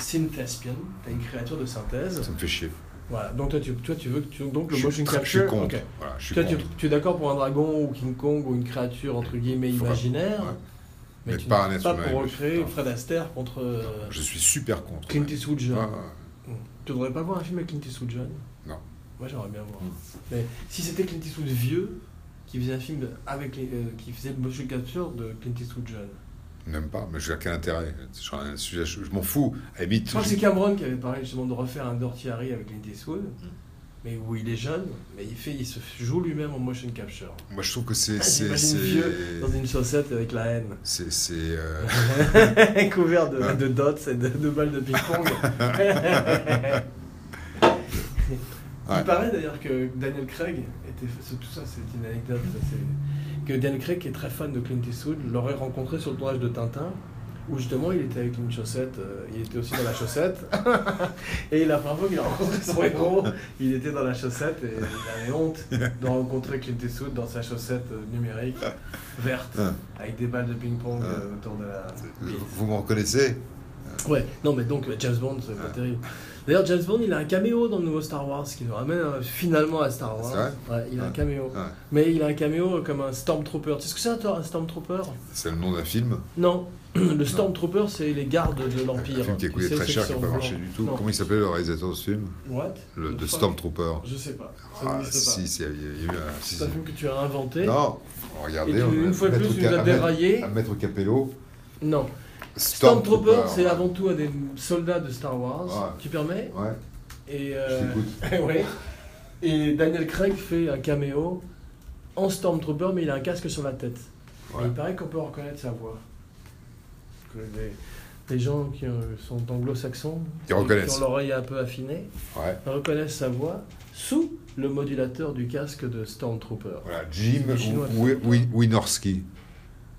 [SPEAKER 2] synthespian, t'as une créature de synthèse,
[SPEAKER 3] Ça me fait chier.
[SPEAKER 2] Voilà. Donc toi tu, toi, tu veux que tu, donc le
[SPEAKER 3] je, suis
[SPEAKER 2] motion
[SPEAKER 3] très-
[SPEAKER 2] capture.
[SPEAKER 3] je suis contre.
[SPEAKER 2] ok.
[SPEAKER 3] Voilà, je suis
[SPEAKER 2] Toi, tu,
[SPEAKER 3] contre.
[SPEAKER 2] tu es d'accord pour un dragon ou King Kong ou une créature entre guillemets
[SPEAKER 3] Faut pas-
[SPEAKER 2] imaginaire,
[SPEAKER 3] ouais.
[SPEAKER 2] mais,
[SPEAKER 3] Mais
[SPEAKER 2] tu
[SPEAKER 3] pas un
[SPEAKER 2] n'es
[SPEAKER 3] être
[SPEAKER 2] pas
[SPEAKER 3] humain,
[SPEAKER 2] pour
[SPEAKER 3] mais-
[SPEAKER 2] recréer
[SPEAKER 3] non.
[SPEAKER 2] Fred Astaire contre euh,
[SPEAKER 3] Je suis super contre.
[SPEAKER 2] Clint
[SPEAKER 3] ouais.
[SPEAKER 2] Eastwood jeune. Hmm.
[SPEAKER 3] Ah, ouais.
[SPEAKER 2] Tu voudrais pas voir un film avec Clint Eastwood jeune
[SPEAKER 3] Non.
[SPEAKER 2] Moi j'aimerais bien voir.
[SPEAKER 3] Mm.
[SPEAKER 2] Mais si c'était Clint Eastwood vieux qui faisait un film avec les, euh, qui faisait le motion capture de Clint Eastwood jeune.
[SPEAKER 3] Même pas, mais je veux dire, quel intérêt J'en ai un sujet, je, je m'en fous. À la limite,
[SPEAKER 2] Je crois que
[SPEAKER 3] je-
[SPEAKER 2] c'est Cameron qui avait parlé justement de refaire un Dirty Harry avec Clint Eastwood, mais où il est jeune, mais il fait, il se joue lui-même en motion capture.
[SPEAKER 3] moi je trouve que c'est. c'est-
[SPEAKER 2] Ah, J'imagine
[SPEAKER 3] c'est-
[SPEAKER 2] vieux dans une chaussette avec la haine.
[SPEAKER 3] C'est. c'est, euh,
[SPEAKER 2] couvert de, de dots et de, de balles de ping-pong.
[SPEAKER 3] Ouais.
[SPEAKER 2] Il paraît d'ailleurs que Daniel Craig était. c'est- Tout ça, c'est une anecdote. ça, c'est- que Daniel Craig, qui est très fan de Clint Eastwood, l'aurait rencontré sur le tournage de Tintin, où justement il était avec une chaussette. euh, il était aussi dans la chaussette. et la première fois qu'il a rencontré son héros, il était dans la chaussette et il avait honte de rencontrer Clint Eastwood dans sa chaussette euh, numérique verte
[SPEAKER 3] hein,
[SPEAKER 2] avec des balles de ping-pong
[SPEAKER 3] Ouais.
[SPEAKER 2] euh, autour de la.
[SPEAKER 3] vous me reconnaissez
[SPEAKER 2] Ouais, non mais donc James Bond, c'est pas
[SPEAKER 3] Ah.
[SPEAKER 2] terrible. D'ailleurs, James Bond, il a un caméo dans le nouveau Star Wars, ce qui nous ramène euh, finalement à Star Wars.
[SPEAKER 3] C'est
[SPEAKER 2] ouais, il a un
[SPEAKER 3] Ah.
[SPEAKER 2] caméo.
[SPEAKER 3] Ah,
[SPEAKER 2] Mais il a un caméo comme un Stormtrooper. Tu sais ce que c'est toi, un Stormtrooper
[SPEAKER 3] C'est le nom d'un film
[SPEAKER 2] Non, le Stormtrooper, c'est les gardes de
[SPEAKER 3] Un
[SPEAKER 2] l'Empire.
[SPEAKER 3] film qui a
[SPEAKER 2] Tu
[SPEAKER 3] coûté
[SPEAKER 2] sais,
[SPEAKER 3] très
[SPEAKER 2] ceux
[SPEAKER 3] cher,
[SPEAKER 2] qui
[SPEAKER 3] qui n'a
[SPEAKER 2] sont
[SPEAKER 3] pas
[SPEAKER 2] blancs.
[SPEAKER 3] marché du tout.
[SPEAKER 2] Non.
[SPEAKER 3] Comment il s'appelle le réalisateur de ce film
[SPEAKER 2] What
[SPEAKER 3] le,
[SPEAKER 2] The
[SPEAKER 3] De
[SPEAKER 2] fuck
[SPEAKER 3] Stormtrooper.
[SPEAKER 2] Je sais pas. Ça
[SPEAKER 3] Ah,
[SPEAKER 2] n'existe
[SPEAKER 3] si,
[SPEAKER 2] pas.
[SPEAKER 3] si, il y a il y a eu un. si,
[SPEAKER 2] C'est un
[SPEAKER 3] si.
[SPEAKER 2] film que tu as inventé.
[SPEAKER 3] Non,
[SPEAKER 2] Et
[SPEAKER 3] regardez.
[SPEAKER 2] tu-
[SPEAKER 3] on a-
[SPEAKER 2] une fois de
[SPEAKER 3] Maître
[SPEAKER 2] plus, tu
[SPEAKER 3] Ca-
[SPEAKER 2] nous as
[SPEAKER 3] un maître-
[SPEAKER 2] déraillé.
[SPEAKER 3] Un maître Capello.
[SPEAKER 2] Non. Stormtrooper, c'est
[SPEAKER 3] ouais.
[SPEAKER 2] avant tout un des soldats de Star Wars.
[SPEAKER 3] Ouais.
[SPEAKER 2] Tu permets
[SPEAKER 3] Ouais,
[SPEAKER 2] Et
[SPEAKER 3] je
[SPEAKER 2] euh,
[SPEAKER 3] t'écoute.
[SPEAKER 2] ouais. Et Daniel Craig fait un caméo en Stormtrooper, mais il a un casque sur la tête. Et
[SPEAKER 3] Ouais.
[SPEAKER 2] il paraît qu'on peut reconnaître sa voix. Que les, les gens qui euh, sont anglo-saxons,
[SPEAKER 3] Ils reconnaissent.
[SPEAKER 2] qui ont l'oreille un peu affinée,
[SPEAKER 3] Ouais.
[SPEAKER 2] reconnaissent sa voix sous le modulateur du casque de Stormtrooper.
[SPEAKER 3] Voilà, Jim
[SPEAKER 2] C'est chinois,
[SPEAKER 3] Wi- Wi- Winorski.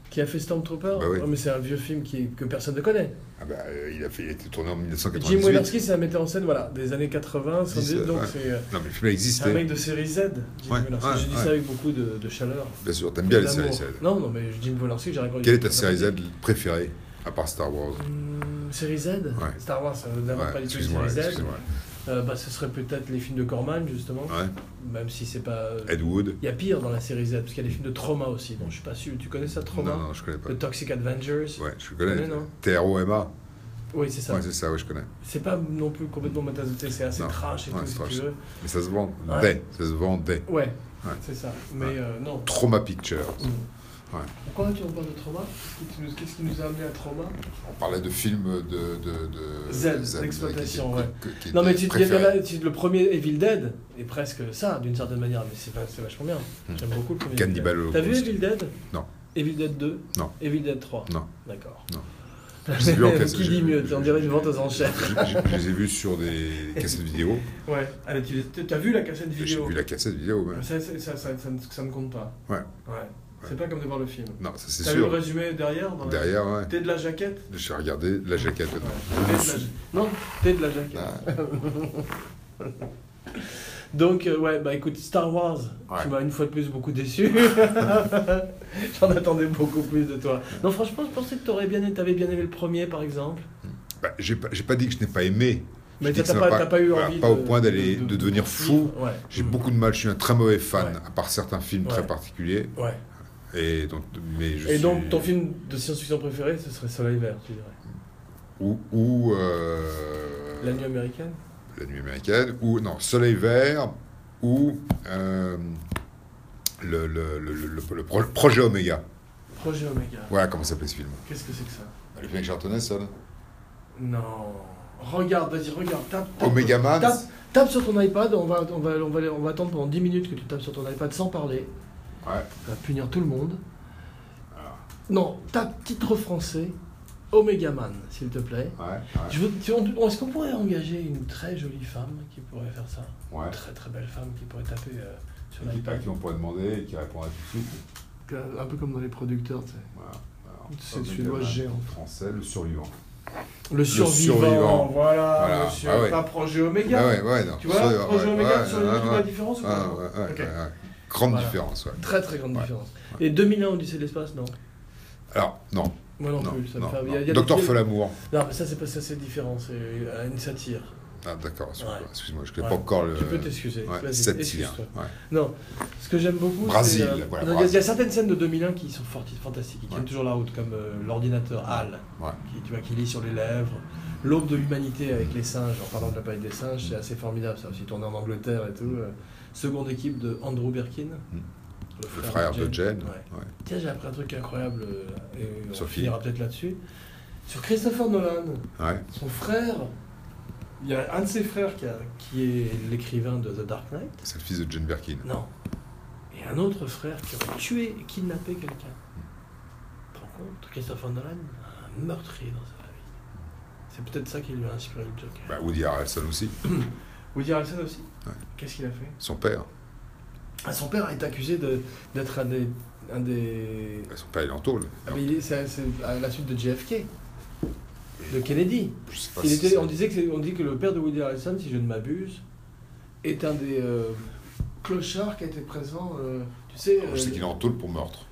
[SPEAKER 2] Qui a fait Stormtrooper
[SPEAKER 3] Bah oui.
[SPEAKER 2] Ouais, Mais c'est un vieux film qui, que personne ne connaît.
[SPEAKER 3] Ah bah, euh, il, a fait, il a été tourné en
[SPEAKER 2] Jim
[SPEAKER 3] 1998.
[SPEAKER 2] Wynorski, c'est un metteur en scène voilà, des années 80, 70,
[SPEAKER 3] Dix, euh,
[SPEAKER 2] donc
[SPEAKER 3] ouais.
[SPEAKER 2] c'est euh,
[SPEAKER 3] Non, mais le film
[SPEAKER 2] un
[SPEAKER 3] a
[SPEAKER 2] mec
[SPEAKER 3] existé.
[SPEAKER 2] de série Z. Jim
[SPEAKER 3] Ouais,
[SPEAKER 2] Wynorski.
[SPEAKER 3] ouais,
[SPEAKER 2] Je dis
[SPEAKER 3] ouais.
[SPEAKER 2] ça avec beaucoup de- de chaleur.
[SPEAKER 3] Bien sûr, t'aimes bien les
[SPEAKER 2] D'amour.
[SPEAKER 3] séries Z.
[SPEAKER 2] Non, non, mais Jim Volancy, j'ai raconté.
[SPEAKER 3] Quelle est ta série Z préférée, à part Star Wars
[SPEAKER 2] Hum, Série Z Star Wars, ça veut d'abord pas
[SPEAKER 3] Ouais,
[SPEAKER 2] du tout une
[SPEAKER 3] excuse-moi,
[SPEAKER 2] série Z.
[SPEAKER 3] excuse-moi.
[SPEAKER 2] Euh, bah, ce serait peut-être les films de Corman, justement,
[SPEAKER 3] Ouais.
[SPEAKER 2] même si c'est pas. euh,
[SPEAKER 3] Ed Wood
[SPEAKER 2] Il y a pire dans la série Z, parce qu'il y a des films de trauma aussi. Bon, je suis pas sûr. Tu connais ça, trauma
[SPEAKER 3] Non, non, je connais pas.
[SPEAKER 2] The Toxic Avengers
[SPEAKER 3] Ouais, je
[SPEAKER 2] Tu
[SPEAKER 3] connais.
[SPEAKER 2] connais, non
[SPEAKER 3] T-R-O-M-A
[SPEAKER 2] Oui, c'est ça.
[SPEAKER 3] Ouais, c'est ça, ouais, je connais.
[SPEAKER 2] c'est pas non plus complètement métazoté, c'est assez
[SPEAKER 3] Non.
[SPEAKER 2] trash et
[SPEAKER 3] Ouais,
[SPEAKER 2] tout,
[SPEAKER 3] c'est
[SPEAKER 2] si
[SPEAKER 3] trash.
[SPEAKER 2] tu veux.
[SPEAKER 3] Mais ça se vend.
[SPEAKER 2] Ouais.
[SPEAKER 3] Des. Ça se vend des.
[SPEAKER 2] Ouais,
[SPEAKER 3] Ouais.
[SPEAKER 2] c'est ça. Mais
[SPEAKER 3] Ouais.
[SPEAKER 2] euh, non.
[SPEAKER 3] Trauma Pictures.
[SPEAKER 2] Hum.
[SPEAKER 3] Ouais.
[SPEAKER 2] Pourquoi tu en parles de trauma Qu'est-ce qui nous- Qu'est-ce qui nous a amené à trauma
[SPEAKER 3] On parlait de films de. de, de
[SPEAKER 2] Z,
[SPEAKER 3] Z,
[SPEAKER 2] d'exploitation,
[SPEAKER 3] qui-
[SPEAKER 2] ouais.
[SPEAKER 3] qui- qui
[SPEAKER 2] Non mais
[SPEAKER 3] étaient
[SPEAKER 2] tu, te
[SPEAKER 3] préférés.
[SPEAKER 2] là, tu- le premier Evil Dead est presque ça d'une certaine manière, mais c'est, pas- c'est vachement bien. J'aime beaucoup le premier.
[SPEAKER 3] Hmm. Cannibal
[SPEAKER 2] Evil Dead. T'as vu
[SPEAKER 3] Holocaust.
[SPEAKER 2] Evil Dead
[SPEAKER 3] Non.
[SPEAKER 2] Evil Dead 2
[SPEAKER 3] Non.
[SPEAKER 2] Evil Dead 3
[SPEAKER 3] Non.
[SPEAKER 2] D'accord.
[SPEAKER 3] Non. J'ai vu en cassette-
[SPEAKER 2] Qui
[SPEAKER 3] j'ai-
[SPEAKER 2] dit mieux
[SPEAKER 3] j'ai-
[SPEAKER 2] On dirait
[SPEAKER 3] j'ai-
[SPEAKER 2] une vente aux enchères.
[SPEAKER 3] j'ai- j'ai- Je les ai vus sur des cassettes vidéo.
[SPEAKER 2] Ouais. Allez, tu, t'as vu la cassette
[SPEAKER 3] Et J'ai
[SPEAKER 2] vidéo
[SPEAKER 3] vu la cassette vidéo, ouais.
[SPEAKER 2] ça, ça, ça, ça, ça ne- ça ne compte pas.
[SPEAKER 3] Ouais.
[SPEAKER 2] Ouais. C'est
[SPEAKER 3] Ouais.
[SPEAKER 2] pas comme de voir le film.
[SPEAKER 3] Non, ça c'est
[SPEAKER 2] T'as vu le
[SPEAKER 3] sûr.
[SPEAKER 2] résumé derrière dans la-
[SPEAKER 3] Derrière, ouais.
[SPEAKER 2] T'es de la jaquette
[SPEAKER 3] J'ai regardé la jaquette.
[SPEAKER 2] Ouais.
[SPEAKER 3] dedans.
[SPEAKER 2] T'es de la ja- Non, t'es de la jaquette.
[SPEAKER 3] Ah, Bah.
[SPEAKER 2] Donc, euh, ouais, bah écoute, Star Wars,
[SPEAKER 3] Ouais.
[SPEAKER 2] tu m'as une fois de plus beaucoup déçu. J'en attendais beaucoup plus de toi. Non, franchement, je pensais que t'aurais bien, t'avais bien aimé le premier, par exemple.
[SPEAKER 3] bah, J'ai pas, j'ai pas dit que je n'ai pas aimé.
[SPEAKER 2] Mais
[SPEAKER 3] Je dis
[SPEAKER 2] t'as
[SPEAKER 3] que
[SPEAKER 2] t'as
[SPEAKER 3] ça
[SPEAKER 2] pas,
[SPEAKER 3] m'a
[SPEAKER 2] t'as pas eu
[SPEAKER 3] voilà,
[SPEAKER 2] envie
[SPEAKER 3] pas au point d'aller de, devenir fou.
[SPEAKER 2] Ouais.
[SPEAKER 3] J'ai
[SPEAKER 2] Mm.
[SPEAKER 3] beaucoup de mal. Je suis un très mauvais fan,
[SPEAKER 2] Ouais.
[SPEAKER 3] à part certains films
[SPEAKER 2] Ouais.
[SPEAKER 3] très particuliers.
[SPEAKER 2] Mm. Ouais.
[SPEAKER 3] Et donc, mais je
[SPEAKER 2] Et
[SPEAKER 3] suis-
[SPEAKER 2] donc, ton film de science-fiction préféré, ce serait Soleil Vert, tu dirais.
[SPEAKER 3] ou, ou, euh,
[SPEAKER 2] La nuit américaine
[SPEAKER 3] La nuit américaine, ou non, Soleil vert, ou euh, le, le, le, le- le- le pro- le projet Oméga.
[SPEAKER 2] Projet Omega.
[SPEAKER 3] Voilà comment s'appelait ce film.
[SPEAKER 2] Qu'est-ce que c'est que ça
[SPEAKER 3] Bah, Le film avec Charlton Heston.
[SPEAKER 2] Non. Regarde, vas-y, regarde, tape. tape.
[SPEAKER 3] Omega Man.
[SPEAKER 2] Tape, tape sur ton iPad, on va, on, va, on, va, on va attendre pendant 10 minutes que tu tapes sur ton iPad sans parler.
[SPEAKER 3] Ouais.
[SPEAKER 2] va punir tout le monde.
[SPEAKER 3] Ah.
[SPEAKER 2] Non, tape titre français, Omega Man, s'il te plaît.
[SPEAKER 3] Ouais. Ouais.
[SPEAKER 2] Je veux, tu- on- est-ce qu'on pourrait engager une très jolie femme qui pourrait faire ça
[SPEAKER 3] ouais.
[SPEAKER 2] Une très très belle femme qui pourrait taper euh, sur
[SPEAKER 3] Je dis pas
[SPEAKER 2] l'iPad.
[SPEAKER 3] qui on pourrait demander et qui répondrait tout de suite.
[SPEAKER 2] Un peu comme dans les producteurs, tu sais.
[SPEAKER 3] Voilà. Alors,
[SPEAKER 2] C'est
[SPEAKER 3] Tom
[SPEAKER 2] le Suédois
[SPEAKER 3] Gammon,
[SPEAKER 2] géant.
[SPEAKER 3] Français, le survivant.
[SPEAKER 2] Le survivant,
[SPEAKER 3] survivant.
[SPEAKER 2] voilà,
[SPEAKER 3] Voilà,
[SPEAKER 2] monsieur,
[SPEAKER 3] ah ouais.
[SPEAKER 2] pas projet Oméga.
[SPEAKER 3] Ah ouais, ouais, non.
[SPEAKER 2] Tu vois,
[SPEAKER 3] survivant,
[SPEAKER 2] projet
[SPEAKER 3] ouais,
[SPEAKER 2] Oméga,
[SPEAKER 3] ouais,
[SPEAKER 2] sur les
[SPEAKER 3] ouais,
[SPEAKER 2] autres, tu
[SPEAKER 3] ouais.
[SPEAKER 2] vois la différence ou pas
[SPEAKER 3] Ah, ouais, ouais,
[SPEAKER 2] Ok.
[SPEAKER 3] ouais, ouais. Grande
[SPEAKER 2] Voilà.
[SPEAKER 3] différence, ouais.
[SPEAKER 2] Très très grande
[SPEAKER 3] Ouais.
[SPEAKER 2] différence. Et 2001, Odyssée de l'espace, non
[SPEAKER 3] Alors, non.
[SPEAKER 2] Moi non,
[SPEAKER 3] non,
[SPEAKER 2] plus. Ça me
[SPEAKER 3] non,
[SPEAKER 2] fait- il y a- il
[SPEAKER 3] non.
[SPEAKER 2] y a des
[SPEAKER 3] Docteur
[SPEAKER 2] films-
[SPEAKER 3] Folamour.
[SPEAKER 2] Non, mais ça, c'est pas ça, c'est différent. C'est euh, une satire.
[SPEAKER 3] Ah, d'accord, excuse-moi,
[SPEAKER 2] Ouais.
[SPEAKER 3] excuse-moi, je ne connais
[SPEAKER 2] Ouais.
[SPEAKER 3] pas encore le.
[SPEAKER 2] Tu peux t'excuser,
[SPEAKER 3] Euh, Ouais,
[SPEAKER 2] vas-y,
[SPEAKER 3] sept
[SPEAKER 2] excuse-toi.
[SPEAKER 3] tirs, ouais.
[SPEAKER 2] Non, ce que j'aime beaucoup,
[SPEAKER 3] Brésil,
[SPEAKER 2] c'est, euh,
[SPEAKER 3] voilà,
[SPEAKER 2] il y a- il y,
[SPEAKER 3] Brésil.
[SPEAKER 2] a certaines scènes de 2001 qui sont forti- fantastiques, qui tiennent
[SPEAKER 3] Ouais.
[SPEAKER 2] toujours la route, comme euh, l'ordinateur HAL,
[SPEAKER 3] Ouais.
[SPEAKER 2] qui, tu vois, qui lit sur les lèvres, l'aube de l'humanité avec les singes, en parlant de la planète des singes, c'est assez formidable, ça aussi tourné en Angleterre et tout. euh, seconde équipe de Andrew Birkin,
[SPEAKER 3] Mm. Le frère de Jen.
[SPEAKER 2] Ouais.
[SPEAKER 3] ouais.
[SPEAKER 2] Tiens, j'ai appris un truc incroyable, euh, et on
[SPEAKER 3] Sophie.
[SPEAKER 2] finira peut-être là-dessus. Sur Christopher Nolan,
[SPEAKER 3] Ouais.
[SPEAKER 2] son frère, il y a un de ses frères qui, a- qui est l'écrivain de The Dark Knight.
[SPEAKER 3] C'est le fils de Jane Birkin.
[SPEAKER 2] Non. Et un autre frère qui aurait tué et kidnappé quelqu'un. Par contre, Christopher Nolan a un meurtrier dans sa vie. C'est peut-être ça qui lui a inspiré le Joker.
[SPEAKER 3] Bah, Woody Harrelson aussi,
[SPEAKER 2] Woody Harrelson aussi
[SPEAKER 3] Ouais.
[SPEAKER 2] Qu'est-ce qu'il a fait
[SPEAKER 3] son père.
[SPEAKER 2] Ah, Son père est accusé de- d'être un des... Un des...
[SPEAKER 3] Bah, son père, il est en tôle.
[SPEAKER 2] Ah, mais il est- c'est c'est à la suite de JFK, de Kennedy.
[SPEAKER 3] Je sais pas
[SPEAKER 2] Il
[SPEAKER 3] Ah, si
[SPEAKER 2] était-
[SPEAKER 3] c'est-
[SPEAKER 2] on, disait que c'est- on dit que le père de Woody Harrelson, si je ne m'abuse, est un des euh, clochards qui a été présent, euh, tu sais,
[SPEAKER 3] Oh, Je sais
[SPEAKER 2] euh,
[SPEAKER 3] qu'il est en tôle pour meurtre.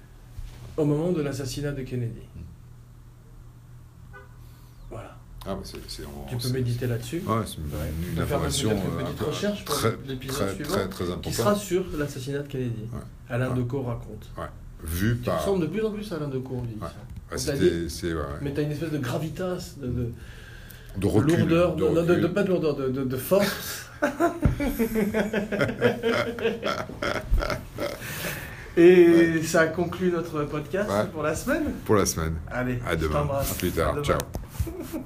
[SPEAKER 2] au moment de l'assassinat de Kennedy.
[SPEAKER 3] Mm.
[SPEAKER 2] Voilà.
[SPEAKER 3] Ah, bah, c'est. c'est- on-
[SPEAKER 2] Tu peux
[SPEAKER 3] Hmm. c'est- Ah,
[SPEAKER 2] méditer là-dessus.
[SPEAKER 3] Ouais, c'est une,
[SPEAKER 2] Ouais.
[SPEAKER 3] une
[SPEAKER 2] Peux faire
[SPEAKER 3] information
[SPEAKER 2] peut-être une
[SPEAKER 3] euh,
[SPEAKER 2] petite
[SPEAKER 3] un peu-
[SPEAKER 2] recherche pour
[SPEAKER 3] très,
[SPEAKER 2] l'épisode
[SPEAKER 3] très,
[SPEAKER 2] suivant,
[SPEAKER 3] très, très
[SPEAKER 2] Qui sera
[SPEAKER 3] importante,
[SPEAKER 2] sur l'assassinat de Kennedy.
[SPEAKER 3] Ouais. Ah.
[SPEAKER 2] Alain
[SPEAKER 3] Ouais.
[SPEAKER 2] Decaux raconte.
[SPEAKER 3] vue
[SPEAKER 2] Tu
[SPEAKER 3] par.
[SPEAKER 2] ressembles de plus en plus à Alain Decaux, on dit ça.
[SPEAKER 3] Ouais. Ouais,
[SPEAKER 2] on
[SPEAKER 3] c'était-
[SPEAKER 2] t'a dit.
[SPEAKER 3] c'est, ouais, ouais.
[SPEAKER 2] Mais t'as une espèce de gravitas, de, de
[SPEAKER 3] de recul,
[SPEAKER 2] lourdeur,
[SPEAKER 3] de
[SPEAKER 2] non, non, de,
[SPEAKER 3] recul.
[SPEAKER 2] de- pas de lourdeur, de, de- de force. Et ça conclut notre podcast
[SPEAKER 3] Ouais.
[SPEAKER 2] pour la semaine.
[SPEAKER 3] Pour la semaine.
[SPEAKER 2] Allez,
[SPEAKER 3] À
[SPEAKER 2] je
[SPEAKER 3] demain.
[SPEAKER 2] t'embrasse.
[SPEAKER 3] À plus
[SPEAKER 2] À
[SPEAKER 3] tard.
[SPEAKER 2] demain.
[SPEAKER 3] Ciao.